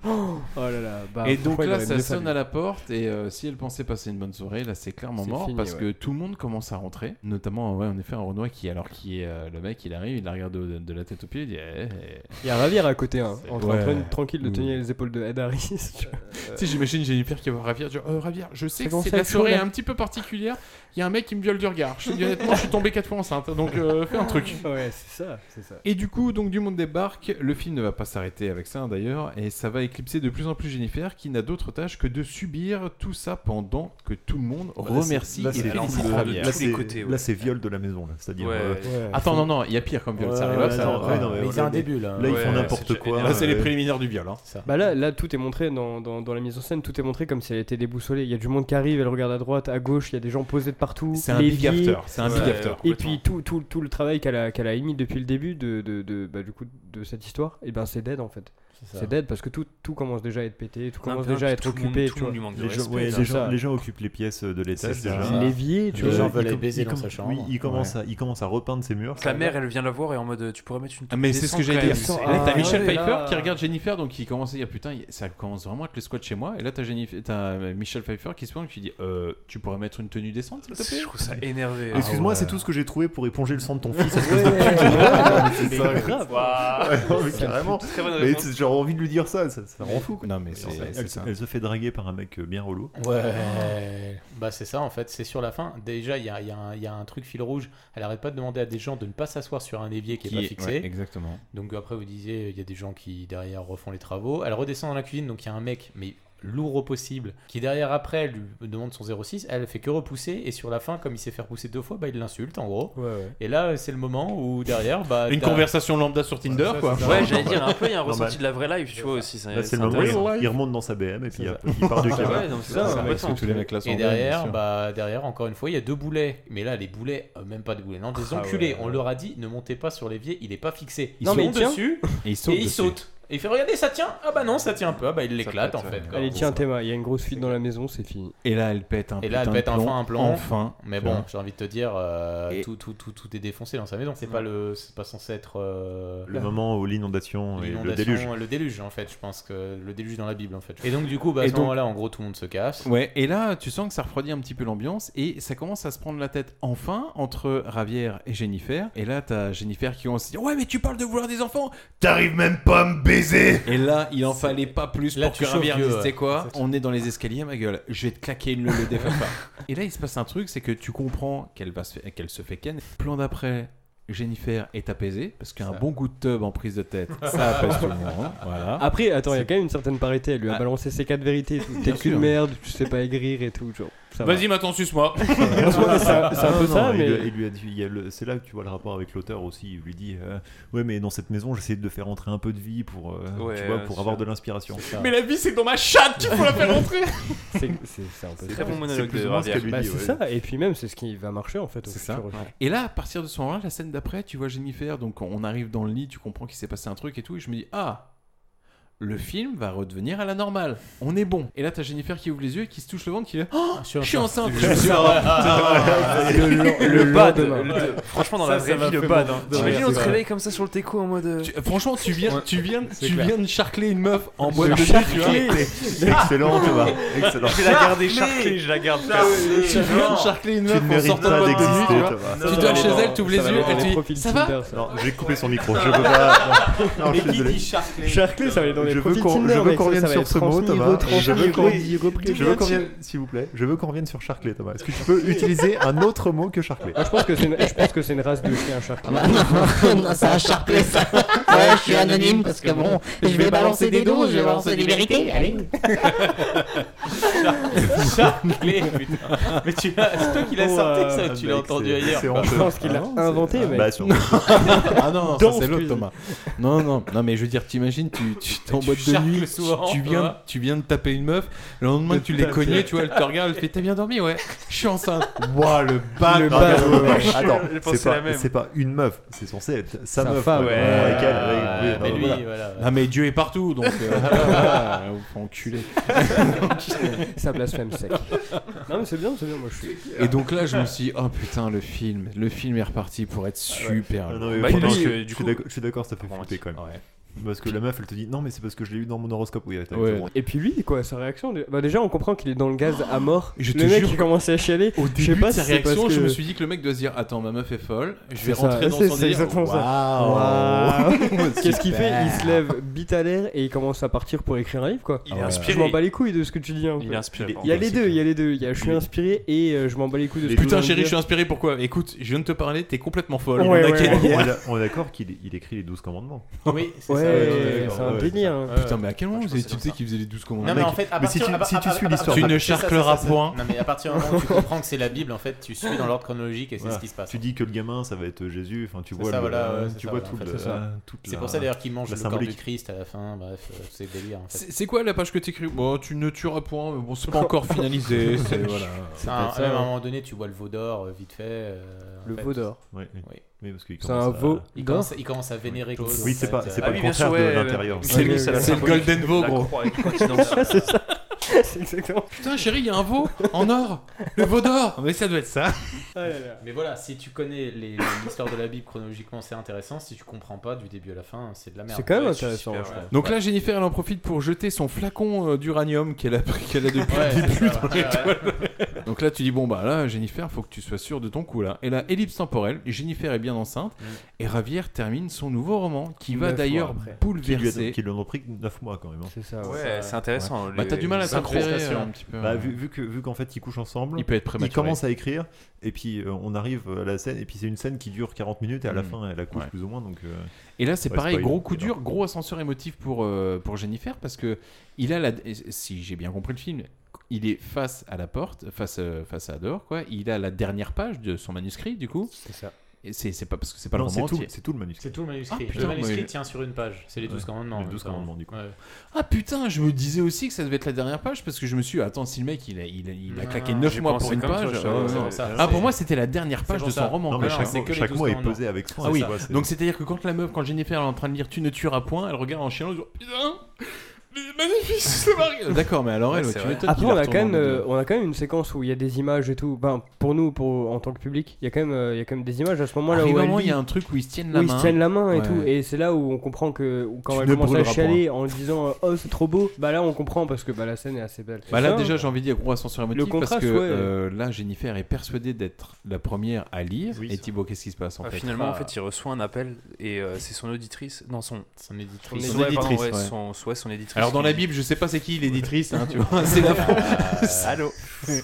Speaker 14: Oh là là. bah,
Speaker 2: et donc
Speaker 14: franchement, il
Speaker 2: là,
Speaker 14: aurait
Speaker 2: ça
Speaker 14: mieux
Speaker 2: sonne
Speaker 14: fallu.
Speaker 2: à la porte. Et euh, si elle pensait passer une bonne soirée, là, c'est clairement
Speaker 14: C'est
Speaker 2: mort
Speaker 14: fini,
Speaker 2: parce
Speaker 14: ouais.
Speaker 2: que tout le monde commence à rentrer. Notamment, ouais, en effet, un Renoir qui, alors qui est euh, le mec, il arrive, il la regarde de, de la tête aux pieds, il dit. eh, eh.
Speaker 14: Il y a Ravir à côté, hein,
Speaker 2: C'est- Mm.
Speaker 14: en train- en train
Speaker 2: ouais.
Speaker 14: de- tranquille de
Speaker 2: Ouh.
Speaker 14: tenir les épaules de Ed Harris. tu vois.
Speaker 2: Tu sais, j'imagine Jennifer qui va Ravière, genre, euh, Ravière, je sais
Speaker 14: Ça
Speaker 2: que
Speaker 14: commence
Speaker 2: c'est
Speaker 14: à
Speaker 2: la
Speaker 14: être chaud,
Speaker 2: soirée
Speaker 14: là.
Speaker 2: un petit peu particulière. Il y a un mec qui me viole du regard. Je te dis honnêtement, je suis tombé quatre fois enceinte, donc euh, fais un truc.
Speaker 14: Ouais, c'est ça, c'est ça.
Speaker 2: Et du coup, donc du monde débarque, le film ne va pas s'arrêter avec ça hein, d'ailleurs, et ça va éclipser de plus en plus Jennifer qui n'a d'autre tâche que de subir tout ça pendant que tout le monde remercie
Speaker 12: Là,
Speaker 2: et
Speaker 12: c'est
Speaker 2: félicite
Speaker 12: là,
Speaker 2: Javier.
Speaker 12: c'est- là, c'est viol de la maison. là, C'est-à-dire.
Speaker 2: Ouais.
Speaker 12: euh,
Speaker 2: Ouais. Attends, non, non, il y a pire comme viol, ça arrive après,
Speaker 12: attends,
Speaker 2: ouais.
Speaker 12: ouais, non,
Speaker 2: Mais
Speaker 12: ouais,
Speaker 2: c'est un
Speaker 12: là,
Speaker 2: début, là.
Speaker 12: Là, ils
Speaker 2: Ouais,
Speaker 12: font
Speaker 2: c'est
Speaker 12: n'importe quoi.
Speaker 2: génial. Là, c'est les
Speaker 12: euh,
Speaker 2: préliminaires du viol, hein.
Speaker 14: Bah là, là, tout est montré dans, dans, dans la mise en scène, tout est montré comme si elle était déboussolée. Il y a du monde qui arrive, elle regarde à droite, à gauche, il y a des gens posés de partout.
Speaker 2: C'est un
Speaker 14: les
Speaker 2: big
Speaker 14: vies.
Speaker 2: after, c'est un big after,
Speaker 14: Et
Speaker 2: complètement.
Speaker 14: puis tout, tout, tout le travail qu'elle a, qu'elle a émis depuis le début de, de, de- bah, du coup, de cette histoire, et ben c'est dead en fait.
Speaker 12: ça.
Speaker 14: C'est dead parce que tout, tout commence déjà à être pété, tout
Speaker 12: Non,
Speaker 14: commence
Speaker 12: puis-
Speaker 14: déjà à
Speaker 12: puis
Speaker 14: être
Speaker 12: tout le monde-
Speaker 14: occupé.
Speaker 12: tout le
Speaker 14: tu vois.
Speaker 12: monde lui manque de Les gens- respect, ouais, ça. les gens- les gens occupent les pièces de l'étage,
Speaker 14: C'est ça.
Speaker 12: déjà.
Speaker 14: L'évier, tu
Speaker 12: Euh,
Speaker 14: vois.
Speaker 12: il com- il com- Oui, il commence, à, il commence à repeindre ses murs.
Speaker 9: Ta mère, elle vient la voir et en mode euh, tu pourrais mettre une.
Speaker 2: Ah, mais c'est ce que j'allais dire. Là,
Speaker 13: Ah,
Speaker 2: t'as Michel Pfeiffer qui
Speaker 9: regarde
Speaker 2: regarde Jennifer, donc il commence à dire putain, il- ça commence vraiment à être le squat chez moi. Et là, t'as Jennifer- t'as euh, Michel Pfeiffer qui se pointe, qui dit euh, tu pourrais mettre une tenue décente, s'il te plaît.
Speaker 9: Je trouve ça énervé.
Speaker 12: Ah, Excuse-moi, c'est tout ce que j'ai trouvé pour éponger le sang de ton fils. espèce de
Speaker 9: Ouais,
Speaker 12: pute.
Speaker 9: ouais,
Speaker 12: Ouais,
Speaker 9: ouais,
Speaker 12: c'est
Speaker 9: mais
Speaker 12: ça,
Speaker 9: grave.
Speaker 12: ouais. Ouais, mais
Speaker 9: Ça,
Speaker 12: carrément.
Speaker 9: très bonne
Speaker 12: Mais
Speaker 9: réponse.
Speaker 12: c'est- j'aurais envie de lui dire ça, ça, ça rend fou. quoi.
Speaker 2: Non, mais
Speaker 12: Elle
Speaker 2: c'est-
Speaker 12: se-
Speaker 2: c'est
Speaker 12: elle, se-
Speaker 2: ça.
Speaker 12: elle se fait draguer par un mec euh, bien relou.
Speaker 13: Ouais. Bah c'est ça en fait, c'est sur la fin. Déjà, il y a, il y a un- il y a un truc fil rouge. Elle arrête pas de demander à des gens de ne pas s'asseoir sur un évier qui est
Speaker 2: Qui
Speaker 13: pas
Speaker 2: est-
Speaker 13: fixé.
Speaker 2: ouais, exactement.
Speaker 13: Donc après, vous disiez, il y a des gens qui derrière refont les travaux. Elle redescend dans la cuisine, donc il y a un mec, mais lourd au possible, qui derrière après lui demande son 06. Elle fait que repousser et sur la fin, comme il s'est fait repousser deux fois, bah il l'insulte en gros. Et là, c'est le moment où derrière, bah
Speaker 2: Une
Speaker 13: t'as-
Speaker 2: conversation lambda sur Tinder,
Speaker 13: Ça,
Speaker 2: quoi.
Speaker 13: c'est ça.
Speaker 9: Ouais, j'allais dire, un peu, il y a un
Speaker 12: Normal.
Speaker 9: ressenti de la vraie live, tu vois aussi.
Speaker 12: Là, c'est le moment où il- il remonte dans sa BM et puis après, il part du
Speaker 9: Ah
Speaker 12: cabas.
Speaker 9: ouais, non, c'est ça, c'est complètement.
Speaker 2: tous les mecs là sont
Speaker 13: Et
Speaker 2: bien, bien
Speaker 13: derrière,
Speaker 2: sûr.
Speaker 13: bah, derrière, encore une fois, il y a deux boulets. Mais là, les boulets, euh, même pas des boulets, non, des
Speaker 2: Ah
Speaker 13: enculés.
Speaker 2: ouais.
Speaker 13: On leur a dit, ne montez pas sur l'évier, il est pas fixé. Ils
Speaker 14: Non, mais
Speaker 13: sont
Speaker 14: il tient.
Speaker 13: dessus
Speaker 2: et ils sautent
Speaker 13: sautent. Et bah, il
Speaker 2: dessus.
Speaker 13: saute. Et il fait, regardez, ça tient. Ah bah non, ça tient un peu. Ah bah il l'éclate en fait. quoi.
Speaker 14: Allez, tiens, Théma, il y a une grosse fuite dans la maison, c'est fini.
Speaker 2: Et là, elle pète un
Speaker 13: Et là, elle
Speaker 2: putain
Speaker 13: pète
Speaker 2: de
Speaker 13: enfin un plan.
Speaker 2: Enfin.
Speaker 13: Mais
Speaker 2: tu
Speaker 13: bon,
Speaker 2: vois.
Speaker 13: j'ai envie de te dire, euh, tout, tout, tout, tout est défoncé dans sa maison. C'est pas le, c'est pas censé être euh,
Speaker 12: Le moment où l'inondation et le
Speaker 13: l'inondation,
Speaker 12: déluge.
Speaker 13: le déluge, en fait. Je pense que le déluge dans la Bible, en fait. Et donc du coup, bah, à
Speaker 2: Et
Speaker 13: ce
Speaker 2: donc-
Speaker 13: moment-là, en gros, tout le monde se casse.
Speaker 2: Ouais, et là, tu sens que ça refroidit un petit peu l'ambiance et ça commence à se prendre la tête enfin entre Ravière et Jennifer. Et là, t'as Jennifer qui commence à se dire Ouais, mais tu parles de vouloir des enfants T'arrives même pas à me baiser Et là, il en fallait pas plus
Speaker 13: Là,
Speaker 2: pour
Speaker 13: tu
Speaker 2: que Ravière
Speaker 13: chauffes Dieu,
Speaker 2: dise
Speaker 13: ouais.
Speaker 2: Tu sais quoi On est dans les escaliers, ma gueule, je vais te claquer une le défaire pas. Et là, il se passe un truc c'est que tu comprends qu'elle va se, fa- qu'elle se fait ken. Plan d'après. Jennifer est apaisée parce qu'un bon coup de tub en prise de tête, ça apaise tout le monde. Voilà.
Speaker 14: Après, attends, il y a quand même une certaine parité. Elle lui a
Speaker 2: Ah.
Speaker 14: balancé ses quatre vérités. et tout. T'es
Speaker 2: Bien
Speaker 14: qu'une
Speaker 2: sûr.
Speaker 14: merde, tu sais pas écrire et tout. Genre, ça va.
Speaker 2: Vas-y, maintenant, suce-moi.
Speaker 14: Ouais, c'est un- c'est un peu
Speaker 12: Non,
Speaker 14: ça,
Speaker 12: il
Speaker 14: mais.
Speaker 12: lui a- il lui a dit- il y a le- c'est là que tu vois le rapport avec l'auteur aussi. Il lui dit, euh, ouais, mais dans cette maison, j'essaie de faire entrer un peu de vie pour, euh,
Speaker 9: Ouais,
Speaker 12: tu vois, pour
Speaker 9: c'est
Speaker 12: avoir
Speaker 9: ça.
Speaker 12: de l'inspiration.
Speaker 2: Mais la vie, c'est dans ma chatte, tu faut la faire rentrer
Speaker 14: C'est c'est- c'est un peu
Speaker 9: C'est
Speaker 14: ça.
Speaker 9: très bon monologue
Speaker 14: plus
Speaker 9: de
Speaker 14: ou moins ce
Speaker 9: Ravière.
Speaker 14: qu'elle lui
Speaker 9: Bah,
Speaker 14: dit,
Speaker 9: c'est
Speaker 14: ouais.
Speaker 9: ça,
Speaker 14: et puis même, c'est ce qui va marcher en fait.
Speaker 2: C'est ça. Et là, à partir de ce moment-là, la scène d'après, tu vois Jennifer, donc on arrive dans le lit, tu comprends qu'il s'est passé un truc et tout, et je me dis, ah, le film va redevenir à la normale, on est bon. Et là, t'as Jennifer qui ouvre les yeux et qui se touche le ventre, qui dit, oh, je suis enceinte.
Speaker 9: Je
Speaker 2: Je me suis-
Speaker 9: suis
Speaker 2: Ah,
Speaker 9: enceinte.
Speaker 2: putain.
Speaker 9: Le bad, le- franchement, dans la vraie vie, le bad, hein. T'imagines, on se réveille
Speaker 2: comme ça sur le teco en mode. euh, franchement, tu viens, tu viens,
Speaker 9: C'est
Speaker 2: tu
Speaker 9: clair.
Speaker 2: viens de charcler une meuf en
Speaker 9: Je
Speaker 2: boîte de nuit, tu vois.
Speaker 9: charcler. Excellent, Thomas. Excellent. Je vais la garder charclée, je la garde.
Speaker 2: Tu viens de charcler une meuf en sortant de boîte de nuit, tu vois. Tu dors chez elle, tu ouvres les yeux, elle te dit, ça va
Speaker 12: Non, j'ai coupé son micro, je peux pas.
Speaker 2: Mais
Speaker 12: je suis
Speaker 2: qui
Speaker 12: désolé.
Speaker 2: dit Charclay
Speaker 12: Charclay, ça va aller dans
Speaker 14: dans les
Speaker 12: je veux
Speaker 14: profils
Speaker 12: qu'on
Speaker 14: Tinder,
Speaker 12: je veux
Speaker 14: mec,
Speaker 12: qu'on
Speaker 14: ça,
Speaker 12: revienne
Speaker 14: ça va
Speaker 12: sur
Speaker 14: être
Speaker 12: ce mot,
Speaker 14: transmis,
Speaker 12: Thomas.
Speaker 14: retransmis,
Speaker 12: Je veux qu'on
Speaker 14: repris, repris,
Speaker 12: je veux qu'on
Speaker 14: repris.
Speaker 12: revienne, s'il vous plaît. Je veux qu'on revienne sur Charclay, Thomas. Est-ce que tu peux utiliser un autre mot que Charclay
Speaker 14: Ah, je pense que c'est une, je pense que c'est une race de chien, un charclay.
Speaker 12: Ah bah non, non, c'est un charclay, ça. Ouais, je suis anonyme parce que bon, je vais balancer des doses, je vais balancer des vérités, allez.
Speaker 13: Charclay, putain. Mais tu l'as, c'est toi qui l'as
Speaker 12: Oh,
Speaker 13: sorti, ça, Ah,
Speaker 12: ah, bah,
Speaker 13: tu l'as entendu ailleurs. quoi.
Speaker 14: Je pense qu'il l'a inventé, mec.
Speaker 2: Bah, sûrement. ah non, non, ça
Speaker 14: Dans
Speaker 2: c'est l'autre
Speaker 14: Squeezie.
Speaker 2: Thomas. Non, non, non, mais je veux dire, t'imagines, tu tu t'es en
Speaker 13: Tu
Speaker 2: boîte de
Speaker 13: charcles
Speaker 2: nuit,
Speaker 13: souvent,
Speaker 2: tu
Speaker 13: tu
Speaker 2: viens,
Speaker 13: vois.
Speaker 2: tu viens de taper une meuf, le lendemain
Speaker 13: De
Speaker 2: tu l'es
Speaker 13: taper.
Speaker 2: cogné, tu vois, elle te regarde, elle fait T'as bien dormi, ouais, je suis enceinte. Waouh, le bad
Speaker 12: Le bad, ouais, ouais. Attends, c'est pas, c'est
Speaker 2: c'est
Speaker 12: pas une meuf, c'est censé être sa
Speaker 2: Sa
Speaker 12: meuf.
Speaker 2: femme,
Speaker 12: ouais,
Speaker 2: ouais.
Speaker 12: avec elle, avec-
Speaker 2: Ah,
Speaker 12: oui,
Speaker 2: mais
Speaker 12: non,
Speaker 2: lui,
Speaker 13: euh,
Speaker 12: voilà.
Speaker 2: voilà. Ah, mais Dieu est partout, donc, euh, voilà, euh, enculé.
Speaker 14: Ça blasphème sec. Non, mais c'est bien, c'est bien, moi je suis.
Speaker 2: Et donc là, je me suis dit, oh putain, le film, le film est reparti pour être super.
Speaker 12: Ah
Speaker 2: long.
Speaker 12: non, mais
Speaker 2: Puis
Speaker 12: pendant
Speaker 2: lui,
Speaker 12: que-
Speaker 2: euh,
Speaker 12: je, suis d'accord- je suis d'accord, ça fait flipper quand même. Parce que la meuf, elle te dit non, mais c'est parce que je l'ai eu dans mon horoscope. Oui, attends, c'est bon.
Speaker 14: Et puis lui, quoi, sa réaction. de- Bah, déjà, on comprend qu'il est dans le gaz à mort.
Speaker 2: Je te
Speaker 14: le mec,
Speaker 2: jure,
Speaker 14: il commence à chialer.
Speaker 2: Au
Speaker 14: je sais
Speaker 2: début
Speaker 14: pas
Speaker 2: de sa
Speaker 14: si c'est parce
Speaker 2: réaction, je
Speaker 14: que-
Speaker 2: me suis dit que le mec doit se dire Attends, ma meuf est folle, je vais
Speaker 14: C'est ça,
Speaker 2: rentrer dans
Speaker 14: c'est-
Speaker 2: son
Speaker 14: c'est
Speaker 2: délire.
Speaker 14: exactement ça. Ah,
Speaker 2: Waouh.
Speaker 14: Waouh. Qu'est-ce qu'il fait Il se
Speaker 2: Super.
Speaker 14: lève bite à l'air et il commence à partir pour écrire un livre quoi.
Speaker 9: Il est inspiré.
Speaker 14: Je m'en bats les couilles de ce que tu dis. un peu.
Speaker 9: Il est inspiré.
Speaker 14: Il y a les deux, il y a les deux. Il y a je suis inspiré et euh, je m'en bats les couilles de ce que tu
Speaker 2: Putain,
Speaker 14: viens de
Speaker 2: chérie, je
Speaker 14: dire.
Speaker 2: suis inspiré, pourquoi Écoute, je viens de te parler, t'es complètement folle.
Speaker 14: Ouais,
Speaker 2: on a
Speaker 14: ouais,
Speaker 2: quel-
Speaker 12: On est- on est d'accord qu'il il écrit les 12 commandements.
Speaker 13: Oui, c'est
Speaker 14: Ouais,
Speaker 13: ça.
Speaker 14: ouais,
Speaker 12: d'accord,
Speaker 14: c'est un
Speaker 12: ouais,
Speaker 14: délire,
Speaker 12: c'est ça.
Speaker 14: hein.
Speaker 2: Putain, mais à quel moment vous avez tu sais qu'il faisait les 12 commandes
Speaker 13: Non, mais en fait, à
Speaker 12: si
Speaker 13: partir-
Speaker 12: tu,
Speaker 13: à-
Speaker 12: si tu
Speaker 13: à-
Speaker 12: suis
Speaker 13: à-
Speaker 12: l'histoire,
Speaker 13: à-
Speaker 2: Tu ne
Speaker 13: c'est ça, c'est ça,
Speaker 2: charcleras
Speaker 13: c'est ça.
Speaker 2: point.
Speaker 13: Non, mais à partir du moment où tu comprends que c'est la Bible, en fait, tu suis dans l'ordre chronologique et c'est
Speaker 12: Voilà.
Speaker 13: ce qui se passe.
Speaker 12: Tu dis que le gamin, ça va être Jésus. Enfin, tu
Speaker 13: C'est
Speaker 12: vois,
Speaker 13: ça,
Speaker 12: le-
Speaker 13: voilà, ouais, c'est
Speaker 12: tu
Speaker 13: ça,
Speaker 12: vois tout
Speaker 13: voilà, en fait,
Speaker 12: le-
Speaker 13: c'est ça.
Speaker 12: toute
Speaker 13: C'est
Speaker 12: la-
Speaker 13: pour ça d'ailleurs qu'il mange
Speaker 12: la
Speaker 13: le corps du
Speaker 12: symbolique.
Speaker 13: Christ à la fin, bref, euh, c'est délire en fait.
Speaker 2: C'est c'est quoi la page que t'écris Bon, tu ne tueras point, mais bon, c'est pas encore finalisé. c'est- voilà.
Speaker 13: C'est un- même à un moment donné, tu vois le veau d'or euh, vite fait. euh, en
Speaker 14: Le
Speaker 13: fait.
Speaker 14: veau d'or.
Speaker 12: Ouais, oui.
Speaker 13: Oui.
Speaker 12: Oui, parce qu'il
Speaker 14: C'est
Speaker 12: commence
Speaker 14: un
Speaker 12: à-
Speaker 14: veau
Speaker 13: Il
Speaker 14: d'or.
Speaker 13: commence, il commence à vénérer Gros.
Speaker 12: Oui, c'est pas-
Speaker 13: euh,
Speaker 12: c'est
Speaker 2: Ah
Speaker 12: pas le contraire de l'intérieur.
Speaker 2: C'est le- c'est le Golden Vaux, gros.
Speaker 14: c'est ça. C'est exactement.
Speaker 2: Putain, chérie, il y a un veau en or Le veau d'or Mais ça doit être ça
Speaker 13: Mais voilà, si tu connais les- l'histoire de la Bible chronologiquement, c'est intéressant. Si tu comprends pas du début à la fin, c'est de la merde.
Speaker 14: C'est quand
Speaker 13: Ouais,
Speaker 14: même intéressant,
Speaker 13: super,
Speaker 14: je
Speaker 13: ouais.
Speaker 14: trouve.
Speaker 2: Donc là, Jennifer, elle en profite pour jeter son flacon euh, d'uranium qu'elle a, pris- qu'elle a depuis
Speaker 13: Ouais,
Speaker 2: le début
Speaker 13: c'est ça,
Speaker 2: dans
Speaker 13: ouais,
Speaker 2: l'étoile.
Speaker 13: ouais.
Speaker 2: Donc là, tu dis bon bah là, Jennifer, faut que tu sois sûr de ton coup là. Et là, ellipse temporelle. Jennifer est bien enceinte et Ravière termine son nouveau roman qui va
Speaker 12: Neuf mois
Speaker 2: d'ailleurs
Speaker 12: après. Qui lui,
Speaker 2: bouleverser.
Speaker 12: a- qui lui en ont pris 9 mois quand même. hein.
Speaker 14: C'est ça.
Speaker 9: Ouais, c'est intéressant. hein,
Speaker 2: Bah, t'as du mal à
Speaker 9: te
Speaker 2: t'inférer, euh, un petit peu.
Speaker 12: Bah, vu, vu que- vu qu'en fait ils couchent ensemble,
Speaker 2: Il peut être prématuré.
Speaker 12: commence à écrire, et puis euh, on arrive à la scène, et puis c'est une scène qui dure 40 minutes, et à la
Speaker 2: Mm.
Speaker 12: fin elle accouche
Speaker 2: Ouais.
Speaker 12: plus ou moins. Donc, euh,
Speaker 2: Et là, c'est
Speaker 12: ouais,
Speaker 2: pareil,
Speaker 12: pas
Speaker 2: gros
Speaker 12: évident.
Speaker 2: coup dur, gros ascenseur émotif pour, euh, pour Jennifer, parce que il a la. Si j'ai bien compris le film, il est face à la porte, face, euh, face à dehors, quoi. Il a la dernière page de son manuscrit, du coup.
Speaker 14: C'est ça.
Speaker 2: Et c'est c'est pas parce que c'est pas
Speaker 12: Non,
Speaker 2: le
Speaker 12: c'est
Speaker 2: roman
Speaker 12: tout,
Speaker 2: entier.
Speaker 12: c'est tout le manuscrit.
Speaker 13: C'est tout le manuscrit.
Speaker 2: Ah, putain,
Speaker 13: le manuscrit
Speaker 2: mais-
Speaker 13: tient sur une page. C'est les 12
Speaker 12: Ouais,
Speaker 13: commandements.
Speaker 12: les 12
Speaker 13: notamment.
Speaker 12: commandements, du coup.
Speaker 13: Ouais.
Speaker 2: Ah putain, je me disais aussi que ça devait être la dernière page parce que je me suis attends, si le mec il a, il a, il a
Speaker 13: Non,
Speaker 2: claqué
Speaker 9: Ah,
Speaker 13: non,
Speaker 2: 9
Speaker 13: j'ai
Speaker 2: mois
Speaker 13: pensé
Speaker 2: pour une
Speaker 13: comme toi,
Speaker 2: page.
Speaker 13: je sais,
Speaker 2: ah,
Speaker 13: c'est
Speaker 2: non.
Speaker 13: pour ça.
Speaker 2: ah,
Speaker 13: C'est-
Speaker 2: pour moi, c'était la dernière
Speaker 13: c'est
Speaker 2: page
Speaker 13: pour
Speaker 2: de
Speaker 13: ça.
Speaker 2: son roman.
Speaker 13: Non,
Speaker 12: mais
Speaker 2: quoi.
Speaker 12: chaque
Speaker 13: c'est
Speaker 12: mot-
Speaker 13: que les
Speaker 12: chaque
Speaker 13: 12
Speaker 12: mot est
Speaker 13: commandements.
Speaker 12: pesé avec soin,
Speaker 2: Ah oui,
Speaker 12: tu vois, c'est-
Speaker 2: donc c'est-à-dire que quand la meuf, quand Jennifer elle est en train de lire Tu ne tueras point, elle regarde en chien, elle dit Putain, mais magnifique, c'est marié. D'accord, mais alors elle,
Speaker 9: Ouais,
Speaker 2: tu
Speaker 9: c'est
Speaker 2: m'étonnes qu'il
Speaker 14: Après,
Speaker 2: la
Speaker 14: on a,
Speaker 2: retourne
Speaker 14: quand
Speaker 2: en
Speaker 14: même,
Speaker 2: mode,
Speaker 14: euh, on a quand même une séquence où il y a des images et tout. Ben, pour nous, pour, en tant que public, il y, a quand même, euh, il y a quand même des images à ce moment-là.
Speaker 2: Arrive
Speaker 14: où
Speaker 2: un
Speaker 14: elle
Speaker 2: moment, il y a
Speaker 14: lit.
Speaker 2: un truc où ils se tiennent la
Speaker 14: Oui,
Speaker 2: main.
Speaker 14: ils se tiennent la main et
Speaker 2: Ouais.
Speaker 14: tout. Et c'est là où on comprend que où quand
Speaker 2: Tu
Speaker 14: elle
Speaker 2: ne
Speaker 14: commence à
Speaker 2: brûleras
Speaker 14: chialer en disant euh, Oh, c'est trop beau. Bah là, on comprend parce que bah, la scène est assez belle.
Speaker 2: Bah là
Speaker 14: Ça, hein.
Speaker 2: déjà j'ai envie de dire gros ascenseur émotif
Speaker 14: Le
Speaker 2: parce
Speaker 14: contraste,
Speaker 2: que
Speaker 14: ouais.
Speaker 2: euh, là Jennifer est persuadée d'être la première à lire et Thibaut qu'est-ce qui se passe en
Speaker 9: Ah,
Speaker 2: fait
Speaker 9: Finalement, en
Speaker 2: Ah.
Speaker 9: fait, il reçoit un appel et euh, c'est son auditrice. Non, son.
Speaker 13: Son éditrice.
Speaker 2: Son
Speaker 9: Ouais, pardon,
Speaker 2: éditrice,
Speaker 9: ouais,
Speaker 2: ouais.
Speaker 9: son, ouais, son éditrice.
Speaker 2: Alors dans
Speaker 9: qui-
Speaker 2: la Bible je sais pas c'est qui l'éditrice hein, tu vois c'est la France.
Speaker 9: Allô
Speaker 13: euh, Ouais,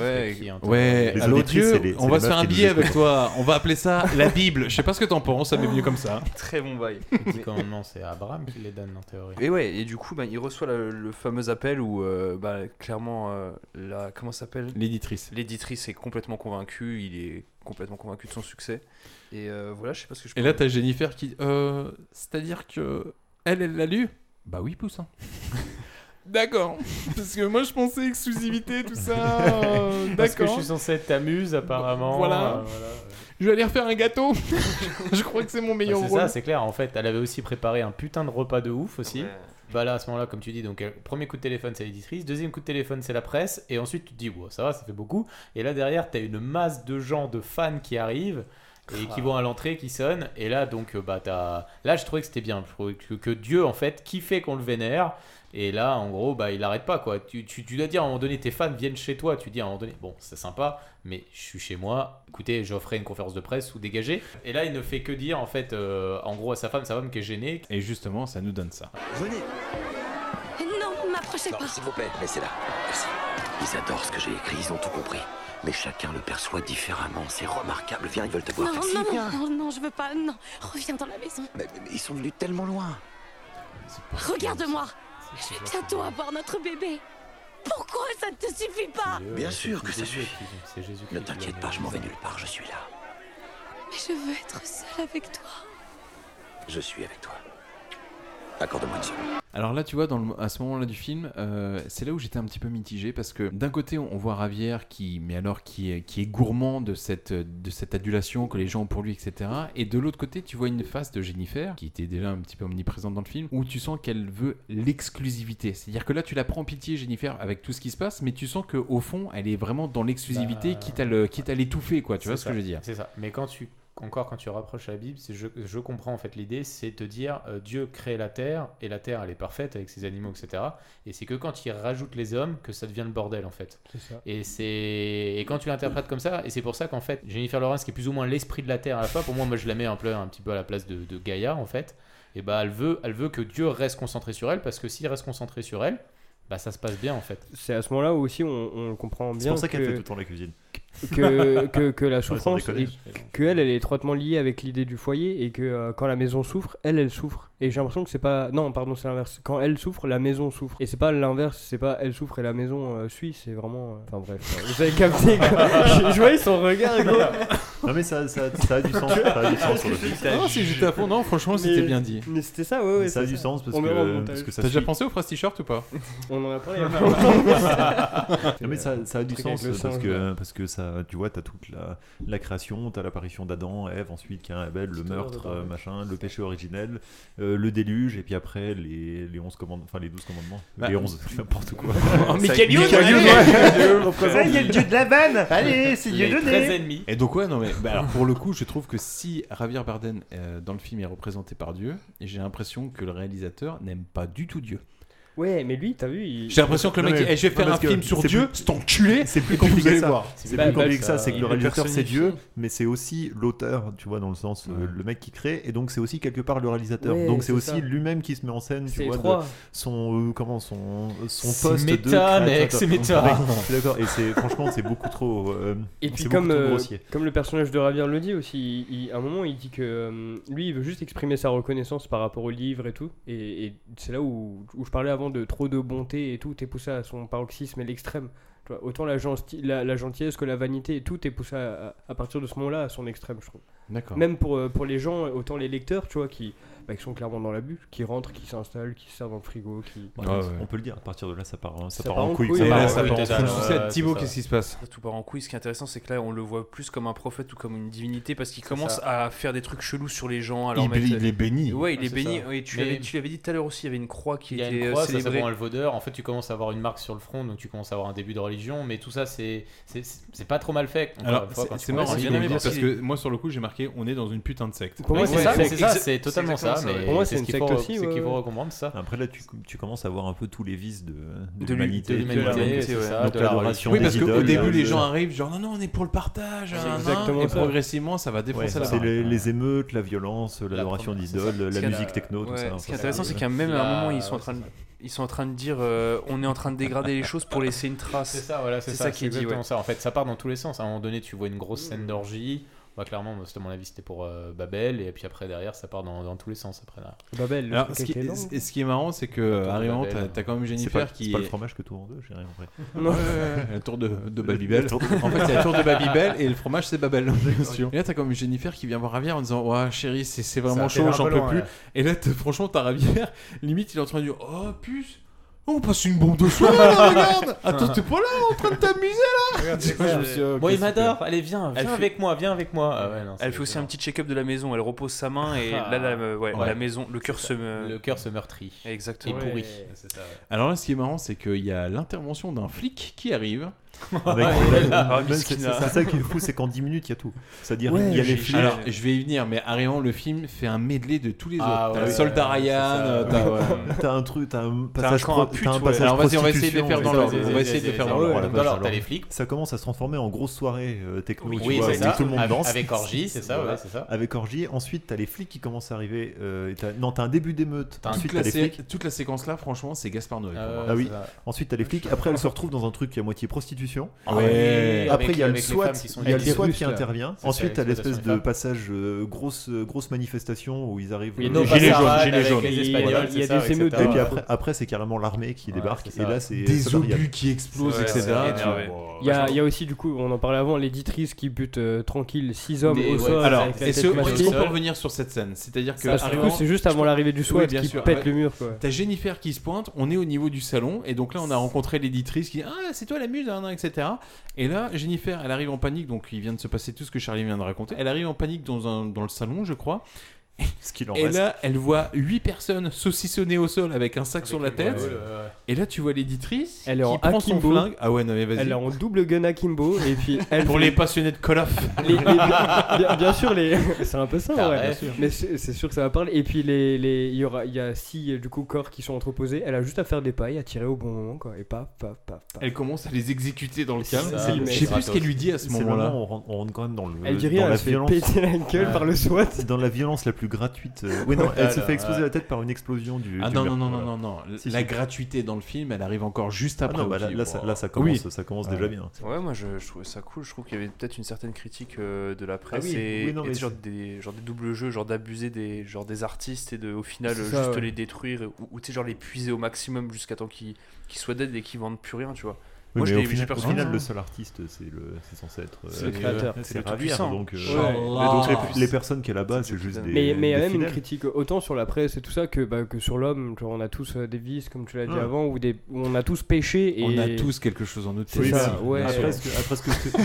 Speaker 9: Ouais,
Speaker 13: qui, hein,
Speaker 2: Ouais,
Speaker 12: Les
Speaker 2: allô
Speaker 12: auditrices,
Speaker 2: Dieu,
Speaker 12: c'est les-
Speaker 2: on
Speaker 12: c'est
Speaker 2: va
Speaker 12: les
Speaker 2: se faire
Speaker 12: meufs
Speaker 2: un
Speaker 12: qui nous
Speaker 2: billet avec
Speaker 12: écoutent.
Speaker 2: toi, on va appeler ça la Bible. Je sais pas ce que t'en penses, ça m'est venu comme ça.
Speaker 9: Très bon bail.
Speaker 13: Les dix commandements, c'est Abraham qui les donne en théorie.
Speaker 9: Et ouais, et du coup, bah, il reçoit le, le fameux appel où, euh, bah, clairement, euh, la, comment ça s'appelle
Speaker 2: L'éditrice.
Speaker 9: L'éditrice est complètement convaincue, il est complètement convaincu de son succès. Et euh, voilà, je sais pas ce que je
Speaker 2: Et là t'as Jennifer qui, euh, c'est-à-dire que elle, elle l'a lu Bah oui poussin. D'accord, parce que moi je pensais exclusivité tout ça. euh,
Speaker 13: Parce que je
Speaker 2: D'accord.
Speaker 13: suis censé être ta muse, apparemment.
Speaker 2: Voilà.
Speaker 13: euh, voilà.
Speaker 2: Je vais aller refaire un gâteau. je crois que c'est mon meilleur
Speaker 13: Ouais, Bah, c'est
Speaker 2: rôle.
Speaker 13: ça, c'est clair. En fait, elle avait aussi préparé un putain de repas de ouf aussi. Bah là, à ce moment-là, comme tu dis, donc euh, premier coup de téléphone, c'est l'éditrice. Deuxième coup de téléphone, c'est la presse. Et ensuite, tu te dis, wow, ça va, ça fait beaucoup. Et là, derrière, t'as une masse de gens, de fans qui arrivent. Et qui vont à l'entrée, qui sonnent. Et là, donc, euh, bah, t'as. Là, je trouvais que c'était bien. Je trouvais que, que Dieu, en fait, kiffait qu'on le vénère. Et là, en gros, bah, il arrête pas, quoi. Tu, tu, tu dois dire à un moment donné, tes fans viennent chez toi. Tu dis à un moment donné, bon, c'est sympa, mais je suis chez moi. Écoutez, j'offrais une conférence de presse ou dégagez. Et là, il ne fait que dire, en fait, euh, en gros, à sa femme, sa femme qui est gênée.
Speaker 2: Et justement, ça nous donne ça.
Speaker 10: Venez
Speaker 15: Non, m'approchez
Speaker 10: Non,
Speaker 15: pas.
Speaker 10: s'il vous plaît, laissez-la. Merci. Ils adorent ce que j'ai écrit, ils ont tout compris. Mais chacun le perçoit différemment, c'est remarquable. Viens, ils veulent te voir.
Speaker 15: Non,
Speaker 10: Vas-y,
Speaker 15: non,
Speaker 10: viens.
Speaker 15: non, non, non, je veux pas. Non, reviens dans la maison.
Speaker 10: Mais- mais ils sont venus tellement loin.
Speaker 15: Regarde-moi. Je vais bientôt avoir notre bébé. Pourquoi ça ne te suffit pas
Speaker 10: Bien sûr que ça suffit. Ne t'inquiète pas, je m'en vais nulle part, je suis là.
Speaker 15: Mais je veux être seule avec toi.
Speaker 10: Je suis avec toi. Accorde-moi une seconde.
Speaker 2: Alors là, tu vois, dans le- à ce moment-là du film, euh, c'est là où j'étais un petit peu mitigé parce que d'un côté, on on voit Ravière qui, mais alors qui est, qui est gourmand de cette, de cette adulation que les gens ont pour lui, etc. Et de l'autre côté, tu vois une face de Jennifer qui était déjà un petit peu omniprésente dans le film où tu sens qu'elle veut l'exclusivité. C'est-à-dire que là, tu la prends en pitié, Jennifer, avec tout ce qui se passe, mais tu sens que au fond, elle est vraiment dans l'exclusivité,
Speaker 13: Bah,
Speaker 2: quitte à le- quitte à l'étouffer, quoi. Tu vois
Speaker 13: C'est
Speaker 2: ce que
Speaker 13: ça,
Speaker 2: je veux dire
Speaker 13: euh, C'est ça. Mais quand tu encore quand tu rapproches la Bible, c'est- je, je comprends en fait l'idée, c'est de dire euh, Dieu crée la terre et la terre elle est parfaite avec ses animaux etc. Et c'est que quand il rajoute les hommes que ça devient le bordel en fait.
Speaker 14: C'est ça.
Speaker 13: Et c'est et quand tu l'interprètes comme ça et c'est pour ça qu'en fait Jennifer Lawrence qui est plus ou moins l'esprit de la terre à la fois pour moi moi je la mets un peu un petit peu à la place de, de Gaïa en fait. Et bah elle veut elle veut que Dieu reste concentré sur elle parce que s'il reste concentré sur elle bah ça se passe bien en fait.
Speaker 14: C'est à ce moment-là où aussi on, on comprend bien.
Speaker 12: C'est pour ça qu'elle
Speaker 14: que-
Speaker 12: fait tout le temps la cuisine.
Speaker 14: Que, que, que la
Speaker 12: Ouais, sans
Speaker 14: souffrance,
Speaker 12: déconner,
Speaker 14: et
Speaker 12: je fais-
Speaker 14: que elle, elle est étroitement liée avec l'idée du foyer et que euh, quand la maison souffre, elle, elle souffre. Et j'ai l'impression que c'est pas. Non, pardon, c'est l'inverse. Quand elle souffre, la maison souffre. Et c'est pas l'inverse, c'est pas elle souffre et la maison euh, suit, c'est vraiment. euh, Enfin bref, vous avez capté. quoi. je, je voyais son regard, gros.
Speaker 12: Non, mais ça, ça, ça a du sens. ça a du sens sur le film.
Speaker 2: Non, c'est juste à fond. Non, franchement, c'était
Speaker 14: Mais-
Speaker 2: bien dit.
Speaker 14: Mais c'était ça, ouais, ouais.
Speaker 12: Ça a
Speaker 14: c'est
Speaker 12: du sens parce
Speaker 14: On verra au
Speaker 12: que,
Speaker 14: montage.
Speaker 12: parce que ça
Speaker 2: T'as déjà
Speaker 12: suit.
Speaker 2: pensé au Frost T-shirt ou pas
Speaker 14: On en a parlé il y a pas longtemps.
Speaker 12: Non, Ah, mais ça, ça a du
Speaker 14: Truc avec
Speaker 12: sens
Speaker 14: le
Speaker 12: parce
Speaker 14: singe, là.
Speaker 12: que, parce que ça, tu vois, t'as toute la, la création, t'as l'apparition d'Adam, Ève, ensuite Cain et Abel, le meurtre,
Speaker 14: dedans,
Speaker 12: euh, machin, le péché originel, euh, le déluge, et puis après les, les 11 commandements, enfin les 12 commandements,
Speaker 2: Bah,
Speaker 12: les 11, n'importe quoi.
Speaker 2: Oh,
Speaker 12: Ça-
Speaker 2: Michael Youn,
Speaker 12: Michael
Speaker 2: allez
Speaker 12: Youn,
Speaker 2: Ça
Speaker 12: ouais.
Speaker 2: y est, le dieu de la vanne Allez, c'est
Speaker 12: Les
Speaker 2: Dieudonné
Speaker 12: 13 ennemis.
Speaker 2: Et donc, ouais, non, mais bah, alors, pour le coup, je trouve que si Javier Barden euh, dans le film est représenté par Dieu, j'ai l'impression que le réalisateur n'aime pas du tout Dieu.
Speaker 14: Ouais, mais lui, t'as vu. il-
Speaker 2: J'ai l'impression que le mec,
Speaker 12: Non, mais-
Speaker 2: eh, je vais
Speaker 12: non,
Speaker 2: faire
Speaker 12: parce
Speaker 2: un
Speaker 12: que
Speaker 2: film sur
Speaker 12: c'est
Speaker 2: Dieu,
Speaker 12: plus-
Speaker 2: c'est enculé
Speaker 12: C'est plus
Speaker 2: et puis vous
Speaker 12: compliqué
Speaker 2: allez
Speaker 12: que ça.
Speaker 2: voir.
Speaker 12: C'est
Speaker 14: Bah,
Speaker 12: plus compliqué que
Speaker 14: bah,
Speaker 12: ça.
Speaker 14: ça,
Speaker 12: C'est que
Speaker 14: il
Speaker 12: le
Speaker 14: le
Speaker 12: réalisateur, c'est
Speaker 14: personnifie.
Speaker 12: Dieu, mais c'est aussi l'auteur, tu vois, dans le sens euh, le mec qui crée, et donc c'est aussi quelque part le réalisateur.
Speaker 14: Ouais,
Speaker 12: donc c'est
Speaker 14: c'est ça.
Speaker 12: aussi lui-même qui se met en scène, tu
Speaker 14: C'est
Speaker 12: vois, de-
Speaker 14: étroit.
Speaker 12: son euh, comment son son
Speaker 13: C'est
Speaker 12: poste de
Speaker 13: méta, mec,
Speaker 12: créateur.
Speaker 13: c'est méta.
Speaker 12: Ouais, je suis D'accord. Et c'est franchement, c'est beaucoup trop. euh,
Speaker 14: Et
Speaker 12: c'est
Speaker 14: puis
Speaker 12: beaucoup
Speaker 14: comme,
Speaker 12: trop
Speaker 14: euh,
Speaker 12: grossier.
Speaker 14: comme le personnage de Ravier le dit aussi, il- il- à un moment il dit que euh, lui il veut juste exprimer sa reconnaissance par rapport au livre et tout. Et, et c'est là où, où je parlais avant de trop de bonté et tout est poussé à son paroxysme et l'extrême. Tu vois, Autant la, genti- la, la gentillesse que la vanité et tout est poussé à, à partir de ce moment-là à son extrême, je trouve.
Speaker 12: Ah.
Speaker 2: D'accord.
Speaker 14: Même pour, euh, pour les gens, autant les lecteurs, tu vois, qui, bah, qui sont clairement dans l'abus, qui rentrent, qui s'installent, qui se servent dans le frigo, qui...
Speaker 12: Ouais,
Speaker 2: Ouais, ouais.
Speaker 12: On peut le dire. À partir de là, ça part, hein, ça
Speaker 14: Ça
Speaker 12: part,
Speaker 14: part
Speaker 12: en
Speaker 14: en
Speaker 12: couille.
Speaker 14: couille,
Speaker 12: ça
Speaker 14: Et
Speaker 12: part
Speaker 14: là,
Speaker 12: en
Speaker 14: ça
Speaker 12: couille.
Speaker 14: part en
Speaker 2: full sucette. Thibaut,
Speaker 9: c'est
Speaker 2: qu'est-ce
Speaker 9: ça.
Speaker 2: qui se passe
Speaker 9: Tout part en couille. Ce qui est intéressant, c'est que là, on le voit plus comme un prophète ou comme une divinité parce qu'il
Speaker 13: C'est
Speaker 9: commence
Speaker 13: ça.
Speaker 9: à faire des trucs chelous sur les gens. Alors
Speaker 2: Il bé- il les bénit.
Speaker 9: Ouais, il
Speaker 13: Ah,
Speaker 9: est
Speaker 13: c'est
Speaker 9: béni.
Speaker 13: ça.
Speaker 9: Oui, tu
Speaker 13: Mais-
Speaker 9: l'avais tu l'avais dit tout à l'heure aussi. Il y avait une croix qui
Speaker 13: Il y a
Speaker 9: était
Speaker 13: une
Speaker 9: euh,
Speaker 13: croix, ça, ça
Speaker 9: célébrée.
Speaker 13: prend le vaudeur. En fait, tu commences à avoir une marque sur le front, donc tu commences à avoir un début de religion, mais tout ça, c'est c'est- c'est pas trop mal fait. Encore
Speaker 2: Alors,
Speaker 13: une fois,
Speaker 2: c'est
Speaker 13: quand tu
Speaker 2: c'est
Speaker 13: commences
Speaker 2: marrant
Speaker 13: à
Speaker 2: ce que
Speaker 13: bien
Speaker 2: vous
Speaker 13: aimer
Speaker 2: dites,
Speaker 13: parce
Speaker 2: parce
Speaker 13: qu'il-
Speaker 2: que moi, sur le coup, j'ai marqué on est dans une putain de secte.
Speaker 14: Pour moi,
Speaker 13: Ouais,
Speaker 14: c'est
Speaker 13: c'est
Speaker 14: ça,
Speaker 13: ça,
Speaker 14: c'est
Speaker 13: c'est ça,
Speaker 14: exa-
Speaker 13: c'est totalement
Speaker 14: c'est
Speaker 13: ça.
Speaker 14: exactement ça,
Speaker 13: mais
Speaker 14: ouais. Pour moi,
Speaker 13: c'est
Speaker 14: c'est
Speaker 13: ce qu'il
Speaker 14: une
Speaker 13: faut,
Speaker 14: secte aussi, euh,
Speaker 13: c'est
Speaker 14: ouais,
Speaker 13: qu'il faut
Speaker 14: ouais.
Speaker 13: recomprendre ça.
Speaker 12: Après là, tu, tu commences à voir un peu tous les vices de, de,
Speaker 9: De
Speaker 12: l'humanité,
Speaker 9: l'humanité, de
Speaker 12: la
Speaker 9: l'humanité,
Speaker 12: même-
Speaker 9: c'est ça,
Speaker 12: Donc
Speaker 9: de la
Speaker 12: l'adoration
Speaker 2: Oui,
Speaker 12: des
Speaker 2: parce qu'au
Speaker 12: idoles, euh,
Speaker 2: début, les
Speaker 12: le-
Speaker 2: gens arrivent genre non, non, on est pour le partage.
Speaker 14: C'est
Speaker 2: hein, hein,
Speaker 14: exactement
Speaker 2: Et
Speaker 14: ça.
Speaker 2: progressivement, ça va défoncer
Speaker 12: Ouais,
Speaker 2: la
Speaker 12: c'est
Speaker 2: baraque.
Speaker 12: les, les émeutes, la violence, l'adoration
Speaker 2: première,
Speaker 12: d'idoles,
Speaker 9: Ce
Speaker 12: la
Speaker 9: qui est-
Speaker 12: musique techno, tout
Speaker 13: hein,
Speaker 9: ouais,
Speaker 12: ça.
Speaker 9: Ce qui est
Speaker 12: Enfin,
Speaker 9: intéressant, c'est
Speaker 12: c'est-
Speaker 9: qu'à même à
Speaker 13: La-
Speaker 9: un moment, ils sont en
Speaker 13: ouais,
Speaker 9: train de, ils sont en train de dire, euh, on est en train de dégrader les choses pour laisser une trace.
Speaker 13: C'est ça, voilà, c'est ça,
Speaker 9: qui
Speaker 13: qui
Speaker 9: est dit.
Speaker 13: exactement
Speaker 9: ouais.
Speaker 13: ça. En fait, ça part dans tous les sens. À un moment donné, tu vois une grosse scène d'orgie. Bah, clairement, moi, c'était mon avis, c'était pour euh, Babel, et puis après, derrière, ça part dans, dans tous les sens. Après, là.
Speaker 14: Babel, le
Speaker 2: Alors,
Speaker 14: truc
Speaker 2: ce, qui,
Speaker 14: était long.
Speaker 2: ce- ce qui est marrant, c'est que
Speaker 13: Tour de
Speaker 2: arrivant,
Speaker 13: Babel,
Speaker 2: t'as
Speaker 13: hein.
Speaker 2: t'as quand même
Speaker 12: c'est pas,
Speaker 2: Jennifer qui
Speaker 12: c'est pas le
Speaker 2: est-
Speaker 12: fromage que tout en deux, j'ai rien compris.
Speaker 2: Ouais,
Speaker 14: Non.
Speaker 2: ouais, ouais, la tour de, de Babybel.
Speaker 12: Le tour-
Speaker 2: En fait, c'est la tour de Babybel et le fromage, c'est Babel. bien sûr. Et là, t'as comme Jennifer qui vient voir Ravière en disant Ouah, chérie, c'est c'est vraiment
Speaker 13: Ça fait
Speaker 2: chaud,
Speaker 13: un
Speaker 2: j'en
Speaker 13: peu
Speaker 2: peux
Speaker 13: loin,
Speaker 2: plus.
Speaker 13: là.
Speaker 2: Et là, t'as- franchement, t'as Ravière, limite, il est en train de dire Oh, puce
Speaker 17: On passe une bombe de soirée là, regarde Attends, t'es pas là en train de t'amuser là Tu vois, je me suis, euh,
Speaker 13: Moi, il
Speaker 17: qu'est-ce que-
Speaker 13: m'adore. Allez, viens, viens
Speaker 9: Elle fait-
Speaker 13: avec moi, viens avec moi. Ah ouais, non,
Speaker 9: Elle fait aussi un petit check-up de la maison. Elle repose sa main et
Speaker 13: Ah.
Speaker 9: là, la, euh, ouais,
Speaker 13: Ouais.
Speaker 9: la maison, le cœur se me-
Speaker 13: Le cœur se meurtrit.
Speaker 9: Exactement.
Speaker 13: Et pourri.
Speaker 2: Alors là, ce qui est marrant, c'est qu'il y a l'intervention d'un flic qui arrive.
Speaker 12: Avec- c'est- Ah, c'est c'est ça qui est fou, c'est qu'en 10 minutes, il y a tout. C'est-à-dire, il y a les flics.
Speaker 2: Alors, je vais y venir, mais arrivant, le film fait un medley de tous les autres.
Speaker 12: Ah
Speaker 2: t'as le
Speaker 12: ouais,
Speaker 2: soldat
Speaker 12: ouais, c'est ça.
Speaker 2: Ryan, euh, t'as. ouais.
Speaker 12: T'as un truc, t'as un
Speaker 2: T'as
Speaker 12: passage
Speaker 2: un camp
Speaker 12: pro-
Speaker 2: à pute,
Speaker 12: t'as un
Speaker 2: ouais.
Speaker 12: passage
Speaker 2: Alors, vas-y, on va essayer de les
Speaker 12: prostitution,
Speaker 2: faire dans
Speaker 12: ouais,
Speaker 2: l'ordre.
Speaker 12: c'est ça,
Speaker 2: On va essayer de les faire dans
Speaker 12: Ouais,
Speaker 2: l'ordre.
Speaker 12: ouais,
Speaker 2: Dans
Speaker 12: voilà,
Speaker 2: l'ordre, t'as
Speaker 12: alors,
Speaker 2: les flics.
Speaker 12: Ça commence à se transformer en grosse soirée euh, techno.
Speaker 13: Oui,
Speaker 12: tu
Speaker 13: oui,
Speaker 12: vois,
Speaker 13: c'est
Speaker 12: où
Speaker 13: ça.
Speaker 12: Tout le monde
Speaker 13: Avec-
Speaker 12: danse.
Speaker 13: avec orgie, c'est ça, ouais, c'est ça.
Speaker 12: Avec orgie. Ensuite, t'as les flics qui commencent à arriver. euh, et t'as- non, t'as un début d'émeute.
Speaker 2: Toute
Speaker 12: Ensuite,
Speaker 2: la
Speaker 12: t'as les
Speaker 2: sé-
Speaker 12: flics.
Speaker 2: Toute la séquence là, franchement, c'est Gaspard Noé. pour
Speaker 17: Euh,
Speaker 2: moi.
Speaker 12: Ah
Speaker 13: Euh,
Speaker 12: oui. Ensuite, t'as les flics. Après, elle se retrouve dans un truc à moitié prostitution.
Speaker 2: Ah ouais.
Speaker 12: Après,
Speaker 2: Avec-
Speaker 12: il y a le
Speaker 2: avec les
Speaker 12: SWAT,
Speaker 2: femmes qui sont-
Speaker 12: il y a le
Speaker 2: avec les
Speaker 12: SWAT
Speaker 2: Russes,
Speaker 12: qui
Speaker 2: là.
Speaker 12: intervient.
Speaker 2: C'est ça,
Speaker 12: Ensuite, t'as
Speaker 2: l'exploitation
Speaker 12: l'espèce
Speaker 2: des
Speaker 12: de
Speaker 2: femmes.
Speaker 12: passage euh, grosse euh, grosse manifestation où ils arrivent.
Speaker 13: Il y a
Speaker 12: euh,
Speaker 13: nos
Speaker 12: gilets
Speaker 13: passarades
Speaker 12: jaunes,
Speaker 13: avec
Speaker 12: gilets jaunes.
Speaker 13: les Espagnols,
Speaker 12: Voilà.
Speaker 13: c'est ça,
Speaker 12: Et
Speaker 13: etc.
Speaker 12: puis après,
Speaker 2: Ah.
Speaker 12: après, c'est carrément l'armée qui débarque.
Speaker 13: c'est
Speaker 12: Et
Speaker 13: ça.
Speaker 12: là, c'est
Speaker 17: Des
Speaker 12: c'est formidable.
Speaker 17: obus qui explosent,
Speaker 12: Ouais,
Speaker 17: etc.
Speaker 12: ouais,
Speaker 17: Tu-
Speaker 12: énervé.
Speaker 17: Wow.
Speaker 14: Il y, a, il y a aussi, du coup, on en parlait avant, l'éditrice qui bute euh, tranquille 6 hommes
Speaker 2: Des-
Speaker 14: au
Speaker 2: ouais.
Speaker 14: sol.
Speaker 2: Alors,
Speaker 14: avec la
Speaker 2: est-ce
Speaker 14: tête
Speaker 2: que- est-ce
Speaker 14: masquée.
Speaker 2: qu'on peut revenir sur cette scène C'est-à-dire que.
Speaker 14: Ça, surtout,
Speaker 2: arrivant-
Speaker 14: c'est juste avant l'arrivée du SWAT
Speaker 2: Oui, bien
Speaker 14: qui
Speaker 2: sûr.
Speaker 14: pète
Speaker 2: Ouais.
Speaker 14: le mur, quoi.
Speaker 2: T'as Jennifer qui se pointe, on est au niveau du salon, et donc là, on a rencontré l'éditrice qui dit Ah, c'est toi la muse, hein, hein, etc. Et là, Jennifer, elle arrive en panique, donc il vient de se passer tout ce que Charlie vient de raconter. Elle arrive en panique dans, un- dans le salon, je crois.
Speaker 12: Ce qu'il en
Speaker 2: Et
Speaker 12: reste.
Speaker 2: là, elle voit huit personnes saucissonnées au sol avec un sac sur la tête.
Speaker 14: ouais, ouais, ouais.
Speaker 2: Et là, tu vois l'éditrice
Speaker 14: Elle est
Speaker 2: qui
Speaker 14: en
Speaker 2: prend son
Speaker 14: akimbo.
Speaker 2: flingue. Ah ouais, non mais vas-y.
Speaker 14: Elle est en double gun akimbo et puis elle
Speaker 2: Pour les passionnés de Call of.
Speaker 14: Les- les- bien, bien sûr les c'est un peu ça
Speaker 2: Ah,
Speaker 14: ouais.
Speaker 2: bien sûr.
Speaker 14: mais c'est c'est sûr que ça va parler et puis les les il y aura il y a six euh, du coup corps qui sont entreposés elle a juste à faire des pailles à tirer au bon moment quoi et paf paf paf paf.
Speaker 2: Elle commence à les exécuter dans le calme.
Speaker 14: ça,
Speaker 2: Je sais plus ce qu'elle lui dit à ce
Speaker 12: C'est le
Speaker 2: moment-là.
Speaker 12: moment où on rentre- on rentre quand même dans le.
Speaker 14: Elle dit
Speaker 12: dans
Speaker 14: rien,
Speaker 12: la
Speaker 14: elle se fait
Speaker 12: violence.
Speaker 14: péter la gueule par le SWAT.
Speaker 12: Dans la violence la plus gratuite. euh, Oui, non, elle se fait exploser la tête par une explosion du.
Speaker 2: Ah
Speaker 12: du
Speaker 2: non,
Speaker 12: mur.
Speaker 2: non, non,
Speaker 12: Voilà.
Speaker 2: non, non, non.
Speaker 12: Si,
Speaker 2: La
Speaker 12: si.
Speaker 2: gratuité dans le film, elle arrive encore juste après.
Speaker 12: Ah non,
Speaker 2: au
Speaker 12: bah là-
Speaker 2: film.
Speaker 12: là, ça- là, ça
Speaker 2: Oui.
Speaker 12: commence- ça commence déjà bien.
Speaker 9: Ouais, moi je, je trouvais ça cool. Je trouve qu'il y avait peut-être une certaine critique euh, de la presse
Speaker 12: oui,
Speaker 9: et,
Speaker 12: oui, non,
Speaker 9: et
Speaker 12: mais
Speaker 9: genre, des, genre des doubles jeux, genre d'abuser des, genre des artistes et de au final
Speaker 14: C'est
Speaker 9: euh,
Speaker 14: ça,
Speaker 9: juste
Speaker 14: ouais.
Speaker 9: les détruire ou, ou, tu sais, genre les puiser au maximum jusqu'à temps qu'ils qu'ils soient dead et qu'ils vendent plus rien, tu vois.
Speaker 12: Oui,
Speaker 9: je
Speaker 12: mais au
Speaker 9: l'ai- j'ai
Speaker 12: final, au
Speaker 9: perçu-
Speaker 12: final,
Speaker 9: Ah.
Speaker 12: le seul artiste, c'est le, c'est censé être euh,
Speaker 9: C'est le créateur.
Speaker 12: c'est
Speaker 9: C'est le
Speaker 12: Ravière,
Speaker 9: tout-puissant.
Speaker 12: Donc, euh,
Speaker 9: Ouais.
Speaker 12: donc les, les personnes qui est là-bas, c'est juste des.
Speaker 14: mais mais il y a
Speaker 12: des
Speaker 14: même une
Speaker 12: fidèles.
Speaker 14: critique autant sur la presse et tout ça que bah, que sur l'homme genre on a tous euh, des vices comme tu l'as dit
Speaker 12: Ouais.
Speaker 14: avant ou des où on a tous péché et
Speaker 2: On a tous quelque chose en Ah, nous.
Speaker 14: C'est
Speaker 2: Tessie.
Speaker 14: ça, ouais.
Speaker 12: Après, ce que, après, ce que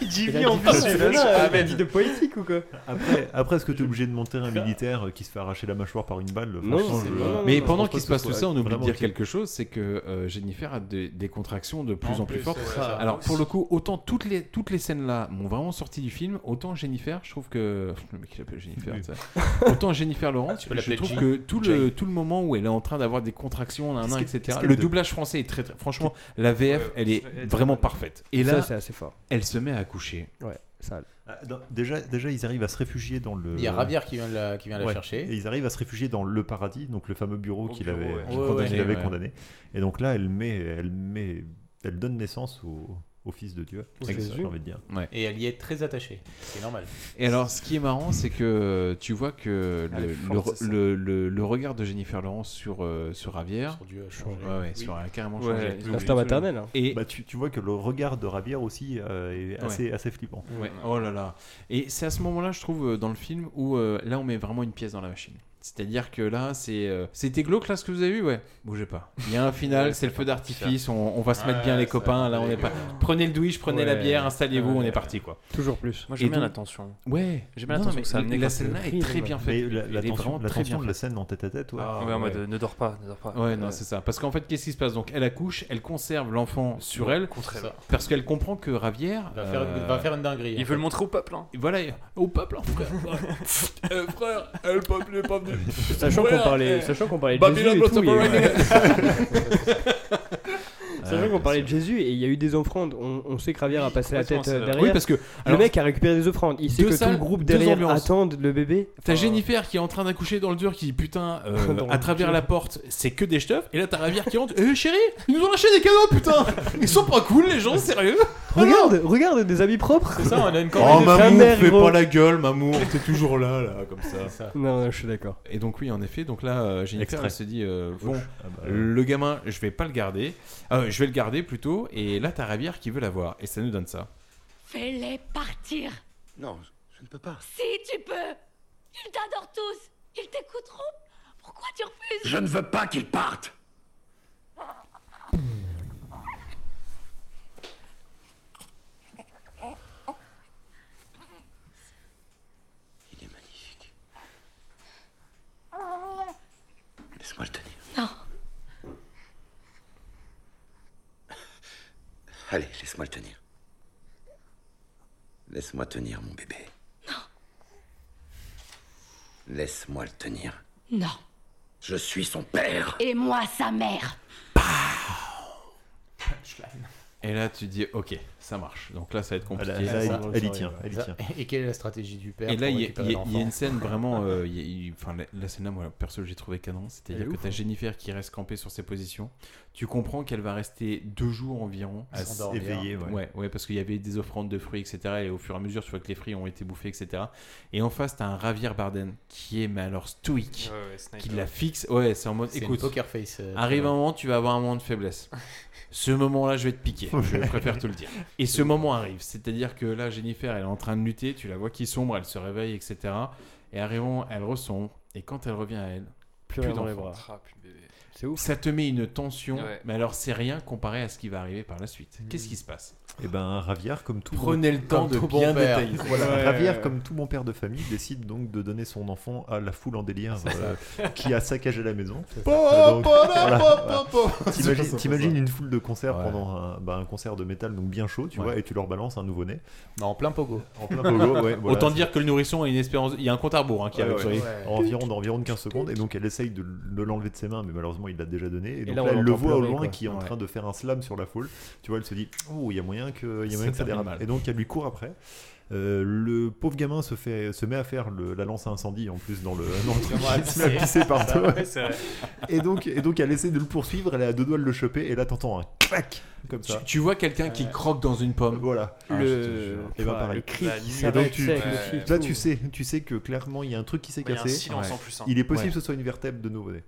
Speaker 14: Il dit
Speaker 12: Il
Speaker 14: oui
Speaker 12: a
Speaker 14: en
Speaker 12: dit
Speaker 14: plus,
Speaker 12: pas
Speaker 14: c'est
Speaker 12: celui-là,
Speaker 14: là,
Speaker 12: Ahmed.
Speaker 14: il a dit de poétique ou quoi
Speaker 12: après, après, est-ce que tu es obligé de monter un militaire euh, qui se fait arracher la mâchoire par une balle
Speaker 2: Non,
Speaker 12: Franchement,
Speaker 2: c'est
Speaker 12: je-
Speaker 2: pas-
Speaker 12: je
Speaker 2: mais
Speaker 12: pense
Speaker 2: pendant
Speaker 12: pas
Speaker 2: qu'il se
Speaker 12: que ce
Speaker 2: passe tout
Speaker 12: soit
Speaker 2: ça, on oublie de
Speaker 12: vraiment
Speaker 2: dire
Speaker 12: qui-
Speaker 2: quelque chose, c'est que euh, Jennifer a des, des contractions de plus
Speaker 17: En
Speaker 2: en, plus,
Speaker 17: plus,
Speaker 2: fortes.
Speaker 17: ouais, ça,
Speaker 2: Alors
Speaker 17: ouais.
Speaker 2: pour le coup, autant toutes les toutes les scènes là m'ont vraiment sorti du film, autant Jennifer, je trouve que le mec qui l'appelle Jennifer,
Speaker 17: Oui.
Speaker 2: tu sais. autant Jennifer Lawrence,
Speaker 17: Tu peux
Speaker 2: je
Speaker 17: l'appeler
Speaker 2: trouve
Speaker 17: Jean.
Speaker 2: que tout
Speaker 17: Jean.
Speaker 2: le tout le moment où elle est en train d'avoir des contractions, nan, nan,
Speaker 17: Qu'est-ce qu'elle-
Speaker 2: etc.
Speaker 17: qu'est-ce
Speaker 2: Le
Speaker 17: qu'elle-
Speaker 2: doublage français est très, très franchement, la VF, elle est vraiment parfaite. Et
Speaker 14: Ça,
Speaker 2: là,
Speaker 14: c'est assez fort.
Speaker 2: Elle se met à coucher.
Speaker 14: Ouais, ça.
Speaker 12: Ah, non, déjà, déjà, ils arrivent à se réfugier dans le.
Speaker 13: Il y a Ravière qui vient la- qui vient la chercher.
Speaker 12: Et ils arrivent à se réfugier dans le paradis, donc le fameux bureau qu'il
Speaker 13: bureau,
Speaker 12: avait,
Speaker 13: ouais.
Speaker 12: qu'il
Speaker 13: Ouais,
Speaker 12: condamné-
Speaker 13: ouais.
Speaker 12: qu'il avait
Speaker 13: Ouais.
Speaker 12: condamné. Et donc là, elle met, elle met, elle donne naissance au, au fils de Dieu.
Speaker 13: Au
Speaker 12: C'est
Speaker 13: Jésus.
Speaker 12: ça, j'ai envie de dire.
Speaker 13: Et elle y est très attachée. C'est normal.
Speaker 2: Et alors, ce qui est marrant, c'est que euh, tu vois que
Speaker 13: Elle
Speaker 2: le,
Speaker 13: est forte, c'est ça.
Speaker 2: le- le- le- le regard de Jennifer Lawrence sur, euh, sur Javier.
Speaker 13: Sur Dieu a
Speaker 2: change-
Speaker 13: changé.
Speaker 2: Ouais, ouais,
Speaker 13: Oui.
Speaker 2: sur, a carrément
Speaker 12: Ouais,
Speaker 2: changé.
Speaker 12: l'instinct Absolument. maternel, hein.
Speaker 2: Et
Speaker 12: Bah, tu, tu vois que le regard de Rabière aussi euh, est assez,
Speaker 2: Ouais.
Speaker 12: assez flippant.
Speaker 2: Ouais. Oh là là. Et c'est à ce moment-là, je trouve, euh, dans le film, où euh, là, on met vraiment une pièce dans la machine. C'est-à-dire que là, c'est. euh, C'était glauque, là, ce que vous avez vu Ouais. Bougez pas. Il y a un final, c'est le feu d'artifice, on, on va se mettre
Speaker 13: Ouais,
Speaker 2: bien, les
Speaker 13: ça
Speaker 2: copains.
Speaker 13: va.
Speaker 2: Là, on est pas. Prenez le douche, prenez la
Speaker 13: Ouais.
Speaker 2: bière, installez-vous,
Speaker 13: Ouais.
Speaker 2: on est parti, quoi.
Speaker 14: Toujours plus.
Speaker 9: Moi, j'aime
Speaker 2: Et
Speaker 9: bien
Speaker 2: donc-
Speaker 9: la tension.
Speaker 2: Ouais.
Speaker 9: J'aime bien
Speaker 2: Non,
Speaker 9: la tension
Speaker 2: mais
Speaker 9: que ça a amené
Speaker 2: La
Speaker 9: quand
Speaker 2: scène-là
Speaker 9: même.
Speaker 2: est très bien faite.
Speaker 12: Mais la, la
Speaker 2: Elle est
Speaker 12: tension,
Speaker 2: vraiment
Speaker 12: la
Speaker 2: très
Speaker 12: tension
Speaker 2: bien
Speaker 12: de la
Speaker 2: faite.
Speaker 12: scène en tête à tête, ouais.
Speaker 9: Ah, ouais, en mode euh, ne dors pas, ne dors pas. Euh,
Speaker 2: Ouais, non, c'est ça. Parce qu'en fait, qu'est-ce qui se passe Donc, elle accouche, elle conserve l'enfant sur elle,
Speaker 9: Contre elle.
Speaker 2: parce qu'elle comprend que Ravière
Speaker 13: Va faire une- va faire une dinguerie,
Speaker 2: Il
Speaker 13: en fait.
Speaker 2: veut
Speaker 9: le montrer au peuple. Hein.
Speaker 2: Voilà, au peuple, hein, frère. Eh, frère, eh, le peuple n'est pas venu.
Speaker 14: Sachant qu'on
Speaker 2: Frère,
Speaker 14: parlait-
Speaker 2: eh,
Speaker 14: sachant qu'on parlait de
Speaker 2: Babylon
Speaker 14: Jésus et
Speaker 2: was
Speaker 14: tout, il y a-
Speaker 2: operating.
Speaker 14: Sachant
Speaker 12: Euh,
Speaker 14: qu'on parlait de Jésus et il y a eu des offrandes, on, on sait que Ravière a passé la
Speaker 2: complètement,
Speaker 14: tête
Speaker 2: c'est
Speaker 14: euh,
Speaker 2: vrai.
Speaker 14: derrière.
Speaker 2: Oui, parce que- alors-
Speaker 14: le mec a récupéré des offrandes, il sait
Speaker 2: Deux
Speaker 14: que tout
Speaker 2: salles,
Speaker 14: le groupe
Speaker 2: deux
Speaker 14: derrière
Speaker 2: ambiances.
Speaker 14: attend le bébé.
Speaker 2: T'as
Speaker 14: Enfin,
Speaker 2: Jennifer qui est en train d'accoucher dans le dur qui dit putain euh,
Speaker 14: Dans
Speaker 2: à
Speaker 14: le
Speaker 2: travers
Speaker 14: dur.
Speaker 2: la porte c'est que des stuffs et là t'as Ravière qui rentre euh, chérie ils nous ont lâché des cadeaux putain ils sont pas cool les gens sérieux
Speaker 14: Regarde, regarde des habits propres. C'est
Speaker 13: ça, on a une
Speaker 2: Oh mamour, fais
Speaker 14: gros.
Speaker 2: pas la gueule mamour, t'es toujours là là comme ça.
Speaker 14: Non, non, je suis d'accord.
Speaker 2: Et donc oui, en effet, donc là euh, Jennifer
Speaker 12: Extrait.
Speaker 2: elle se dit euh, bon,
Speaker 12: Gauche. Ah bah, euh.
Speaker 2: le gamin, je vais pas le garder, Euh, je vais le garder plutôt. Et là t'as Ravière qui veut la voir et ça nous donne ça.
Speaker 15: Fais-les partir.
Speaker 5: Non, je ne peux pas.
Speaker 15: Si tu peux. Ils t'adorent tous. Ils t'écouteront. Pourquoi tu refuses
Speaker 5: Je ne veux pas qu'ils partent.
Speaker 10: Allez, laisse-moi le tenir. Laisse-moi tenir mon bébé. Non. Laisse-moi le tenir.
Speaker 15: Non.
Speaker 10: Je suis son père.
Speaker 15: Et moi, sa mère.
Speaker 2: Et là, tu dis, ok, ça marche. Donc Ah là, ça va être compliqué.
Speaker 12: Elle- elle- elle- elle y tient, elle y tient.
Speaker 13: Et quelle est la stratégie du père
Speaker 2: Et là,
Speaker 13: pour
Speaker 2: il y, a-
Speaker 13: récupérer
Speaker 2: il y a- il y a
Speaker 13: l'enfant
Speaker 2: une scène vraiment. euh, il y a- il- Enfin, la, la scène-là, moi, perso, j'ai trouvé canon. C'est-à-dire
Speaker 13: Elle est
Speaker 2: que
Speaker 13: ouf,
Speaker 2: t'as
Speaker 13: hein.
Speaker 2: Jennifer qui reste campée sur ses positions. Tu comprends qu'elle va rester deux jours environ
Speaker 13: À
Speaker 2: s-
Speaker 13: s'endormir.
Speaker 2: éveiller, Ouais. ouais, parce qu'il y avait des offrandes de fruits, etc. Et au fur et à mesure, tu vois que les fruits ont été bouffés, etc. Et en face, t'as un Javier Barden qui est, mais alors, stoïque.
Speaker 13: Ouais, ouais, sniper.
Speaker 2: qui la fixe. Ouais, c'est en mode.
Speaker 13: C'est une
Speaker 2: Écoute,
Speaker 13: poker face, euh,
Speaker 2: arrive
Speaker 13: très
Speaker 2: un moment, tu vas avoir un moment de faiblesse. Ce moment-là, je vais te piquer. Je préfère te le dire. Et ce moment arrive. C'est-à-dire que là, Jennifer, elle est en train de lutter. Tu la vois qui sombre, elle se réveille, etc. Et arrivant, elle ressombre. Et quand elle revient à elle, plus,
Speaker 14: Plus rien dans les
Speaker 2: d'enfant.
Speaker 14: bras.
Speaker 9: Ah, plus bébé.
Speaker 14: C'est ouf.
Speaker 2: Ça te met une tension.
Speaker 9: Ouais.
Speaker 2: Mais alors, c'est rien comparé à ce qui va arriver par la suite. Qu'est-ce qui se passe
Speaker 12: Et ben, Ravière, comme tout.
Speaker 2: Mmh. Prenez le temps
Speaker 12: comme
Speaker 2: de
Speaker 12: tout
Speaker 2: bien
Speaker 12: père.
Speaker 2: détailler.
Speaker 12: Voilà,
Speaker 2: Ouais.
Speaker 12: Ravière, comme tout bon père de famille, décide donc de donner son enfant à la foule en délire euh, qui a saccagé la maison.
Speaker 17: Po,
Speaker 12: Euh, donc,
Speaker 17: po,
Speaker 12: voilà,
Speaker 17: po,
Speaker 12: voilà.
Speaker 17: po, po.
Speaker 12: T'imagines-
Speaker 17: C'est ça,
Speaker 12: T'imagines
Speaker 17: c'est
Speaker 12: une foule de concerts pendant un, bah, un concert de métal, donc bien chaud, tu
Speaker 2: Ouais.
Speaker 12: vois, et tu leur balances un nouveau-né.
Speaker 13: En plein pogo.
Speaker 12: En plein pogo, ouais. voilà,
Speaker 2: Autant
Speaker 12: c'est-
Speaker 2: dire que le nourrisson a une espérance. Il y a un compte à rebours hein, qui
Speaker 12: Ouais,
Speaker 2: arrive
Speaker 12: ouais.
Speaker 2: sur les-
Speaker 12: En environ d'environ de 15 secondes et donc elle essaye de le- l'enlever de ses mains mais malheureusement il l'a déjà donné et donc
Speaker 2: là,
Speaker 12: là,
Speaker 2: on
Speaker 12: elle le
Speaker 2: l'entend
Speaker 12: voit au
Speaker 2: pleurer,
Speaker 12: loin
Speaker 2: quoi.
Speaker 12: qui est en
Speaker 2: Ouais.
Speaker 12: train de faire un slam sur la foule tu vois elle se dit oh il y a moyen que, il y
Speaker 2: Ça
Speaker 12: a moyen que ça
Speaker 2: termine
Speaker 12: dérape
Speaker 2: mal.
Speaker 12: et donc elle lui court après Euh, le pauvre gamin se, fait, se met à faire le- la lance à incendie en plus dans le, dans le truc.
Speaker 17: Vraiment à
Speaker 12: Il se met à
Speaker 17: pisser.
Speaker 12: pisser partout.
Speaker 17: Ouais, c'est vrai.
Speaker 12: Et donc, et donc elle essaie de le poursuivre, elle a deux doigts de le choper et là t'entends un clac comme ça.
Speaker 2: Tu, tu vois quelqu'un qui croque dans une pomme.
Speaker 12: Voilà.
Speaker 2: Le,
Speaker 12: Et ben pareil. Et donc tu, là tu sais, tu sais que clairement il y a un truc qui s'est
Speaker 2: Il y a un
Speaker 12: cassé.
Speaker 2: silence en plus, hein.
Speaker 12: Il est possible
Speaker 2: Ouais.
Speaker 12: que ce soit une vertèbre de nouveau-né.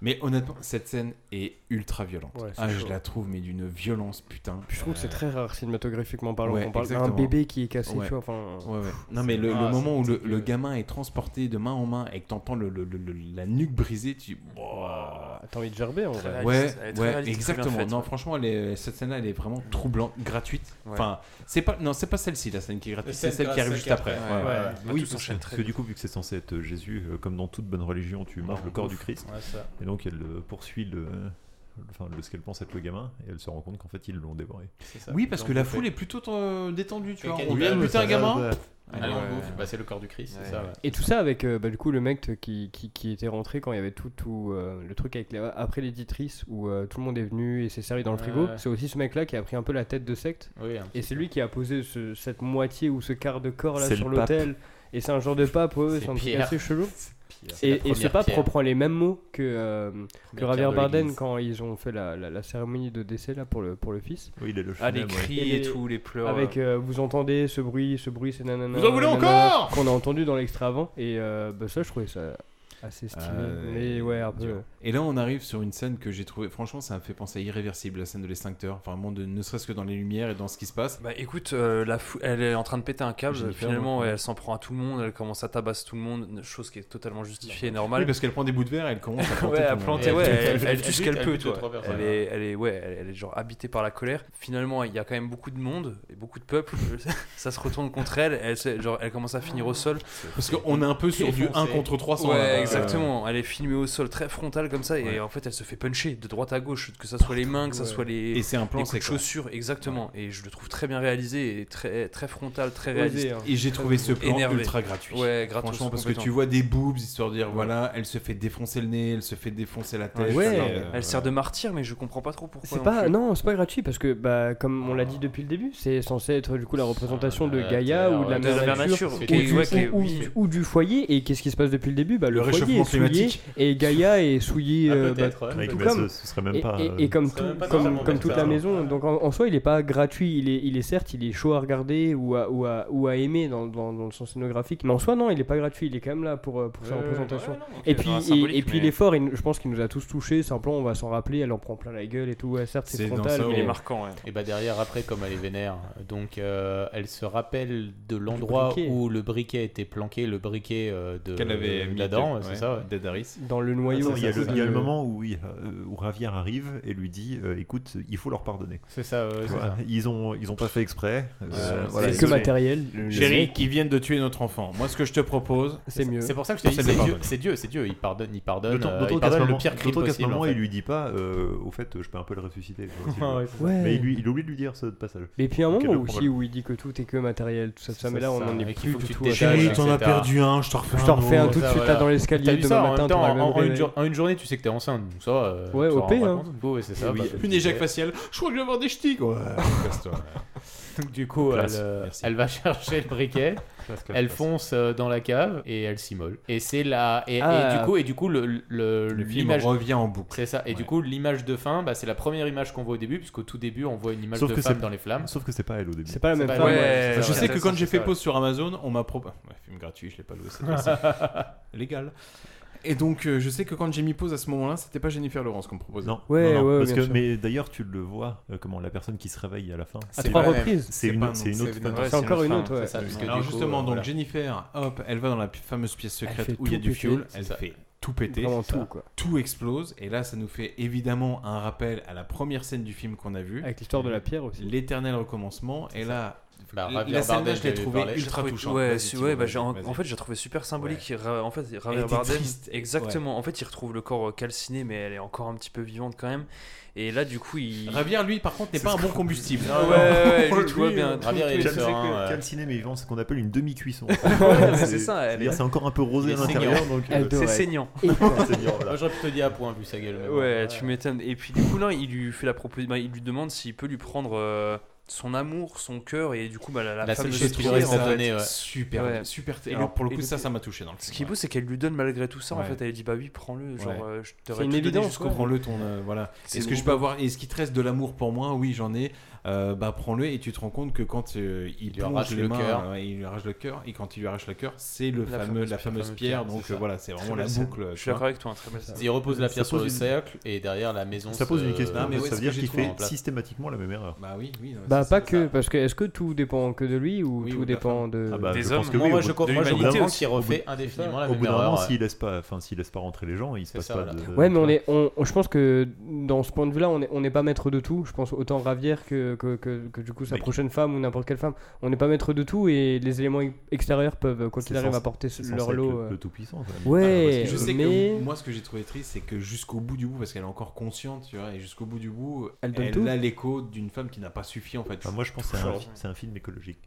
Speaker 2: Mais honnêtement, cette scène est ultra violente.
Speaker 14: Ouais, c'est
Speaker 2: ah,
Speaker 14: chaud.
Speaker 2: je la trouve, mais d'une violence, putain.
Speaker 14: Je trouve que c'est très rare cinématographiquement parlant
Speaker 2: Ouais,
Speaker 14: qu'on parle d'un
Speaker 2: exactement.
Speaker 14: bébé qui est cassé,
Speaker 2: Ouais.
Speaker 14: tu vois. Enfin,
Speaker 2: Ouais, ouais. Non, mais le, le moment où le, le gamin est transporté de main en main et que t'entends le, le- le- le- la nuque brisée, tu. Wouah.
Speaker 14: euh, T'as envie de gerber en vrai.
Speaker 2: Ouais, ouais, exactement. non, franchement, elle est- cette scène-là, elle est vraiment troublante, gratuite.
Speaker 14: Ouais.
Speaker 2: Enfin, c'est pas, non, c'est pas celle-ci la scène qui est gratuite,
Speaker 12: Celle
Speaker 2: c'est celle qui
Speaker 12: grâce
Speaker 2: arrive
Speaker 12: à
Speaker 2: juste
Speaker 12: qui
Speaker 2: après.
Speaker 12: après.
Speaker 2: Ouais,
Speaker 12: Ouais,
Speaker 2: ouais.
Speaker 12: ouais.
Speaker 2: Oui,
Speaker 12: Oui,
Speaker 2: parce
Speaker 12: parce que du coup, vu que c'est censé être Jésus, euh, comme dans toute bonne religion, tu marches le corps du Christ.
Speaker 13: Ouais, ça.
Speaker 12: Et donc, elle euh, poursuit le, enfin, le- ce qu'elle pense être le gamin, et elle se rend compte qu'en fait, ils l'ont dévoré.
Speaker 2: Oui, parce que la foule est plutôt euh, détendue, tu
Speaker 13: Et
Speaker 2: vois.
Speaker 13: qu'elle
Speaker 2: On
Speaker 13: dit,
Speaker 2: vient de
Speaker 13: bah,
Speaker 2: buter
Speaker 13: ça
Speaker 2: un
Speaker 13: va,
Speaker 2: gamin.
Speaker 13: bah,
Speaker 2: Allez,
Speaker 13: allez, on
Speaker 2: ouais.
Speaker 13: le bouffe. Bah, c'est le corps du Christ, c'est ça. ouais.
Speaker 14: Et tout ça avec euh, bah, du coup le mec t- qui, qui, qui était rentré quand il y avait tout, tout euh, le truc avec les, après l'éditrice où euh, tout le monde est venu et s'est servi dans le
Speaker 13: Ouais,
Speaker 14: frigo.
Speaker 13: ouais.
Speaker 14: C'est aussi ce mec là qui a pris un peu la tête de secte.
Speaker 13: Oui, un
Speaker 14: et c'est lui qui a posé ce- cette moitié ou ce quart de corps là
Speaker 13: C'est
Speaker 14: sur
Speaker 13: le pape.
Speaker 14: l'autel. Et c'est un genre de pape, ouais,
Speaker 13: C'est
Speaker 14: c'est un truc
Speaker 13: Pierre.
Speaker 14: assez chelou.
Speaker 13: C'est la
Speaker 14: Et, et ce
Speaker 13: première
Speaker 14: pape
Speaker 13: pierre.
Speaker 14: reprend les mêmes mots que, euh, que
Speaker 13: pierre
Speaker 14: Javier
Speaker 13: de
Speaker 14: Barden
Speaker 13: l'église.
Speaker 14: quand ils ont fait la, la- la cérémonie de décès là pour le, pour le fils.
Speaker 12: Oui, il a le
Speaker 9: Ah, les funèbre, cris ouais. et tout, les pleurs,
Speaker 14: Avec euh, vous entendez ce bruit, ce bruit, c'est nanana.
Speaker 9: Vous en voulez
Speaker 14: nanana,
Speaker 9: encore
Speaker 14: Qu'on a entendu dans l'extrait avant. Et euh, bah, ça, je trouvais ça assez stylé.
Speaker 2: Euh,
Speaker 14: mais ouais, un peu.
Speaker 2: dur. Et là, on arrive sur une scène que j'ai trouvé. Franchement, ça m'a fait penser à Irréversible, la scène de l'extincteur. Vraiment, de, ne serait-ce que dans les lumières et dans ce qui se passe.
Speaker 9: Bah écoute, euh, la fou- elle est en train de péter un câble,
Speaker 2: Jennifer,
Speaker 9: finalement
Speaker 2: ouais.
Speaker 9: ouais, elle s'en prend à tout le monde, elle commence à tabasser tout le monde, chose qui est totalement justifiée et normale.
Speaker 2: Oui, parce qu'elle prend des bouts de verre et elle commence à planter.
Speaker 9: ouais,
Speaker 2: tout
Speaker 9: à
Speaker 2: le monde.
Speaker 9: planter, ouais, elle, elle tue ce
Speaker 13: bute-
Speaker 9: qu'elle
Speaker 13: elle
Speaker 9: peut,
Speaker 13: bute
Speaker 9: toi.
Speaker 13: deux, trois personnes.
Speaker 9: Elle est, elle est, ouais, elle, elle est genre habitée par la colère. Finalement, il y a quand même beaucoup de monde et beaucoup de peuples. ça se retourne contre elle. Elle, se- genre, elle commence à finir au sol.
Speaker 2: Parce qu'on est un peu sur du 1 contre 300, là,
Speaker 9: Ouais,
Speaker 2: euh.
Speaker 9: exactement. Elle est filmée au sol, très frontale comme ça, et en fait, elle se fait puncher de droite à gauche, que ça soit les mains, que ça
Speaker 2: Ouais.
Speaker 9: soit les,
Speaker 2: Euh, Et c'est un plan
Speaker 9: les coups de
Speaker 2: séquence.
Speaker 9: chaussures, exactement. Et je le trouve très bien réalisé et très, très frontal, très
Speaker 2: Osé,
Speaker 9: réaliste.
Speaker 2: hein. Et j'ai trouvé ce plan
Speaker 9: Énervé.
Speaker 2: ultra gratuit.
Speaker 9: Ouais, gratos,
Speaker 2: Franchement, parce que
Speaker 9: complètement.
Speaker 2: tu vois des boobs, histoire de dire voilà, elle se fait défoncer le nez, elle se fait défoncer la tête.
Speaker 9: Ouais,
Speaker 2: euh,
Speaker 9: elle sert de martyr, mais je comprends pas trop pourquoi.
Speaker 14: C'est
Speaker 9: non
Speaker 14: pas,
Speaker 9: plus.
Speaker 14: non, c'est pas gratuit parce que, bah, comme on l'a dit depuis le début, c'est censé être du coup la représentation de
Speaker 13: bah,
Speaker 9: Ah,
Speaker 14: Gaïa
Speaker 9: t'as
Speaker 14: ou de la
Speaker 9: l'air- de la
Speaker 14: mère
Speaker 9: mère
Speaker 14: nature,
Speaker 9: nature,
Speaker 14: ou,
Speaker 9: qui est-
Speaker 14: du,
Speaker 9: ouais, qui est-
Speaker 14: ou- ou du foyer. Et qu'est-ce qui se passe depuis le début bah, Le,
Speaker 9: Le
Speaker 14: foyer
Speaker 9: réchauffement
Speaker 14: est souillé
Speaker 9: climatique.
Speaker 14: et Gaïa est souillée
Speaker 9: Ah,
Speaker 14: euh,
Speaker 9: peut-être,
Speaker 14: bah,
Speaker 9: ouais.
Speaker 14: tout,
Speaker 9: Ouais,
Speaker 14: tout
Speaker 9: mais
Speaker 14: comme.
Speaker 9: ce- ce serait même
Speaker 14: et,
Speaker 9: pas,
Speaker 14: et-
Speaker 9: euh,
Speaker 14: et comme,
Speaker 9: ce serait
Speaker 14: tout-
Speaker 9: même pas
Speaker 14: comme,
Speaker 9: totalement
Speaker 14: comme toute la
Speaker 9: bête,
Speaker 14: maison. Donc en, en soi, il est pas gratuit. Il est, il est certes, il est chaud à regarder ou à, ou à, ou à aimer dans, dans, dans le sens scénographique. Mais en soi, non, il est pas gratuit. Il est quand même là pour, euh, pour sa
Speaker 9: Ouais, ouais,
Speaker 14: représentation.
Speaker 9: ouais, non, ok,
Speaker 14: Et puis,
Speaker 9: dans la
Speaker 14: et- et
Speaker 9: symbolique,
Speaker 14: puis
Speaker 9: mais-
Speaker 14: il est fort. il- Je pense qu'il nous a tous touchés. Simplement, on va s'en rappeler. Elle en prend plein la gueule et tout. Ouais, certes, c'est frontal. mais-
Speaker 13: Et bah derrière, après, comme elle est vénère, donc euh, elle se rappelle de l'endroit où le briquet était planqué, le briquet euh, de
Speaker 2: Qu'elle avait mis
Speaker 13: d'Adam,
Speaker 2: de-
Speaker 13: c'est ça, ouais.
Speaker 2: Dead Harris.
Speaker 14: Dans le noyau.
Speaker 12: Ah, ça, il y a,
Speaker 14: c'est
Speaker 12: le,
Speaker 14: ça,
Speaker 12: il y a le
Speaker 14: le-
Speaker 12: moment où, il- euh, où Ravière arrive et lui dit euh, écoute, il faut leur pardonner.
Speaker 13: C'est ça, ouais, c'est
Speaker 12: Voilà.
Speaker 13: ça.
Speaker 12: Ils, ont, ils ont pas fait exprès. euh, voilà,
Speaker 14: que
Speaker 12: ils ont-
Speaker 14: matériel. Le-
Speaker 2: Chérie, ils viennent de tuer notre enfant. Moi, ce que je te propose,
Speaker 14: C'est mieux.
Speaker 13: C'est pour ça que je te dis,
Speaker 2: C'est
Speaker 13: c'est
Speaker 2: les
Speaker 13: Dieu,
Speaker 2: pardonne.
Speaker 13: c'est Dieu, c'est Dieu, il pardonne, il pardonne,
Speaker 12: D'autant
Speaker 13: euh,
Speaker 12: d'autant
Speaker 13: il
Speaker 12: qu'à ce
Speaker 13: pardonne le
Speaker 12: moment-
Speaker 13: pire crime
Speaker 12: d'autant qu'à ce
Speaker 13: possible.
Speaker 12: moment,
Speaker 13: en fait.
Speaker 12: il lui dit pas euh, au fait, je peux un peu le ressusciter. tu vois, si je
Speaker 13: Ouais,
Speaker 12: veux.
Speaker 13: c'est ça. Ouais.
Speaker 12: Mais il, lui, il oublie de lui dire ce passage.
Speaker 14: Mais puis à un
Speaker 12: Quel est
Speaker 14: moment
Speaker 12: le
Speaker 14: aussi
Speaker 12: problème
Speaker 14: où il dit que tout est que matériel, tout ça, tout ça, mais là on
Speaker 13: ça,
Speaker 14: en est
Speaker 13: et qu'il
Speaker 14: plus
Speaker 13: faut que
Speaker 14: du
Speaker 13: tu te
Speaker 14: tout.
Speaker 13: détaches,
Speaker 14: Chérie,
Speaker 13: etc.
Speaker 14: Je t'en refais un tout de
Speaker 13: Ça,
Speaker 14: suite là
Speaker 13: voilà.
Speaker 14: dans
Speaker 13: T'as
Speaker 14: l'escalier
Speaker 13: vu ça,
Speaker 14: demain
Speaker 13: en même
Speaker 14: matin.
Speaker 13: temps,
Speaker 14: t'auras le
Speaker 13: en, en
Speaker 14: réveil.
Speaker 13: une jour- en une journée, tu sais que t'es enceinte, donc ça. euh,
Speaker 14: Ouais,
Speaker 13: tu t'en
Speaker 14: OP,
Speaker 13: rends pas
Speaker 14: hein.
Speaker 13: compte. Ouais, c'est ça.
Speaker 14: Oui,
Speaker 13: bah,
Speaker 2: Une éjac faciale. Je crois que je vais avoir des ch'tis. quoi. Casse-toi.
Speaker 13: Donc, du coup, elle,
Speaker 2: Classe.
Speaker 13: euh,
Speaker 2: Merci.
Speaker 13: elle va chercher le briquet,
Speaker 2: Classe, classe,
Speaker 13: elle
Speaker 2: classe.
Speaker 13: fonce euh, dans la cave et elle s'immole. Et c'est là. Et, et
Speaker 2: Ah.
Speaker 13: du coup, et du coup, le, le,
Speaker 2: Le film
Speaker 13: l'image-
Speaker 2: revient en boucle.
Speaker 13: C'est ça. Et du coup, l'image de fin, bah, c'est la première image qu'on voit au début, puisqu'au tout début, on voit une image de femme
Speaker 12: c'est-
Speaker 13: dans les flammes.
Speaker 12: Sauf que c'est pas elle au début.
Speaker 14: C'est pas la même
Speaker 13: pas
Speaker 14: femme.
Speaker 13: la
Speaker 14: ouais.
Speaker 13: c'est
Speaker 2: je
Speaker 13: ça,
Speaker 2: sais
Speaker 13: ouais.
Speaker 2: que quand j'ai
Speaker 13: C'est
Speaker 2: fait
Speaker 13: ça,
Speaker 2: pause sur Amazon, on m'a proposé. Ouais, film gratuit, je l'ai pas loué cette fois-ci. Légal. Et donc, euh, je sais que quand j'ai mis pause à ce moment-là, c'était pas Jennifer Lawrence qu'on me proposait.
Speaker 12: Non,
Speaker 14: Ouais,
Speaker 12: non, non,
Speaker 14: ouais,
Speaker 12: parce
Speaker 14: bien
Speaker 12: que,
Speaker 14: sûr.
Speaker 12: mais d'ailleurs, tu le vois, euh, comment la personne qui se réveille à la fin.
Speaker 14: À trois
Speaker 12: pas-
Speaker 14: reprises.
Speaker 12: C'est une, c'est une autre femme.
Speaker 14: c'est encore une autre, ouais.
Speaker 2: Alors
Speaker 13: euh,
Speaker 2: justement, donc Jennifer, hop, elle va dans la p- fameuse pièce secrète
Speaker 14: fait
Speaker 2: où il y a
Speaker 14: tout
Speaker 2: du
Speaker 14: péter,
Speaker 2: fuel,
Speaker 14: c'est
Speaker 2: elle
Speaker 14: ça.
Speaker 2: fait tout péter,
Speaker 14: Vraiment
Speaker 2: C'est ça.
Speaker 14: tout, quoi.
Speaker 2: tout explose, et là ça nous fait évidemment un rappel à la première scène du film qu'on a vu,
Speaker 14: Avec l'histoire de la pierre aussi.
Speaker 2: l'éternel recommencement, et là,
Speaker 13: Bah,
Speaker 2: la
Speaker 13: Javier
Speaker 2: scène-là,
Speaker 13: Bardem,
Speaker 2: je l'ai
Speaker 13: j'avais
Speaker 2: trouvée
Speaker 13: parlé.
Speaker 9: Je
Speaker 2: ultra
Speaker 9: trouvais-
Speaker 2: touchante.
Speaker 9: Ouais,
Speaker 2: Vas-y,
Speaker 9: si-
Speaker 2: Thibaut,
Speaker 9: ouais, bah,
Speaker 2: vas-y,
Speaker 9: j'ai- en,
Speaker 2: vas-y.
Speaker 9: en fait, j'ai trouvé super symbolique. Ra- En fait, Javier
Speaker 2: était
Speaker 9: Bardem,
Speaker 2: triste.
Speaker 9: exactement. En fait, il retrouve le corps euh, calciné, mais elle est encore un petit peu vivante quand même. Et là, du coup, il.
Speaker 2: Ravière, lui, par contre, n'est
Speaker 9: C'est
Speaker 2: pas
Speaker 9: ce
Speaker 2: un bon
Speaker 9: qu'on-
Speaker 2: combustible.
Speaker 9: Ah ouais, ouais, ouais, lui,
Speaker 2: Lui,
Speaker 9: tu vois bien.
Speaker 2: euh,
Speaker 9: tout-
Speaker 13: Javier,
Speaker 9: tout-
Speaker 13: il est
Speaker 9: tout-
Speaker 13: serein, euh,
Speaker 12: Calciné, mais vivant, c'est qu'on appelle une demi-cuisson.
Speaker 9: mais c'est ça, elle est-
Speaker 12: C'est-à-dire, C'est encore un peu rosé à
Speaker 13: Il est
Speaker 12: l'intérieur,
Speaker 13: saignant.
Speaker 12: donc euh,
Speaker 9: Elle doit- C'est saignant.
Speaker 12: Saignant, voilà.
Speaker 13: Moi, j'aurais plutôt dit à point vu sa gueule. mais bon.
Speaker 9: Ouais, tu m'étonnes. Et puis du coup, là, il lui fait la proposition. il lui demande s'il peut lui prendre euh, son amour, son cœur, et du coup, bah, la, la
Speaker 13: La seule
Speaker 9: fameuse euh,
Speaker 13: chose qu'il
Speaker 9: pierre,
Speaker 13: reste à
Speaker 9: en fait.
Speaker 13: donner, ouais.
Speaker 2: Super, super. Et
Speaker 9: Alors,
Speaker 2: le- pour le
Speaker 9: et
Speaker 2: coup, ça, ça m'a touché dans le
Speaker 9: Ce
Speaker 2: film,
Speaker 9: qui est
Speaker 2: ouais.
Speaker 9: beau, c'est qu'elle lui donne malgré tout ça. En
Speaker 2: Ouais.
Speaker 9: fait, elle dit bah oui, prends-le. Genre,
Speaker 2: Ouais.
Speaker 9: euh, je
Speaker 2: C'est
Speaker 9: t'aurais
Speaker 2: une
Speaker 9: tout donné
Speaker 2: évidence,
Speaker 9: jusqu'au bout.
Speaker 2: prends-le ton. euh, voilà.
Speaker 9: C'est
Speaker 2: Est-ce que je
Speaker 9: beau.
Speaker 2: peux avoir. Est-ce qu'il te reste de l'amour pour moi Oui, j'en ai. Euh, bah, prends-le et tu te rends compte que quand euh, il,
Speaker 13: lui
Speaker 2: plonge
Speaker 13: arrache
Speaker 2: les
Speaker 13: le
Speaker 2: mains,
Speaker 13: cœur.
Speaker 2: euh, il lui arrache le cœur et quand il lui arrache le cœur, c'est le
Speaker 9: La
Speaker 2: fameux,
Speaker 9: fameuse-
Speaker 2: la fameuse
Speaker 9: fameuse
Speaker 2: pierre.
Speaker 9: pierre,
Speaker 2: Donc
Speaker 9: c'est
Speaker 2: euh,
Speaker 9: ça.
Speaker 2: voilà, c'est
Speaker 9: Très
Speaker 2: vraiment la
Speaker 9: belle scène.
Speaker 2: boucle.
Speaker 9: Je suis
Speaker 2: tu vois.
Speaker 9: d'accord avec toi, un très belle scène.
Speaker 13: Il repose la
Speaker 12: Ça
Speaker 13: pierre sur
Speaker 12: pose
Speaker 13: le
Speaker 12: une-
Speaker 13: cercle et derrière la maison.
Speaker 12: Ça pose une question,
Speaker 13: se-
Speaker 12: mais
Speaker 2: où
Speaker 12: ça
Speaker 2: est-ce
Speaker 12: veut dire
Speaker 2: que j'ai
Speaker 12: qu'il
Speaker 2: trouvé
Speaker 12: fait
Speaker 2: en place
Speaker 12: systématiquement la même erreur.
Speaker 2: Bah oui, oui. non,
Speaker 14: Bah
Speaker 2: c'est-
Speaker 14: pas que, parce que est-ce que tout dépend que de lui ou
Speaker 2: Oui, ou
Speaker 14: tout
Speaker 2: de la
Speaker 14: dépend de...
Speaker 12: Ah bah,
Speaker 9: Des
Speaker 12: je
Speaker 9: hommes.
Speaker 12: pense que
Speaker 13: Moi,
Speaker 12: oui,
Speaker 13: moi,
Speaker 12: au
Speaker 13: je
Speaker 12: bout-
Speaker 13: com-
Speaker 12: au
Speaker 13: moi, je
Speaker 12: bout d'un
Speaker 13: comprends
Speaker 12: moment,
Speaker 13: qu'il
Speaker 12: au bout-
Speaker 13: refait indéfiniment la
Speaker 12: Au
Speaker 13: même
Speaker 12: bout d'un
Speaker 13: erreur,
Speaker 12: moment,
Speaker 13: ouais.
Speaker 12: s'il laisse pas, enfin, s'il laisse pas rentrer les gens, il se
Speaker 13: C'est
Speaker 12: passe
Speaker 13: ça,
Speaker 12: pas
Speaker 13: voilà.
Speaker 12: de.
Speaker 14: Ouais mais on est, on, je pense que dans ce point de vue-là, on n'est on n'est pas maître de tout. Je pense autant Ravière que, que, que, que du coup sa
Speaker 12: Mais-
Speaker 14: prochaine femme ou n'importe quelle femme. On n'est pas maître de tout et les éléments ex- extérieurs peuvent, quand
Speaker 12: C'est
Speaker 14: il arrive,
Speaker 12: censé-
Speaker 14: apporter
Speaker 12: c'est
Speaker 14: leur
Speaker 12: censé être
Speaker 14: lot.
Speaker 12: le-
Speaker 14: euh.
Speaker 12: le tout-puissant, quand même.
Speaker 14: Ouais,
Speaker 2: Je sais
Speaker 14: mais...
Speaker 2: que moi, ce que j'ai trouvé triste, c'est que jusqu'au bout du bout, parce qu'elle est encore consciente, tu vois, et jusqu'au bout du bout,
Speaker 14: Elle donne tout
Speaker 2: a l'écho d'une femme qui n'a pas suffi en fait.
Speaker 12: Enfin, moi, je pense que c'est un
Speaker 2: Genre.
Speaker 12: fi- c'est un film écologique.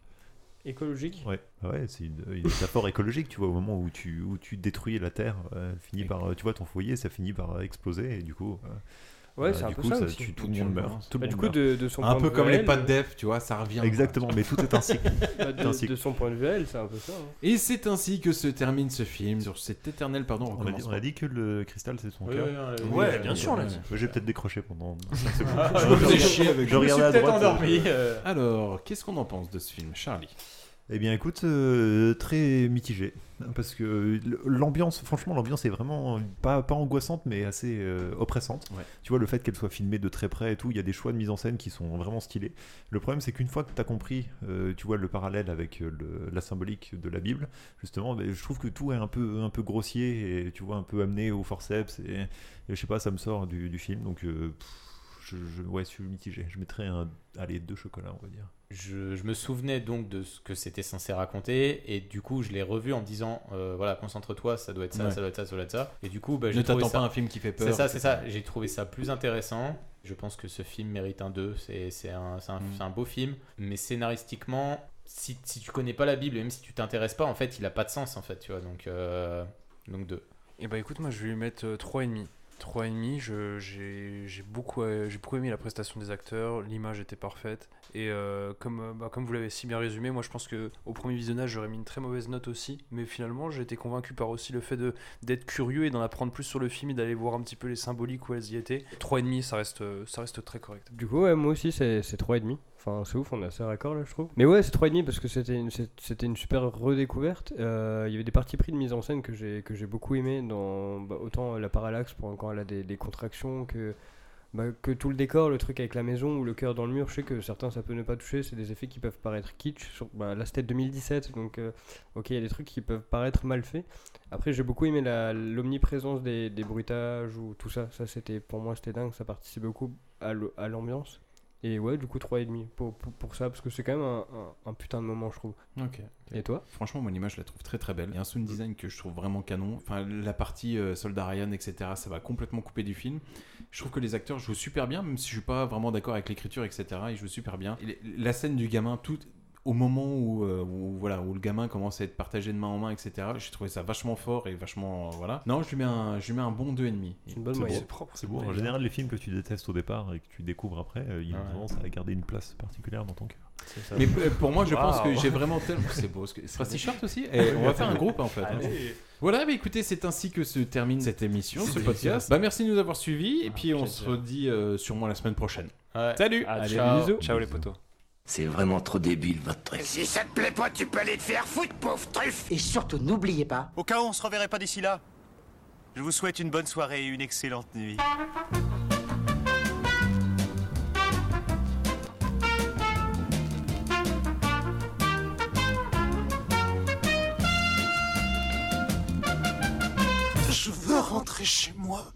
Speaker 14: Écologique
Speaker 12: Ouais, Ah ouais c'est une, une métaphore écologique, tu vois, au moment où tu, où tu détruis la Terre, euh, elle finit par, euh, tu vois, ton foyer, ça finit par euh, exploser, et du coup... euh,
Speaker 14: Ouais,
Speaker 12: euh,
Speaker 14: c'est un
Speaker 12: du
Speaker 14: peu
Speaker 12: coup,
Speaker 14: ça aussi.
Speaker 12: tu- tout
Speaker 2: Tout
Speaker 12: le
Speaker 2: le
Speaker 12: monde
Speaker 2: monde
Speaker 12: meurt.
Speaker 2: meurt.
Speaker 12: Tout le
Speaker 14: Bah,
Speaker 12: monde hein.
Speaker 14: du coup,
Speaker 12: meurt.
Speaker 14: de, de son
Speaker 2: Un
Speaker 14: point
Speaker 2: peu
Speaker 14: de
Speaker 2: comme
Speaker 14: vue,
Speaker 2: les
Speaker 14: elle,
Speaker 2: pattes d'Ef, tu vois, ça revient. quoi.
Speaker 12: Exactement, mais tout est un cycle.
Speaker 14: bah,
Speaker 12: C'est un
Speaker 14: de,
Speaker 12: cycle.
Speaker 14: de son point de vue, à elle, c'est un peu ça. hein.
Speaker 2: Et c'est ainsi que se termine ce film sur cet éternel pardon
Speaker 12: On a, dit,
Speaker 2: recommencement.
Speaker 12: on a dit que le cristal, c'est son
Speaker 13: Oui,
Speaker 12: cœur.
Speaker 13: oui, on l'a dit.
Speaker 9: Ouais, bien sûr, on l'a dit.
Speaker 12: Moi, J'ai peut-être décroché pendant 5 secondes.
Speaker 14: Ah,
Speaker 2: Je me faisais chier avec
Speaker 12: Je regardais à droite.
Speaker 13: euh.
Speaker 2: Alors, qu'est-ce qu'on en pense de ce film, Charlie
Speaker 12: Eh bien, écoute, euh, très mitigé. hein, Parce que l'ambiance, franchement, l'ambiance est vraiment pas, pas angoissante, mais assez euh, oppressante.
Speaker 2: Ouais.
Speaker 12: Tu vois, le fait qu'elle soit filmée de très près et tout, il y a des choix de mise en scène qui sont vraiment stylés. Le problème, c'est qu'une fois que tu as compris, euh, tu vois, le parallèle avec euh, le- la symbolique de la Bible, justement, ben, je trouve que tout est un peu, un peu grossier et, tu vois, un peu amené au forceps. Et, et je sais pas, ça me sort du, du film. Donc, euh, pff, je, je- ouais, je suis mitigé. Je mettrais un, allez, deux chocolats, on va dire.
Speaker 13: je, je me souvenais donc de ce que c'était censé raconter et du coup je l'ai revu en me disant euh, voilà concentre-toi ça doit être ça
Speaker 2: Ouais.
Speaker 13: ça doit être ça ça doit être ça et du coup bah,
Speaker 2: Ne
Speaker 13: j'ai trouvé
Speaker 2: t'attends
Speaker 13: ça-
Speaker 2: pas à un film qui fait peur.
Speaker 13: c'est ça c'est
Speaker 2: etc.
Speaker 13: ça j'ai trouvé ça plus intéressant je pense que ce film mérite un 2 c'est c'est un, c'est un-
Speaker 2: Mm.
Speaker 13: c'est un beau film mais scénaristiquement si, si tu connais pas la Bible et même si tu t'intéresses pas en fait il a pas de sens en fait tu vois donc euh, donc 2
Speaker 9: Et bah écoute, moi je vais lui mettre euh, 3,5. 3,5, je- j'ai j'ai beaucoup, euh, j'ai beaucoup aimé la prestation des acteurs, l'image était parfaite. Et euh, comme, euh, bah, comme vous l'avez si bien résumé, moi je pense que au premier visionnage j'aurais mis une très mauvaise note aussi. Mais finalement j'ai été convaincu par aussi le fait de- d'être curieux et d'en apprendre plus sur le film et d'aller voir un petit peu les symboliques où elles y étaient. 3,5, ça reste, euh, ça reste très correct.
Speaker 14: Du coup, ouais, moi aussi, c'est c'est 3,5. Enfin, c'est ouf, on est assez raccord là, je trouve. Mais ouais, c'est 3,5 parce que c'était une, c'est- c'était une super redécouverte. Euh, Il y avait des parties pris de mise en scène que j'ai que j'ai beaucoup aimé, dans, bah, autant euh, la parallaxe pour quand elle a des, des contractions que. bah, que tout le décor, le truc avec la maison ou le cœur dans le mur, je sais que certains ça peut ne pas toucher, c'est des effets qui peuvent paraître kitsch. Sur, bah, là c'était 2017, donc euh, ok, il y a des trucs qui peuvent paraître mal faits. Après, j'ai beaucoup aimé la- l'omniprésence des, des bruitages ou tout ça. Ça c'était pour moi c'était dingue, ça participait beaucoup à le- à l'ambiance. Et ouais, du coup 3,5 pour, pour, pour ça, parce que c'est quand même un, un- un putain de moment, je trouve.
Speaker 2: Ok.
Speaker 14: Et toi
Speaker 2: Franchement, moi, l'image, je la trouve très très belle. Il y a un sound design que je trouve vraiment canon. Enfin, la partie euh, Soldat Ryan, etc., ça va complètement couper du film. Je trouve que les acteurs jouent super bien, même si je suis pas vraiment d'accord avec l'écriture, etc. Ils jouent super bien. Et les- la scène du gamin, tout au moment où, euh, où, voilà, où le gamin commence à être partagé de main en main, etc., j'ai trouvé ça vachement fort et vachement. euh, voilà. Non, je lui mets un, je lui mets un bon 2,5.
Speaker 12: C'est
Speaker 2: beau.
Speaker 12: beau. C'est beau. En général, les films que tu détestes au départ et que tu découvres après, euh, ils ont
Speaker 2: Ouais.
Speaker 12: tendance à garder une place particulière dans ton cœur.
Speaker 2: Mais p- pour moi, je pense que
Speaker 12: Waouh.
Speaker 2: j'ai vraiment tellement. C'est beau. ce que- Ce sera t-shirt aussi. Et on va faire un groupe en fait. hein.
Speaker 12: Allez.
Speaker 2: Voilà, bah écoutez, c'est ainsi que se termine cette émission, ce
Speaker 13: C'était
Speaker 2: podcast.
Speaker 13: plaisir.
Speaker 2: Bah merci de nous avoir suivis et puis on se
Speaker 13: plaisir.
Speaker 2: redit euh, sûrement la semaine prochaine.
Speaker 13: Ouais.
Speaker 2: Ah, Salut.
Speaker 13: Ah, ciao.
Speaker 9: Ciao les potos.
Speaker 10: C'est vraiment trop débile votre truc.
Speaker 18: Si ça te plaît pas, tu peux aller te faire foutre, pauvre truffe
Speaker 19: Et surtout, n'oubliez pas.
Speaker 18: Au cas où on se reverrait pas d'ici là, je vous souhaite une bonne soirée et une excellente nuit.
Speaker 11: Je veux rentrer chez moi.